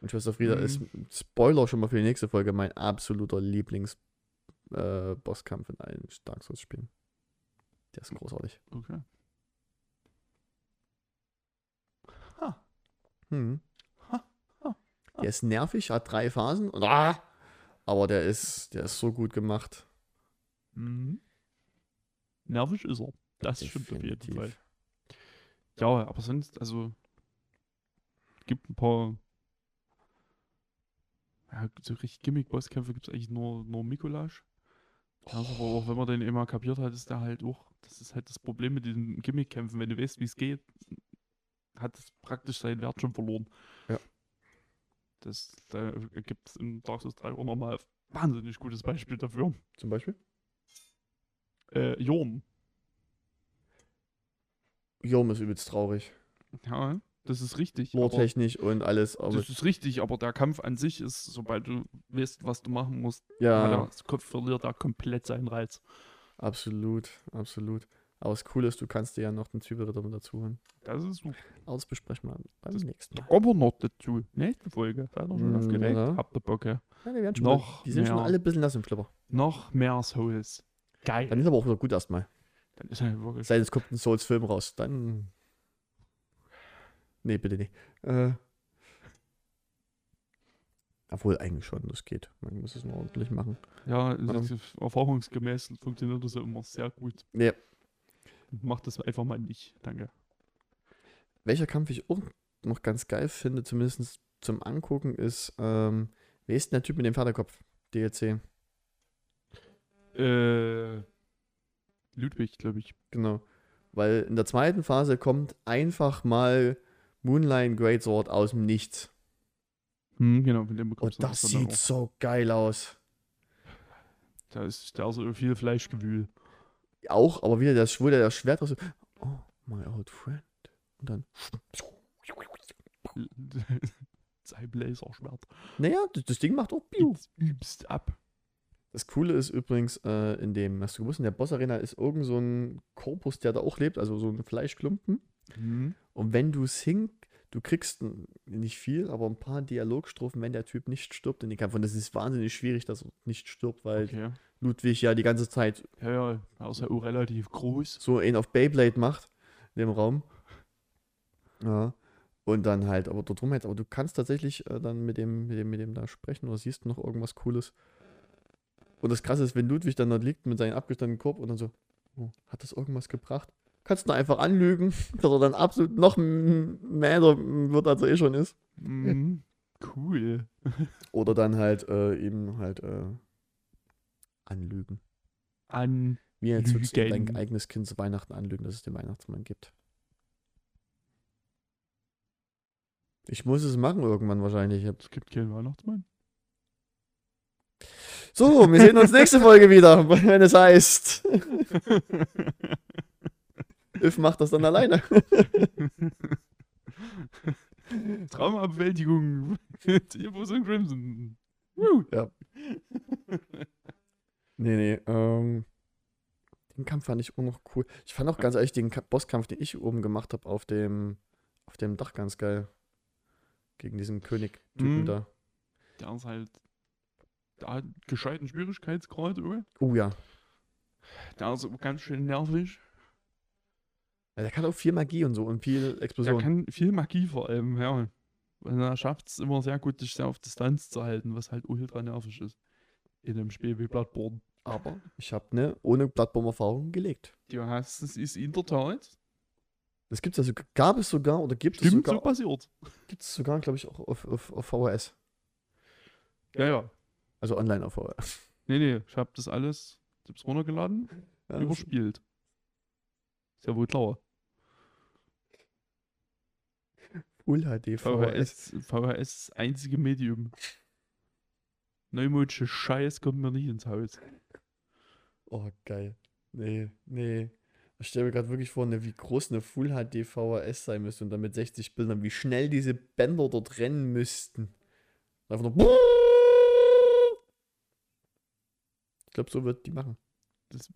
Speaker 2: Und Schwester Frieda
Speaker 1: Mhm.
Speaker 2: ist, Spoiler schon mal für die nächste Folge, mein absoluter Lieblings-Bosskampf in allen Dark Souls-Spielen. Der ist großartig.
Speaker 1: Okay.
Speaker 2: Hm.
Speaker 1: Ha, ha, ha.
Speaker 2: Der ist nervig, hat drei Phasen und ah, aber der ist, der ist so gut gemacht.
Speaker 1: Mhm. Nervig ist er. Das stimmt auf jeden
Speaker 2: Definitiv.
Speaker 1: Fall. Ja, aber sonst, also gibt ein paar ja, so richtig Gimmick-Bosskämpfe gibt es eigentlich nur, nur Mikolasch. Ja, ist aber auch wenn man den immer kapiert hat, ist der halt auch, das ist halt das Problem mit diesen Gimmick-Kämpfen. Wenn du weißt, wie es geht, hat es praktisch seinen Wert schon verloren.
Speaker 2: Ja.
Speaker 1: Das da gibt es in Dark Souls 3 auch nochmal ein wahnsinnig gutes Beispiel dafür.
Speaker 2: Zum Beispiel?
Speaker 1: Äh, Jorn.
Speaker 2: Jom ist übelst traurig.
Speaker 1: Ja, das ist richtig. Aber,
Speaker 2: Lore-technisch und alles. Aber,
Speaker 1: das ist richtig, aber der Kampf an sich ist, sobald du weißt, was du machen musst, hat
Speaker 2: ja,
Speaker 1: er, das Kopf verliert er komplett seinen Reiz.
Speaker 2: absolut, absolut. Aber das Coole ist, du kannst dir ja noch den Zwiebelritter mit dazu holen.
Speaker 1: Das ist so.
Speaker 2: Aber das besprechen wir beim
Speaker 1: Das-
Speaker 2: nächsten Mal.
Speaker 1: Aber noch dazu. Nächste Folge. Seid ihr schon
Speaker 2: Mm,
Speaker 1: aufgeregt?
Speaker 2: ja.
Speaker 1: Habt ihr Bock? ja?
Speaker 2: Ja, die, werden schon
Speaker 1: noch
Speaker 2: mal, die sind schon
Speaker 1: mehr.
Speaker 2: alle ein bisschen nass im Schlipper.
Speaker 1: Noch mehr Souls. Geil.
Speaker 2: Dann ist aber auch wieder gut erstmal.
Speaker 1: Dann ist er wirklich.
Speaker 2: Es sei denn, es kommt ein Souls-Film raus. Dann Nee, bitte nicht. Äh, obwohl, eigentlich schon, das geht. Man muss es nur ordentlich machen.
Speaker 1: Ja, das ist erfahrungsgemäß funktioniert das ja immer sehr gut.
Speaker 2: Ja.
Speaker 1: Macht das einfach mal nicht. Danke.
Speaker 2: Welcher Kampf ich auch noch ganz geil finde, zumindest zum Angucken, ist, ähm, wer ist denn der Typ mit dem Vaterkopf? DLC,
Speaker 1: Äh, Ludwig, glaube ich.
Speaker 2: genau. Weil in der zweiten Phase kommt einfach mal Moonlight Greatsword aus dem Nichts.
Speaker 1: Hm, genau, mit dem
Speaker 2: Und
Speaker 1: bekommst du
Speaker 2: Oh, das
Speaker 1: dann
Speaker 2: sieht so geil aus.
Speaker 1: auch. Da ist da ist so viel Fleischgewühl.
Speaker 2: Auch, aber wieder das, wo der das Schwert raus. so, Oh, my old friend. Und dann.
Speaker 1: [laughs] Sein Laserschwert.
Speaker 2: Naja, das, das Ding macht auch Piu.
Speaker 1: Jetzt übst ab.
Speaker 2: Das Coole ist übrigens, äh, in dem, hast du gewusst, in der Boss-Arena ist irgend so ein Korpus, der da auch lebt, also so ein Fleischklumpen.
Speaker 1: Hm.
Speaker 2: Und wenn du singst, du kriegst n- nicht viel, aber ein paar Dialogstrophen, wenn der Typ nicht stirbt in den Kampf. Und das ist wahnsinnig schwierig, dass er nicht stirbt, weil
Speaker 1: Okay.
Speaker 2: Ludwig ja die ganze Zeit
Speaker 1: Ja, ja, er ist ja auch relativ groß.
Speaker 2: so einen auf Beyblade macht in dem Raum. Ja. Und dann halt, aber dort rum halt, aber du kannst tatsächlich äh, dann mit dem, mit dem, mit dem da sprechen oder siehst noch irgendwas Cooles. Und das krasse ist, wenn Ludwig dann dort liegt mit seinem abgestandenen Korb und dann so, oh, hat das irgendwas gebracht? Kannst du ihn einfach anlügen, [laughs] dass er dann absolut noch m- mehr wird, als er eh schon ist.
Speaker 1: Mhm. [laughs] Cool.
Speaker 2: Oder dann halt äh, eben halt äh, anlügen.
Speaker 1: An.
Speaker 2: Wie jetzt würdest du dein
Speaker 1: Lügen.
Speaker 2: eigenes Kind zu Weihnachten anlügen, dass es den Weihnachtsmann gibt. Ich muss es machen irgendwann wahrscheinlich.
Speaker 1: Es gibt keinen
Speaker 2: [laughs]
Speaker 1: Weihnachtsmann. [laughs]
Speaker 2: So, wir sehen uns nächste Folge wieder, [laughs] wenn es heißt. If macht das dann alleine.
Speaker 1: Traumabwältigung. [laughs] mit Infos und Crimson. Woo.
Speaker 2: Ja. Nee, nee. Ähm, den Kampf fand ich auch noch cool. Ich fand auch ganz ehrlich den Ka- Bosskampf, den ich oben gemacht habe, auf dem, auf dem Dach ganz geil. Gegen diesen König-Typen
Speaker 1: Mhm.
Speaker 2: da.
Speaker 1: [laughs] Der ist halt. Da hat einen gescheiten Schwierigkeitsgrad, oder?
Speaker 2: Oh ja.
Speaker 1: Der ist auch ganz schön nervig.
Speaker 2: Ja, Der kann auch viel Magie und so und viel
Speaker 1: Er
Speaker 2: Explosion.
Speaker 1: kann viel Magie vor allem, ja. Und er schafft es immer sehr gut, dich sehr auf Distanz zu halten, was halt ultra nervig ist. In einem Spiel wie Bloodborne.
Speaker 2: Aber ich habe ne ohne Plattformerfahrung gelegt.
Speaker 1: Du hast es ist in der Tat.
Speaker 2: Das gibt's also, gab es sogar oder gibt es
Speaker 1: Stimmt, so
Speaker 2: sogar,
Speaker 1: passiert.
Speaker 2: gibt's sogar glaube ich, auch auf, auf, auf VHS.
Speaker 1: Ja, ja.
Speaker 2: Also online auf VHS.
Speaker 1: Nee, nee, ich habe das alles ich hab's runtergeladen,
Speaker 2: Ja, das-
Speaker 1: überspielt. Ist ja wohl klar.
Speaker 2: Full HD VHS.
Speaker 1: VHS, VHS ist das einzige Medium. Neumodische Scheiß kommt mir nicht ins Haus.
Speaker 2: Oh, geil. Nee, nee. Ich stelle mir gerade wirklich vor, ne, wie groß eine Full HD VHS sein müsste und dann mit 60 Bildern, wie schnell diese Bänder dort rennen müssten. Einfach nur. Ich glaube, so wird die machen.
Speaker 1: Das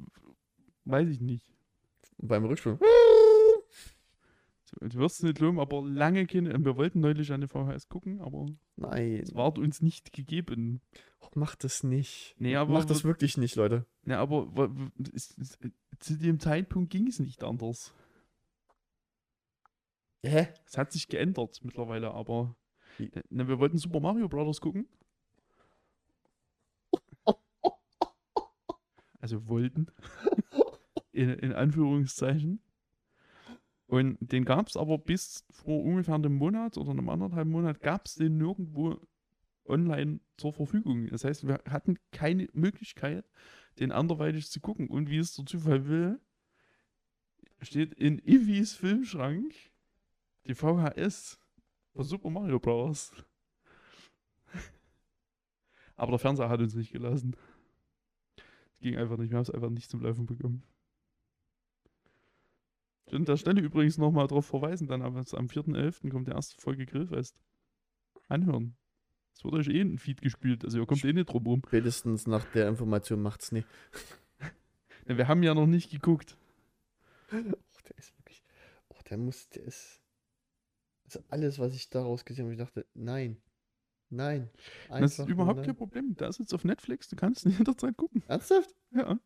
Speaker 1: weiß ich nicht.
Speaker 2: Und
Speaker 1: [laughs]
Speaker 2: beim Rückspielen.
Speaker 1: Du wirst es nicht loben, aber lange keine. Wir wollten neulich eine VHS gucken, aber
Speaker 2: Nein.
Speaker 1: es war uns nicht gegeben.
Speaker 2: Och, Macht das nicht.
Speaker 1: Nee, aber-
Speaker 2: Macht das wirklich nicht, Leute.
Speaker 1: Na, aber wa- w- es- es- zu dem Zeitpunkt ging es nicht anders.
Speaker 2: Hä?
Speaker 1: Es hat sich geändert mittlerweile, aber.
Speaker 2: Wie?
Speaker 1: Na, wir wollten Super Mario Brothers gucken. Also wollten. [laughs] In, in Anführungszeichen. Und den gab es aber bis vor ungefähr einem Monat oder einem anderthalb Monat gab es den nirgendwo online zur Verfügung. Das heißt, wir hatten keine Möglichkeit, den anderweitig zu gucken. Und wie es der Zufall will, steht in Ivis Filmschrank die VHS von Super Mario Bros. [laughs] Aber der Fernseher hat uns nicht gelassen. Es ging einfach nicht, wir haben es einfach nicht zum Laufen bekommen. Ich will An der Stelle übrigens nochmal darauf verweisen, dann am, am 4.11. kommt die erste Folge Grillfest. Anhören. Es wird euch eh in den Feed gespielt, also ihr kommt eh nicht drum rum.
Speaker 2: Spätestens nach der Information macht's nicht.
Speaker 1: Ja, Wir haben ja noch nicht geguckt.
Speaker 2: Och, der ist wirklich. Och, der muss, der ist. Also alles, was ich daraus gesehen habe, ich dachte, nein. Nein.
Speaker 1: das
Speaker 2: einfach
Speaker 1: ist
Speaker 2: nur ne-
Speaker 1: überhaupt
Speaker 2: nein.
Speaker 1: kein Problem. Da ist jetzt auf Netflix, du kannst [laughs] es jederzeit gucken.
Speaker 2: Ernsthaft?
Speaker 1: Ja.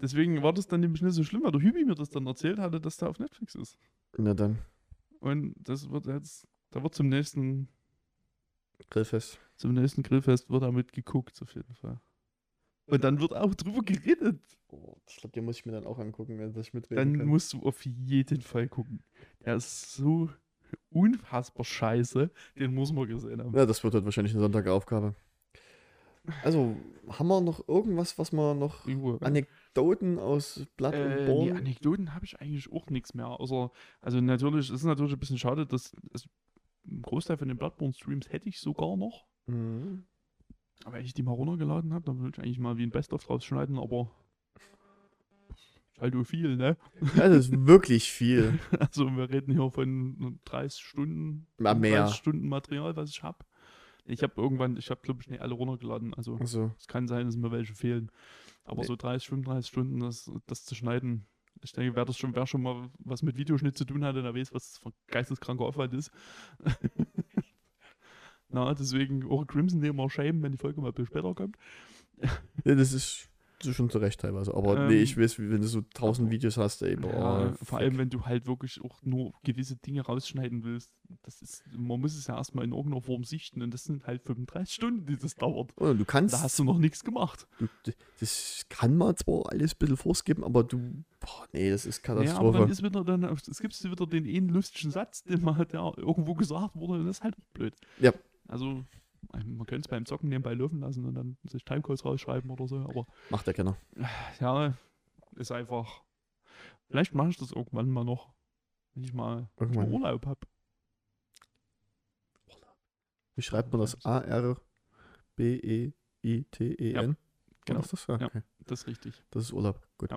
Speaker 1: Deswegen war das dann nämlich nicht so schlimm, weil der Hübi mir das dann erzählt hatte, dass der auf Netflix ist.
Speaker 2: Na dann.
Speaker 1: Und das wird jetzt, da wird zum nächsten,
Speaker 2: Grillfest.
Speaker 1: zum nächsten Grillfest wird damit geguckt, auf jeden Fall. Und dann wird auch drüber geredet.
Speaker 2: Oh, ich glaube, den muss ich mir dann auch angucken, wenn ich mitreden
Speaker 1: Dann
Speaker 2: kann.
Speaker 1: musst du auf jeden Fall gucken. Der ist so unfassbar scheiße. Den muss man gesehen haben.
Speaker 2: Ja, das wird halt wahrscheinlich eine Sonntagaufgabe. Also, haben wir noch irgendwas, was wir noch.
Speaker 1: Ruhe.
Speaker 2: Anekdoten aus Blatt und
Speaker 1: Äh, nee,
Speaker 2: Born?
Speaker 1: Anekdoten habe ich eigentlich auch nichts mehr. Außer, also natürlich, es ist natürlich ein bisschen schade, dass also, ein Großteil von den Bloodborne-Streams hätte ich sogar noch.
Speaker 2: Mhm.
Speaker 1: Aber wenn ich die mal runtergeladen habe, dann würde ich eigentlich mal wie ein Best-of draus schneiden, aber ist halt nur viel, ne? [laughs]
Speaker 2: Ja, das ist wirklich [laughs] viel.
Speaker 1: Also wir reden hier von 30 Stunden,
Speaker 2: Na, mehr.
Speaker 1: 30 Stunden Material, was ich habe. Ich habe irgendwann, ich habe glaube ich nicht alle runtergeladen, also
Speaker 2: Also,
Speaker 1: es kann sein, dass mir welche fehlen. Aber
Speaker 2: Nee.
Speaker 1: so 30, 35 Stunden, das, das zu schneiden, ich denke, wer das schon, wer schon mal was mit Videoschnitt zu tun hatte, der weiß, was das für ein geisteskranker Aufwand ist. [laughs] Na, deswegen auch Crimson Nehmer schämen, wenn die Folge mal ein bisschen später kommt.
Speaker 2: ja, das ist, das ist schon zu Recht teilweise. Aber nee,
Speaker 1: Ähm, oh,
Speaker 2: ich weiß, wie- wenn du so 1000 Videos hast, ey, boah.
Speaker 1: Ja,
Speaker 2: fuck.
Speaker 1: vor allem, wenn du halt wirklich auch nur gewisse Dinge rausschneiden willst. Das ist, man muss es ja erstmal in irgendeiner Form sichten und das sind halt 35 Stunden, die das dauert.
Speaker 2: Oder du kannst,
Speaker 1: Da hast du noch nichts gemacht.
Speaker 2: du, d- das kann man zwar alles ein bisschen vorskippen, aber du, boah, nee, das ist
Speaker 1: Ja, aber
Speaker 2: Katastrophe.
Speaker 1: dann ist wieder dann, es gibt wieder den einen lustigen Satz, den mal, der irgendwo gesagt wurde, und das ist halt blöd.
Speaker 2: Ja.
Speaker 1: Also, man könnte es beim Zocken nebenbei laufen lassen und dann sich Timecodes rausschreiben oder so, aber
Speaker 2: Macht der keiner.
Speaker 1: ja, ist einfach. Vielleicht mache ich das irgendwann mal noch, wenn ich mal wenn ich mal
Speaker 2: Irgendwann.
Speaker 1: Urlaub habe.
Speaker 2: Wie schreibt man das? E A-R-B-E-I-T-E-N?
Speaker 1: genau.
Speaker 2: Ist das? Ja,
Speaker 1: Ja.
Speaker 2: okay.
Speaker 1: Das ist richtig.
Speaker 2: das ist Urlaub. Gut.
Speaker 1: Ja.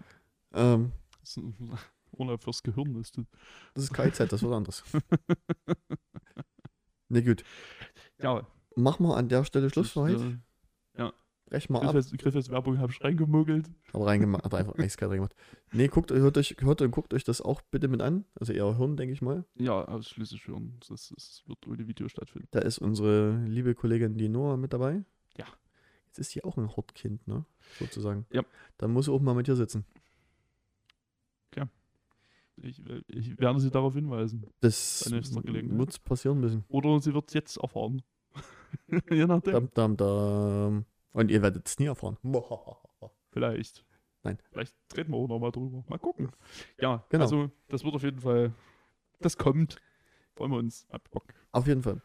Speaker 2: Ähm,
Speaker 1: Das ist ein [laughs] Urlaub fürs Gehirn ist das.
Speaker 2: das ist KIZ, das wird
Speaker 1: [laughs]
Speaker 2: anders. nee, gut.
Speaker 1: Ja,
Speaker 2: Machen wir an der Stelle Schluss für heute.
Speaker 1: äh,
Speaker 2: Brechen wir ab.
Speaker 1: Griffes, Griffes Werbung habe ich reingemogelt.
Speaker 2: Aber reingemacht, hat einfach eiskalt reingemacht. Nee, guckt, hört euch, hört und guckt euch das auch bitte mit an. Also eher hören, denke ich mal.
Speaker 1: Ja, ausschließlich hören. Das, das wird ohne Video stattfinden.
Speaker 2: Da ist unsere liebe Kollegin die Noah mit dabei.
Speaker 1: Ja.
Speaker 2: Jetzt ist sie auch ein Hortkind, ne? Sozusagen.
Speaker 1: Ja.
Speaker 2: Dann muss sie auch mal mit dir sitzen.
Speaker 1: Ich, äh, ich werde sie darauf hinweisen.
Speaker 2: Das
Speaker 1: Bei nächster Gelegenheit.
Speaker 2: wird's passieren müssen.
Speaker 1: Oder sie wird es jetzt erfahren. [laughs] Je nachdem.
Speaker 2: Dam, dam, dam. Und ihr werdet es
Speaker 1: [laughs]
Speaker 2: nie erfahren.
Speaker 1: Vielleicht.
Speaker 2: Nein.
Speaker 1: Vielleicht reden wir auch nochmal drüber. Mal gucken. Ja,
Speaker 2: Genau.
Speaker 1: also das wird auf jeden Fall. Das kommt. Freuen wir uns. Hab Bock.
Speaker 2: Auf jeden Fall.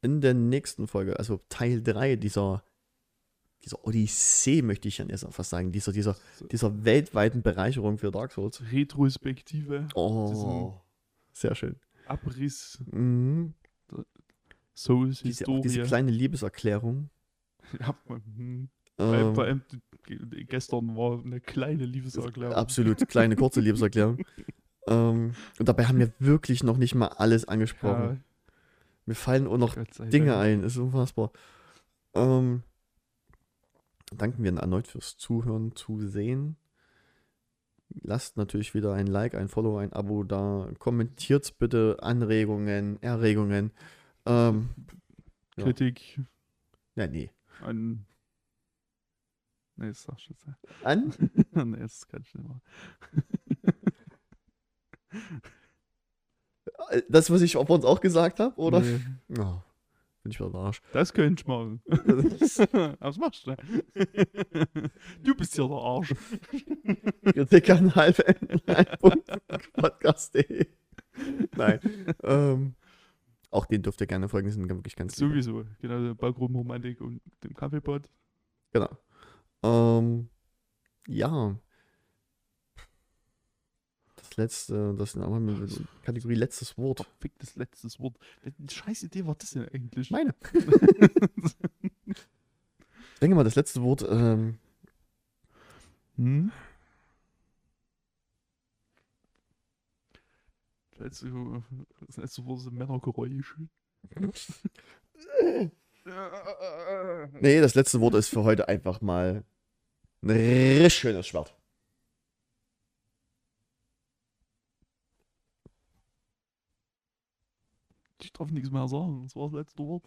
Speaker 2: In der nächsten Folge, also Teil 3 dieser, dieser Odyssee, möchte ich ja erst fast sagen, dieser, dieser, dieser weltweiten Bereicherung für Dark Souls.
Speaker 1: Retrospektive,
Speaker 2: Oh. Sehr schön.
Speaker 1: Abriss,
Speaker 2: Mhm.
Speaker 1: Souls,
Speaker 2: Diese,
Speaker 1: Historie.
Speaker 2: auch diese kleine Liebeserklärung.
Speaker 1: [laughs] ja, hm. Weil
Speaker 2: Ähm,
Speaker 1: Vor allem die- gestern war eine kleine Liebeserklärung.
Speaker 2: absolut, kleine,
Speaker 1: [laughs]
Speaker 2: kurze Liebeserklärung. ähm, und dabei haben wir wirklich noch nicht mal alles angesprochen.
Speaker 1: Ja,
Speaker 2: Mir fallen auch noch
Speaker 1: Gott sei
Speaker 2: Dinge
Speaker 1: Dank.
Speaker 2: ein, ist unfassbar. Ähm, danken wir Ihnen erneut fürs Zuhören, Zusehen. Lasst natürlich wieder ein Like, ein Follow, ein Abo da. Kommentiert bitte Anregungen, Erregungen. Ähm, Ja.
Speaker 1: Kritik
Speaker 2: ja, nee.
Speaker 1: an. Nee, das darf ich jetzt nicht. [laughs]
Speaker 2: An?
Speaker 1: nee, das kann ich nicht machen.
Speaker 2: Äh, Das, was ich auf uns auch gesagt habe, oder?
Speaker 1: Nee,
Speaker 2: Ja, bin ich wieder der [laughs] Arsch.
Speaker 1: das könnte ich machen. [laughs] Was machst du? denn? [laughs] du bist ja der Arsch.
Speaker 2: Kritik an halb halt Podcast.de. Nein. ähm, auch den dürft ihr gerne folgen, die sind wirklich ganz lieb.
Speaker 1: Sowieso. Genau, Ballgrubenromantik und dem Kaffeepot.
Speaker 2: Genau. Ähm, ja. Das letzte, das ist nochmal mit mit Kategorie letztes Wort.
Speaker 1: Verficktes letztes Wort. Welche scheiß Idee war das denn eigentlich?
Speaker 2: Meine. Ich denke mal, das letzte Wort, ähm,
Speaker 1: Hm? Als du, als du wurde Männergeräusch.
Speaker 2: nee, das letzte Wort ist für heute einfach mal ein richtig schönes Schwert.
Speaker 1: Ich darf nichts mehr sagen. Das war das letzte Wort.